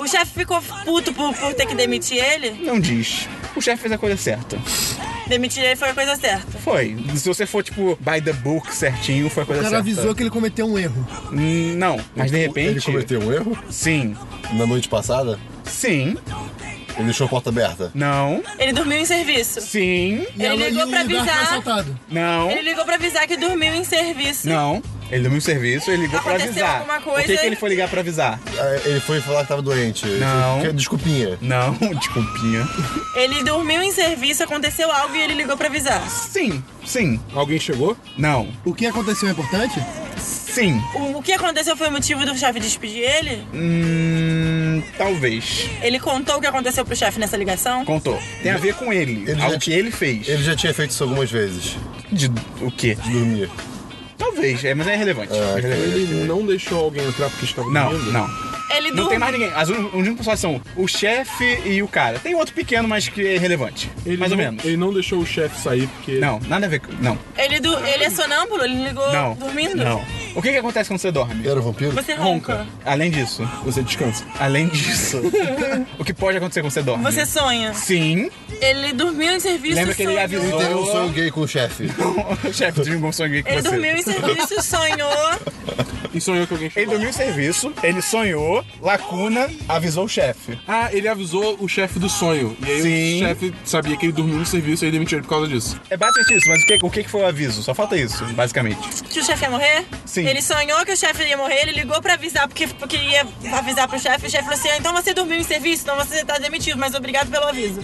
[SPEAKER 5] O chefe ficou puto por, por ter que demitir ele?
[SPEAKER 3] não diz. O chefe fez a coisa certa.
[SPEAKER 5] Demitir ele foi a coisa certa.
[SPEAKER 3] Foi. Se você for, tipo, by the book certinho, foi a coisa
[SPEAKER 6] o cara
[SPEAKER 3] certa.
[SPEAKER 6] avisou que ele cometeu um erro.
[SPEAKER 3] Hum, Não, mas de repente.
[SPEAKER 7] Ele cometeu um erro?
[SPEAKER 3] Sim.
[SPEAKER 7] Na noite passada?
[SPEAKER 3] Sim.
[SPEAKER 7] Ele deixou a porta aberta?
[SPEAKER 3] Não.
[SPEAKER 5] Ele dormiu em serviço.
[SPEAKER 3] Sim.
[SPEAKER 6] E
[SPEAKER 5] Ele
[SPEAKER 6] ela- e
[SPEAKER 5] ligou
[SPEAKER 6] o
[SPEAKER 5] pra
[SPEAKER 6] lugar foi
[SPEAKER 5] avisar.
[SPEAKER 6] assaltado.
[SPEAKER 3] Não.
[SPEAKER 5] Ele ligou pra avisar que dormiu em serviço.
[SPEAKER 3] Não. Ele dormiu no serviço, ele ligou pra
[SPEAKER 5] Aconteceu
[SPEAKER 3] avisar.
[SPEAKER 5] alguma
[SPEAKER 3] Por que,
[SPEAKER 5] coisa
[SPEAKER 3] que ele foi ligar pra avisar?
[SPEAKER 7] Ah, Ele foi falar que tava doente. Ele
[SPEAKER 3] Não.
[SPEAKER 7] foi- Desculpinha.
[SPEAKER 3] Não, desculpinha.
[SPEAKER 5] Ele dormiu em serviço, aconteceu algo e ele ligou pra avisar.
[SPEAKER 3] Sim, sim.
[SPEAKER 8] Alguém chegou?
[SPEAKER 3] Não,
[SPEAKER 6] O que aconteceu é importante?
[SPEAKER 3] sim.
[SPEAKER 5] O, o que aconteceu foi o motivo do chefe despedir ele?
[SPEAKER 3] Hum. Talvez.
[SPEAKER 5] Ele contou o que aconteceu pro chefe nessa ligação?
[SPEAKER 3] Contou. Tem a ver com ele.
[SPEAKER 7] Ele
[SPEAKER 3] algo
[SPEAKER 7] já-
[SPEAKER 3] que ele fez.
[SPEAKER 7] Ele já tinha feito isso algumas vezes.
[SPEAKER 3] De... O quê?
[SPEAKER 7] De dormir.
[SPEAKER 3] Talvez, é, mas é irrelevante.
[SPEAKER 8] Ah,
[SPEAKER 3] É irrelevante.
[SPEAKER 8] Ele não deixou alguém entrar porque estava
[SPEAKER 3] Não,
[SPEAKER 8] dormindo?
[SPEAKER 3] não.
[SPEAKER 5] Ele
[SPEAKER 3] Não tem
[SPEAKER 5] dormiu.
[SPEAKER 3] mais ninguém. As un- Os únicos pessoas são o chefe e o cara. Tem outro pequeno, mas que é irrelevante.
[SPEAKER 8] Ele
[SPEAKER 3] mais
[SPEAKER 8] não-
[SPEAKER 3] ou menos.
[SPEAKER 8] Ele não deixou o chefe sair porque...
[SPEAKER 3] Não, nada a ver com. Não,
[SPEAKER 5] Ele, do, ele é sonâmbulo? Ele ligou
[SPEAKER 3] não.
[SPEAKER 5] dormindo?
[SPEAKER 3] Não. O que, que acontece quando você dorme?
[SPEAKER 7] Era um vampiro?
[SPEAKER 5] Você ronca.
[SPEAKER 3] Além disso.
[SPEAKER 8] Você descansa.
[SPEAKER 3] Além disso. o que pode acontecer quando você dorme?
[SPEAKER 5] Você sonha.
[SPEAKER 3] Sim.
[SPEAKER 5] Ele dormiu em serviço
[SPEAKER 3] Lembra que ele
[SPEAKER 5] sonhou.
[SPEAKER 7] Ele
[SPEAKER 3] avisou?
[SPEAKER 7] teve um sonho gay com o chefe.
[SPEAKER 3] O chefe de um sonho com
[SPEAKER 5] Ele
[SPEAKER 3] você.
[SPEAKER 5] dormiu em serviço, sonhou.
[SPEAKER 8] E sonhou é que alguém
[SPEAKER 3] Ele
[SPEAKER 8] chegou.
[SPEAKER 3] dormiu em serviço, ele sonhou, lacuna, avisou o chefe.
[SPEAKER 8] Ah, ele avisou o chefe do sonho. E aí
[SPEAKER 3] Sim.
[SPEAKER 8] o chefe sabia que ele dormiu no serviço e aí demitiu ele por causa disso.
[SPEAKER 3] É basicamente isso, mas o que, o que que foi o aviso? Só falta isso, basicamente.
[SPEAKER 5] Que o chefe ia morrer?
[SPEAKER 3] Sim.
[SPEAKER 5] Ele sonhou que o chefe ia morrer, ele ligou pra avisar, porque, porque ia avisar pro chefe. O chefe falou assim: ah, então você dormiu em serviço, então você tá demitido, mas obrigado pelo aviso.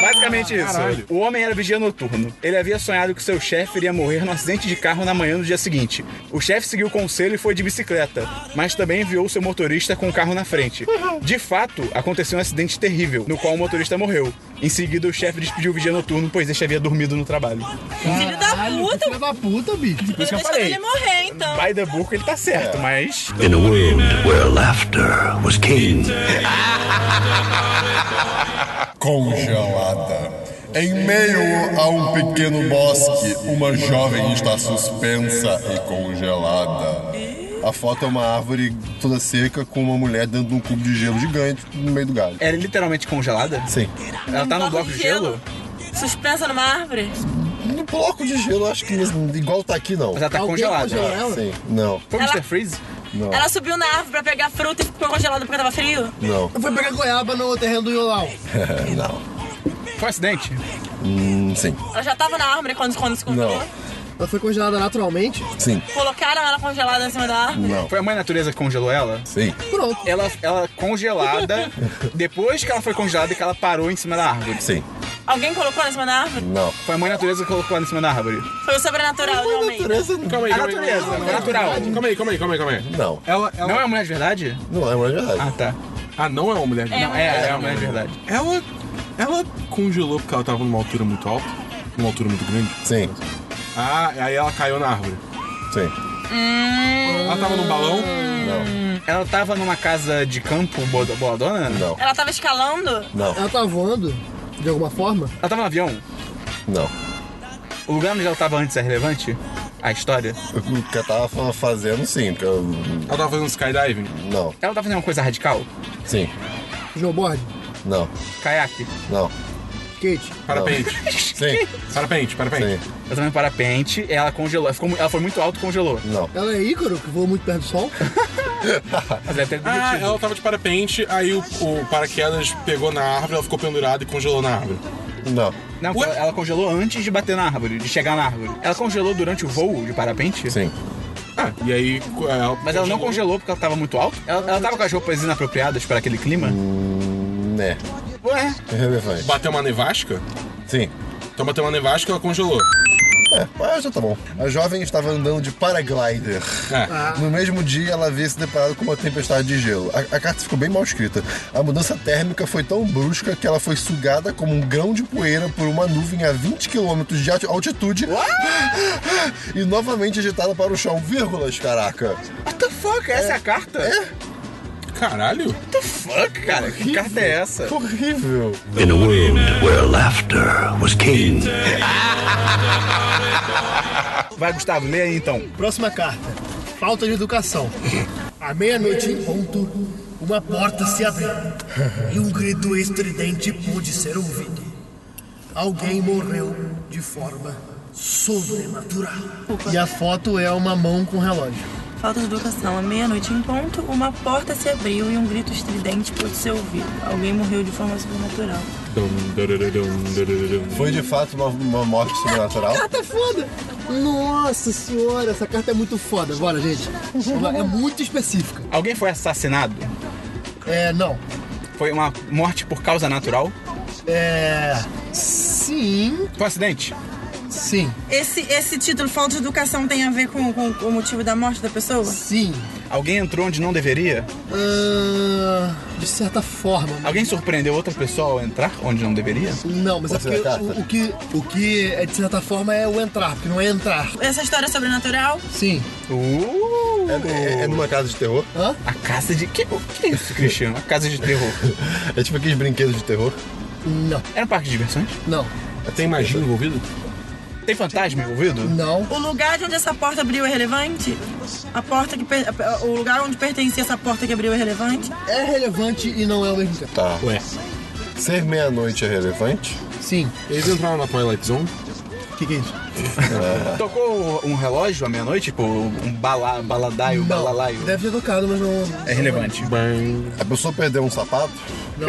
[SPEAKER 3] Basicamente isso.
[SPEAKER 8] caralho.
[SPEAKER 3] O homem era vigia noturno. Ele havia sonhado que seu chefe iria morrer num acidente de carro na manhã do dia seguinte. O chefe seguiu o conselho e foi de bicicleta, mas também enviou seu motorista com o carro na frente. De fato, aconteceu um acidente terrível, no qual o motorista morreu. Em seguida, o chefe despediu o vigia noturno, pois este havia dormido no trabalho.
[SPEAKER 5] Filho da
[SPEAKER 6] Caralho, que
[SPEAKER 5] puta,
[SPEAKER 6] Filho da puta, bicho.
[SPEAKER 5] ele
[SPEAKER 3] que eu
[SPEAKER 5] deixou
[SPEAKER 3] falei.
[SPEAKER 5] ele morrer, então.
[SPEAKER 3] By the book, ele tá certo, mas...
[SPEAKER 4] In a world where laughter was king.
[SPEAKER 7] Congelada. Em meio a um pequeno bosque, uma jovem está suspensa e congelada. A foto é uma árvore toda seca com uma mulher dentro de um cubo de gelo gigante no meio do galho.
[SPEAKER 3] Ela é literalmente congelada?
[SPEAKER 7] Sim.
[SPEAKER 3] Ela tá no bloco de gelo?
[SPEAKER 5] Suspensa numa árvore?
[SPEAKER 7] No Um bloco de gelo, acho que igual tá aqui, não.
[SPEAKER 3] Mas ela tá
[SPEAKER 6] Alguém congelou
[SPEAKER 3] congelada.
[SPEAKER 6] ela?
[SPEAKER 7] Sim. Não,
[SPEAKER 3] Foi o
[SPEAKER 5] Ela-
[SPEAKER 3] Mr. Freeze?
[SPEAKER 7] não,
[SPEAKER 5] Ela subiu na árvore pra pegar fruta e ficou congelada porque tava frio?
[SPEAKER 7] não.
[SPEAKER 6] Eu fui pegar goiaba no terreno do Iolau.
[SPEAKER 3] É,
[SPEAKER 7] não.
[SPEAKER 3] Foi um acidente?
[SPEAKER 7] Hum, sim.
[SPEAKER 5] Ela já tava na árvore quando, quando se congelou?
[SPEAKER 7] Não.
[SPEAKER 6] Ela foi congelada naturalmente.
[SPEAKER 7] Sim.
[SPEAKER 5] Colocaram ela congelada em cima da árvore?
[SPEAKER 7] Não.
[SPEAKER 3] Foi a mãe natureza que congelou ela?
[SPEAKER 7] Sim.
[SPEAKER 6] Pronto.
[SPEAKER 3] ela, ela congelada, depois que ela foi congelada e que ela parou em cima da árvore.
[SPEAKER 7] Sim.
[SPEAKER 5] Alguém colocou ela em cima da árvore?
[SPEAKER 7] Não.
[SPEAKER 3] Foi a mãe natureza que colocou ela em cima da árvore.
[SPEAKER 5] Foi o sobrenatural de Almeida.
[SPEAKER 8] Calma aí,
[SPEAKER 3] A
[SPEAKER 8] calma aí.
[SPEAKER 3] natureza,
[SPEAKER 8] calma aí.
[SPEAKER 3] é natural.
[SPEAKER 8] Calma aí, calma aí, calma aí, calma aí.
[SPEAKER 7] Não.
[SPEAKER 8] Ela, ela...
[SPEAKER 3] Não é uma mulher de verdade?
[SPEAKER 7] Não é uma verdade.
[SPEAKER 3] Ah, tá.
[SPEAKER 8] Ah, não é uma mulher de
[SPEAKER 5] É.
[SPEAKER 3] Não, é, é uma mulher de verdade.
[SPEAKER 8] Ela. Ela congelou porque ela tava numa altura muito alta. Numa altura muito grande.
[SPEAKER 7] Sim.
[SPEAKER 8] Ah, aí ela caiu na árvore.
[SPEAKER 7] Sim.
[SPEAKER 8] Ela tava num balão.
[SPEAKER 7] Não.
[SPEAKER 3] Ela tava numa casa de campo boa- boladona?
[SPEAKER 7] Não.
[SPEAKER 5] Ela tava escalando?
[SPEAKER 7] Não.
[SPEAKER 6] Ela tá voando, de alguma forma.
[SPEAKER 3] Ela tava no avião?
[SPEAKER 7] Não.
[SPEAKER 3] O lugar onde ela tava antes é relevante? A história?
[SPEAKER 7] O que eu tava fa- fazendo, sim. Porque eu...
[SPEAKER 8] Ela tava fazendo skydiving.
[SPEAKER 7] Não.
[SPEAKER 3] Ela tava fazendo uma coisa radical?
[SPEAKER 7] Sim.
[SPEAKER 6] Snowboard.
[SPEAKER 7] Não.
[SPEAKER 3] Caiaque?
[SPEAKER 7] Não.
[SPEAKER 6] Kate.
[SPEAKER 8] Parapente.
[SPEAKER 7] Sim.
[SPEAKER 8] Parapente, parapente.
[SPEAKER 7] Sim.
[SPEAKER 3] Ela tava no parapente, ela congelou. Ela, ficou mu- ela foi muito alto e congelou.
[SPEAKER 7] Não.
[SPEAKER 6] Ela é Ícaro, que voa muito perto do sol.
[SPEAKER 3] Mas deve ter
[SPEAKER 8] Ah,
[SPEAKER 3] divertido.
[SPEAKER 8] ela tava de parapente, aí o, o paraquedas pegou na árvore, ela ficou pendurada e congelou na árvore.
[SPEAKER 7] Não.
[SPEAKER 3] Não,
[SPEAKER 8] Ué?
[SPEAKER 3] ela congelou antes de bater na árvore, de chegar na árvore. Ela congelou durante o voo de parapente?
[SPEAKER 7] Sim.
[SPEAKER 8] Ah, e aí. Ela
[SPEAKER 3] Mas ela não congelou porque ela tava muito alto? Ela, ela tava com as roupas inapropriadas para aquele clima?
[SPEAKER 7] Né.
[SPEAKER 3] Ué?
[SPEAKER 7] Relevante.
[SPEAKER 8] Bateu uma nevasca?
[SPEAKER 7] Sim.
[SPEAKER 8] Então bateu uma nevasca e ela congelou.
[SPEAKER 7] É, mas já tá bom. A jovem estava andando de paraglider.
[SPEAKER 8] É.
[SPEAKER 7] No mesmo dia, ela havia se deparado com uma tempestade de gelo. A, a carta ficou bem mal escrita. A mudança térmica foi tão brusca que ela foi sugada como um grão de poeira por uma nuvem a 20 km de ati- altitude e novamente agitada para o chão. Vírgulas, caraca.
[SPEAKER 3] What the fuck? Essa é a carta? What
[SPEAKER 8] Caralho.
[SPEAKER 3] the fuck, cara? Que carta é essa?
[SPEAKER 7] Horrível.
[SPEAKER 4] In a world where laughter was king.
[SPEAKER 3] Vai, Gustavo, lê aí então.
[SPEAKER 6] Próxima carta. Falta de educação. À meia-noite em ponto, uma porta se abriu e um grito estridente pôde ser ouvido. Alguém morreu de forma sobrenatural. E a foto é uma mão com relógio.
[SPEAKER 5] falta de educação. À meia-noite em ponto, uma porta se abriu e um grito estridente pôde ser ouvido. Alguém morreu de forma sobrenatural.
[SPEAKER 8] Dum, dararadum, dararadum.
[SPEAKER 7] Foi de fato uma, uma morte sobrenatural.
[SPEAKER 6] Carta é foda! Nossa senhora, essa carta é muito foda. Bora, gente. Vamos lá, É muito específica.
[SPEAKER 3] Alguém foi assassinado?
[SPEAKER 6] É, não.
[SPEAKER 3] Foi uma morte por causa natural?
[SPEAKER 6] É. Sim.
[SPEAKER 3] Foi um acidente?
[SPEAKER 6] Sim.
[SPEAKER 5] Esse, esse título, falta de educação, tem a ver com, com o motivo da morte da pessoa?
[SPEAKER 6] Sim.
[SPEAKER 3] Alguém entrou onde não deveria?
[SPEAKER 6] Ah, de certa forma. mas-
[SPEAKER 3] Alguém surpreendeu outra pessoa ao entrar onde não deveria?
[SPEAKER 6] Não, mas é
[SPEAKER 7] Você é
[SPEAKER 6] porque
[SPEAKER 7] carta?
[SPEAKER 6] o, o que, o que é de certa forma é o entrar, porque não é entrar.
[SPEAKER 5] Essa história é sobrenatural?
[SPEAKER 6] Sim.
[SPEAKER 3] Uh!
[SPEAKER 7] É, é- é numa casa de terror?
[SPEAKER 6] Hã?
[SPEAKER 3] A casa de. Que, o que é isso, Cristiano? A casa de terror.
[SPEAKER 7] É tipo aqueles brinquedos de terror?
[SPEAKER 6] Não,
[SPEAKER 3] Era um parque de diversões?
[SPEAKER 6] não,
[SPEAKER 8] Tem magia envolvida?
[SPEAKER 3] Tem fantasma envolvido?
[SPEAKER 6] não.
[SPEAKER 5] O lugar de onde essa porta abriu é relevante? A porta que per- o lugar onde pertencia essa porta que abriu é relevante?
[SPEAKER 6] É relevante e não é ao mesmo tempo.
[SPEAKER 7] Tá.
[SPEAKER 8] Ué.
[SPEAKER 7] Ser meia-noite é relevante?
[SPEAKER 6] Sim.
[SPEAKER 8] Eles entraram na Twilight Zone?
[SPEAKER 6] O que, que é isso?
[SPEAKER 3] Tocou um relógio à meia-noite? Tipo, um bala, baladaio,
[SPEAKER 6] Não,
[SPEAKER 3] balalaio?
[SPEAKER 6] Deve ter tocado, mas não.
[SPEAKER 3] É relevante.
[SPEAKER 8] Bem,
[SPEAKER 7] A pessoa perdeu um sapato?
[SPEAKER 6] Não.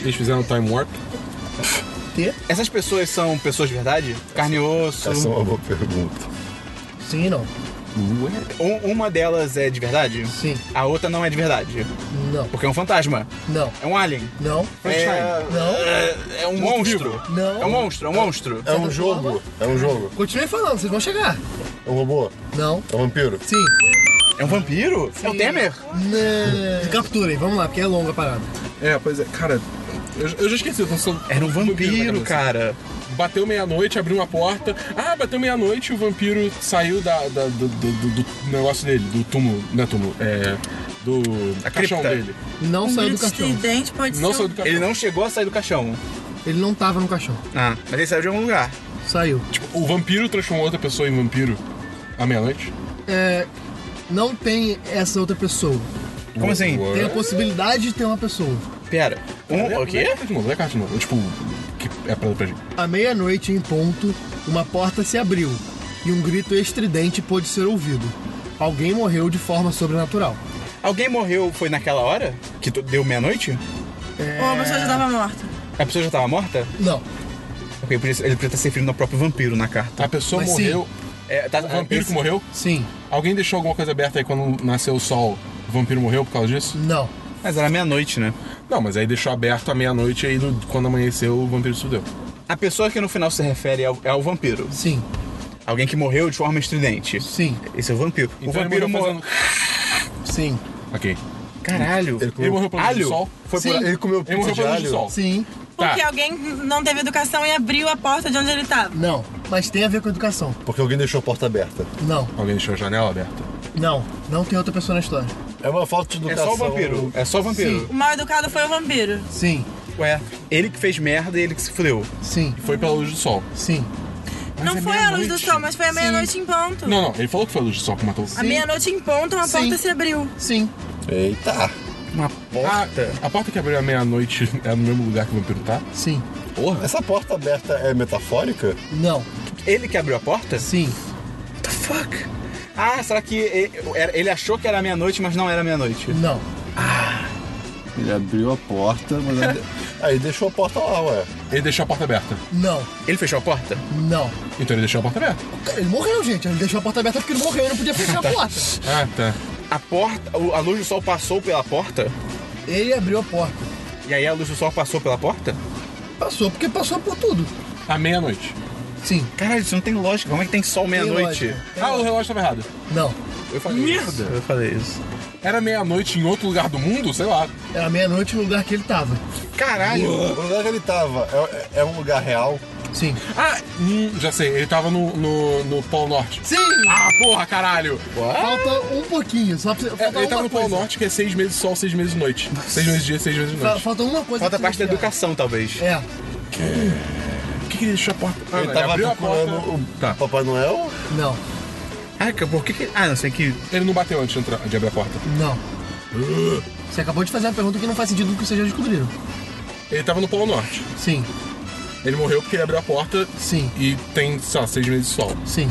[SPEAKER 8] eles fizeram Time Warp?
[SPEAKER 6] T?
[SPEAKER 3] Essas pessoas são pessoas de verdade? Carne e osso?
[SPEAKER 7] Essa é uma boa pergunta.
[SPEAKER 6] Sim e não.
[SPEAKER 3] Um- uma delas é de verdade?
[SPEAKER 6] Sim.
[SPEAKER 3] A outra não é de verdade.
[SPEAKER 6] Não.
[SPEAKER 3] Porque é um fantasma.
[SPEAKER 6] Não.
[SPEAKER 3] É um alien.
[SPEAKER 6] Não.
[SPEAKER 3] É,
[SPEAKER 6] Não.
[SPEAKER 3] é, é um
[SPEAKER 8] Monstro.
[SPEAKER 3] monstro.
[SPEAKER 6] Não.
[SPEAKER 3] É um monstro, é um monstro.
[SPEAKER 7] É um jogo? É um jogo?
[SPEAKER 6] Continue falando, vocês vão chegar.
[SPEAKER 7] É um robô?
[SPEAKER 6] Não.
[SPEAKER 7] É um vampiro?
[SPEAKER 6] Sim.
[SPEAKER 3] É um vampiro? É o Temer?
[SPEAKER 6] Né. Capturem, vamos lá, porque é longa a parada.
[SPEAKER 8] É, pois é, cara. Eu, eu já esqueci, eu tô só.
[SPEAKER 3] Era um vampiro,
[SPEAKER 8] na cabeça.
[SPEAKER 3] cara.
[SPEAKER 8] Bateu meia-noite, abriu uma porta. Ah, bateu meia-noite e o vampiro saiu da, da- do, do- do- do negócio dele, do túmulo. Não é túmulo, é. Do
[SPEAKER 3] Da
[SPEAKER 8] caixão
[SPEAKER 3] cripta.
[SPEAKER 8] dele.
[SPEAKER 6] Não
[SPEAKER 5] Um
[SPEAKER 6] saiu do
[SPEAKER 5] grito
[SPEAKER 6] caixão.
[SPEAKER 5] estridente pode
[SPEAKER 8] Não
[SPEAKER 5] ser.
[SPEAKER 8] saiu do caixão.
[SPEAKER 3] Ele não chegou a sair do caixão.
[SPEAKER 6] Ele não tava no caixão.
[SPEAKER 3] Ah, mas ele saiu de algum lugar.
[SPEAKER 6] Saiu.
[SPEAKER 8] Tipo, o vampiro transformou outra pessoa em vampiro à meia-noite?
[SPEAKER 6] É. Não tem essa outra pessoa.
[SPEAKER 3] Como assim?
[SPEAKER 8] Ué.
[SPEAKER 6] Tem a possibilidade de ter uma pessoa.
[SPEAKER 3] Pera. Um, o
[SPEAKER 8] Lê a
[SPEAKER 3] quê?
[SPEAKER 8] carta é de novo, lê a carta de novo. Tipo, que é pra, pra gente.
[SPEAKER 6] À meia-noite, em ponto, uma porta se abriu e um grito estridente pôde ser ouvido. Alguém morreu de forma sobrenatural.
[SPEAKER 3] Alguém morreu, foi naquela hora? Que tu- deu meia-noite?
[SPEAKER 5] Ou a pessoa já estava morta?
[SPEAKER 3] A pessoa já tava morta?
[SPEAKER 6] Não,
[SPEAKER 3] Ok, por isso ele podia estar se referindo ao próprio vampiro na carta.
[SPEAKER 8] A pessoa
[SPEAKER 6] Mas
[SPEAKER 8] morreu.
[SPEAKER 3] É, tá,
[SPEAKER 8] O vampiro que
[SPEAKER 3] esse-
[SPEAKER 8] morreu?
[SPEAKER 6] sim,
[SPEAKER 8] Alguém deixou alguma coisa aberta aí quando nasceu o sol? O vampiro morreu por causa disso?
[SPEAKER 6] não.
[SPEAKER 3] Mas era meia-noite, né?
[SPEAKER 8] Não, mas aí deixou aberto à meia-noite e aí no- quando amanheceu o vampiro se fudeu.
[SPEAKER 3] A pessoa que no final se refere ao, é ao vampiro.
[SPEAKER 6] Sim,
[SPEAKER 3] Alguém que morreu de forma estridente.
[SPEAKER 6] sim,
[SPEAKER 3] Esse é o vampiro.
[SPEAKER 8] Então
[SPEAKER 3] o vampiro
[SPEAKER 8] ele
[SPEAKER 3] morreu.
[SPEAKER 8] morreu
[SPEAKER 6] sim,
[SPEAKER 8] fazendo... Ok.
[SPEAKER 3] Caralho. É
[SPEAKER 7] Ele
[SPEAKER 8] Ele
[SPEAKER 7] comeu,
[SPEAKER 8] morreu por causa do
[SPEAKER 3] Alho?
[SPEAKER 8] sol?
[SPEAKER 7] foi
[SPEAKER 6] Sim.
[SPEAKER 7] por, ele comeu
[SPEAKER 8] Ele
[SPEAKER 7] pizza
[SPEAKER 8] morreu
[SPEAKER 7] de
[SPEAKER 8] por causa do
[SPEAKER 7] alho?
[SPEAKER 8] sol.
[SPEAKER 6] sim,
[SPEAKER 8] Tá.
[SPEAKER 5] Porque alguém não teve educação e abriu a porta de onde ele estava.
[SPEAKER 6] não. Mas tem a ver com educação.
[SPEAKER 7] Porque alguém deixou a porta aberta.
[SPEAKER 6] Não,
[SPEAKER 8] Alguém deixou a janela aberta.
[SPEAKER 6] não. Não tem outra pessoa na história.
[SPEAKER 7] É uma falta de
[SPEAKER 3] É
[SPEAKER 7] educação.
[SPEAKER 3] só o vampiro. É só o vampiro.
[SPEAKER 5] O mal educado foi o vampiro.
[SPEAKER 6] Sim,
[SPEAKER 3] Ué, ele que fez merda e ele que se fudeu.
[SPEAKER 6] sim,
[SPEAKER 8] Foi pela luz do sol.
[SPEAKER 6] sim,
[SPEAKER 5] não
[SPEAKER 8] é
[SPEAKER 5] foi a luz do
[SPEAKER 8] meia-noite.
[SPEAKER 5] sol, mas foi a meia-noite em ponto.
[SPEAKER 8] Não, não, ele falou que foi a luz do sol que matou o
[SPEAKER 5] A meia-noite em ponto, uma
[SPEAKER 6] Sim.
[SPEAKER 5] porta se abriu.
[SPEAKER 6] sim.
[SPEAKER 7] Eita!
[SPEAKER 3] Uma porta.
[SPEAKER 8] A porta que abriu à meia-noite é no mesmo lugar que o vampiro tá?
[SPEAKER 6] Sim,
[SPEAKER 3] Porra.
[SPEAKER 7] Essa porta aberta é metafórica?
[SPEAKER 6] não,
[SPEAKER 3] Ele que abriu a porta?
[SPEAKER 6] sim,
[SPEAKER 3] What the fuck? Ah, será que e- era- ele achou que era meia-noite, mas não era meia-noite?
[SPEAKER 6] não.
[SPEAKER 7] Ele abriu a porta, mas. Aí deixou a porta lá, ué.
[SPEAKER 8] Ele deixou a porta aberta.
[SPEAKER 6] Não,
[SPEAKER 3] Ele fechou a porta?
[SPEAKER 6] não.
[SPEAKER 8] Então ele deixou a porta aberta.
[SPEAKER 6] Ele morreu, gente. Ele deixou a porta aberta porque ele morreu e não podia fechar a porta.
[SPEAKER 8] Ah, tá.
[SPEAKER 3] A porta. o- A luz do sol passou pela porta?
[SPEAKER 6] Ele abriu a porta.
[SPEAKER 3] E aí a luz do sol passou pela porta?
[SPEAKER 6] Passou porque passou por tudo.
[SPEAKER 8] À meia-noite.
[SPEAKER 6] Sim.
[SPEAKER 3] Caralho, isso não tem lógica. Como é que tem sol meia-noite?
[SPEAKER 6] Tem lógica.
[SPEAKER 8] Ah, o relógio tava errado.
[SPEAKER 6] Não.
[SPEAKER 8] Eu falei.
[SPEAKER 3] Merda! Eu falei isso.
[SPEAKER 8] Era meia-noite em outro lugar do mundo? Sei lá.
[SPEAKER 6] Era meia-noite no lugar que ele tava.
[SPEAKER 3] Caralho!
[SPEAKER 7] O lugar que ele tava é, é um lugar real.
[SPEAKER 6] Sim.
[SPEAKER 8] Ah, hum, já sei, ele tava no, no, no Polo Norte.
[SPEAKER 6] Sim!
[SPEAKER 8] Ah, porra, caralho!
[SPEAKER 6] Falta um pouquinho, só pra você.
[SPEAKER 8] É,
[SPEAKER 6] falta
[SPEAKER 8] ele tava
[SPEAKER 6] uma
[SPEAKER 8] no Polo
[SPEAKER 6] coisa.
[SPEAKER 8] Norte, que é seis meses sol, seis meses noite. Seis meses dia, seis meses
[SPEAKER 6] Fa-
[SPEAKER 8] noite.
[SPEAKER 6] Falta uma coisa.
[SPEAKER 3] Falta a
[SPEAKER 6] pra
[SPEAKER 3] parte
[SPEAKER 6] você
[SPEAKER 3] da
[SPEAKER 6] enfiar.
[SPEAKER 3] educação, talvez.
[SPEAKER 6] É,
[SPEAKER 8] Por que, que ele deixou a porta? Ah,
[SPEAKER 7] Ele tava
[SPEAKER 8] abriu a
[SPEAKER 7] vinculando
[SPEAKER 8] porta.
[SPEAKER 7] o
[SPEAKER 8] Tá.
[SPEAKER 7] Papai Noel?
[SPEAKER 6] não,
[SPEAKER 3] Caraca, por que que... Ah, não sei que...
[SPEAKER 8] Ele não bateu antes de, entrar, de abrir a porta.
[SPEAKER 6] não. Você acabou de fazer uma pergunta que não faz sentido do que vocês já descobriram.
[SPEAKER 8] Ele tava no Polo Norte.
[SPEAKER 6] Sim,
[SPEAKER 8] Ele morreu porque ele abriu a porta
[SPEAKER 6] sim,
[SPEAKER 8] e tem, sei lá, seis meses de sol.
[SPEAKER 6] sim.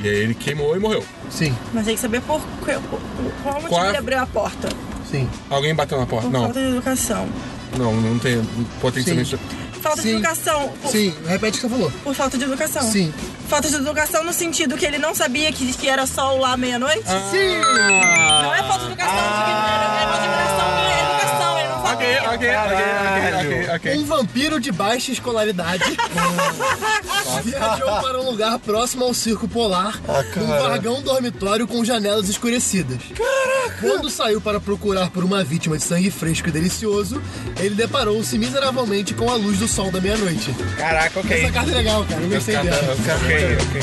[SPEAKER 8] E E aí ele queimou e morreu.
[SPEAKER 6] Sim,
[SPEAKER 5] Mas tem que saber por, que- por- por- qual motivo
[SPEAKER 8] Qual é-
[SPEAKER 5] ele abriu a porta.
[SPEAKER 6] sim.
[SPEAKER 8] Alguém bateu na porta.
[SPEAKER 5] Por
[SPEAKER 8] Não,
[SPEAKER 5] falta de educação.
[SPEAKER 8] não, não tem. Potencialmente.
[SPEAKER 5] Falta
[SPEAKER 6] Sim.
[SPEAKER 5] de educação. Por,
[SPEAKER 6] Sim, repete o que você falou.
[SPEAKER 5] por falta de educação.
[SPEAKER 6] Sim.
[SPEAKER 5] Falta de educação no sentido que ele não sabia que, que era sol lá à meia-noite.
[SPEAKER 8] Ah,
[SPEAKER 5] Não é falta de educação, é falta de educação, é educação, ele não
[SPEAKER 8] Ah. ok,
[SPEAKER 5] sabia.
[SPEAKER 8] ok, ok, ok, ok, ok.
[SPEAKER 6] Um vampiro de baixa escolaridade viajou para um lugar próximo ao circo polar, num
[SPEAKER 7] cara.
[SPEAKER 6] vagão dormitório com janelas escurecidas. Caraca! Quando saiu para procurar por uma vítima de sangue fresco e delicioso, ele deparou-se miseravelmente com a luz do sol da meia-noite.
[SPEAKER 3] Caraca, ok.
[SPEAKER 6] Essa carta é legal, cara, eu gostei dela.
[SPEAKER 3] Ok, ok.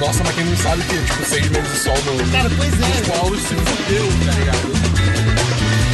[SPEAKER 8] Nossa, mas quem não sabe que é tipo seis meses de sol no.
[SPEAKER 6] Cara, pois é.
[SPEAKER 8] Paulo se fudeu, tá ligado?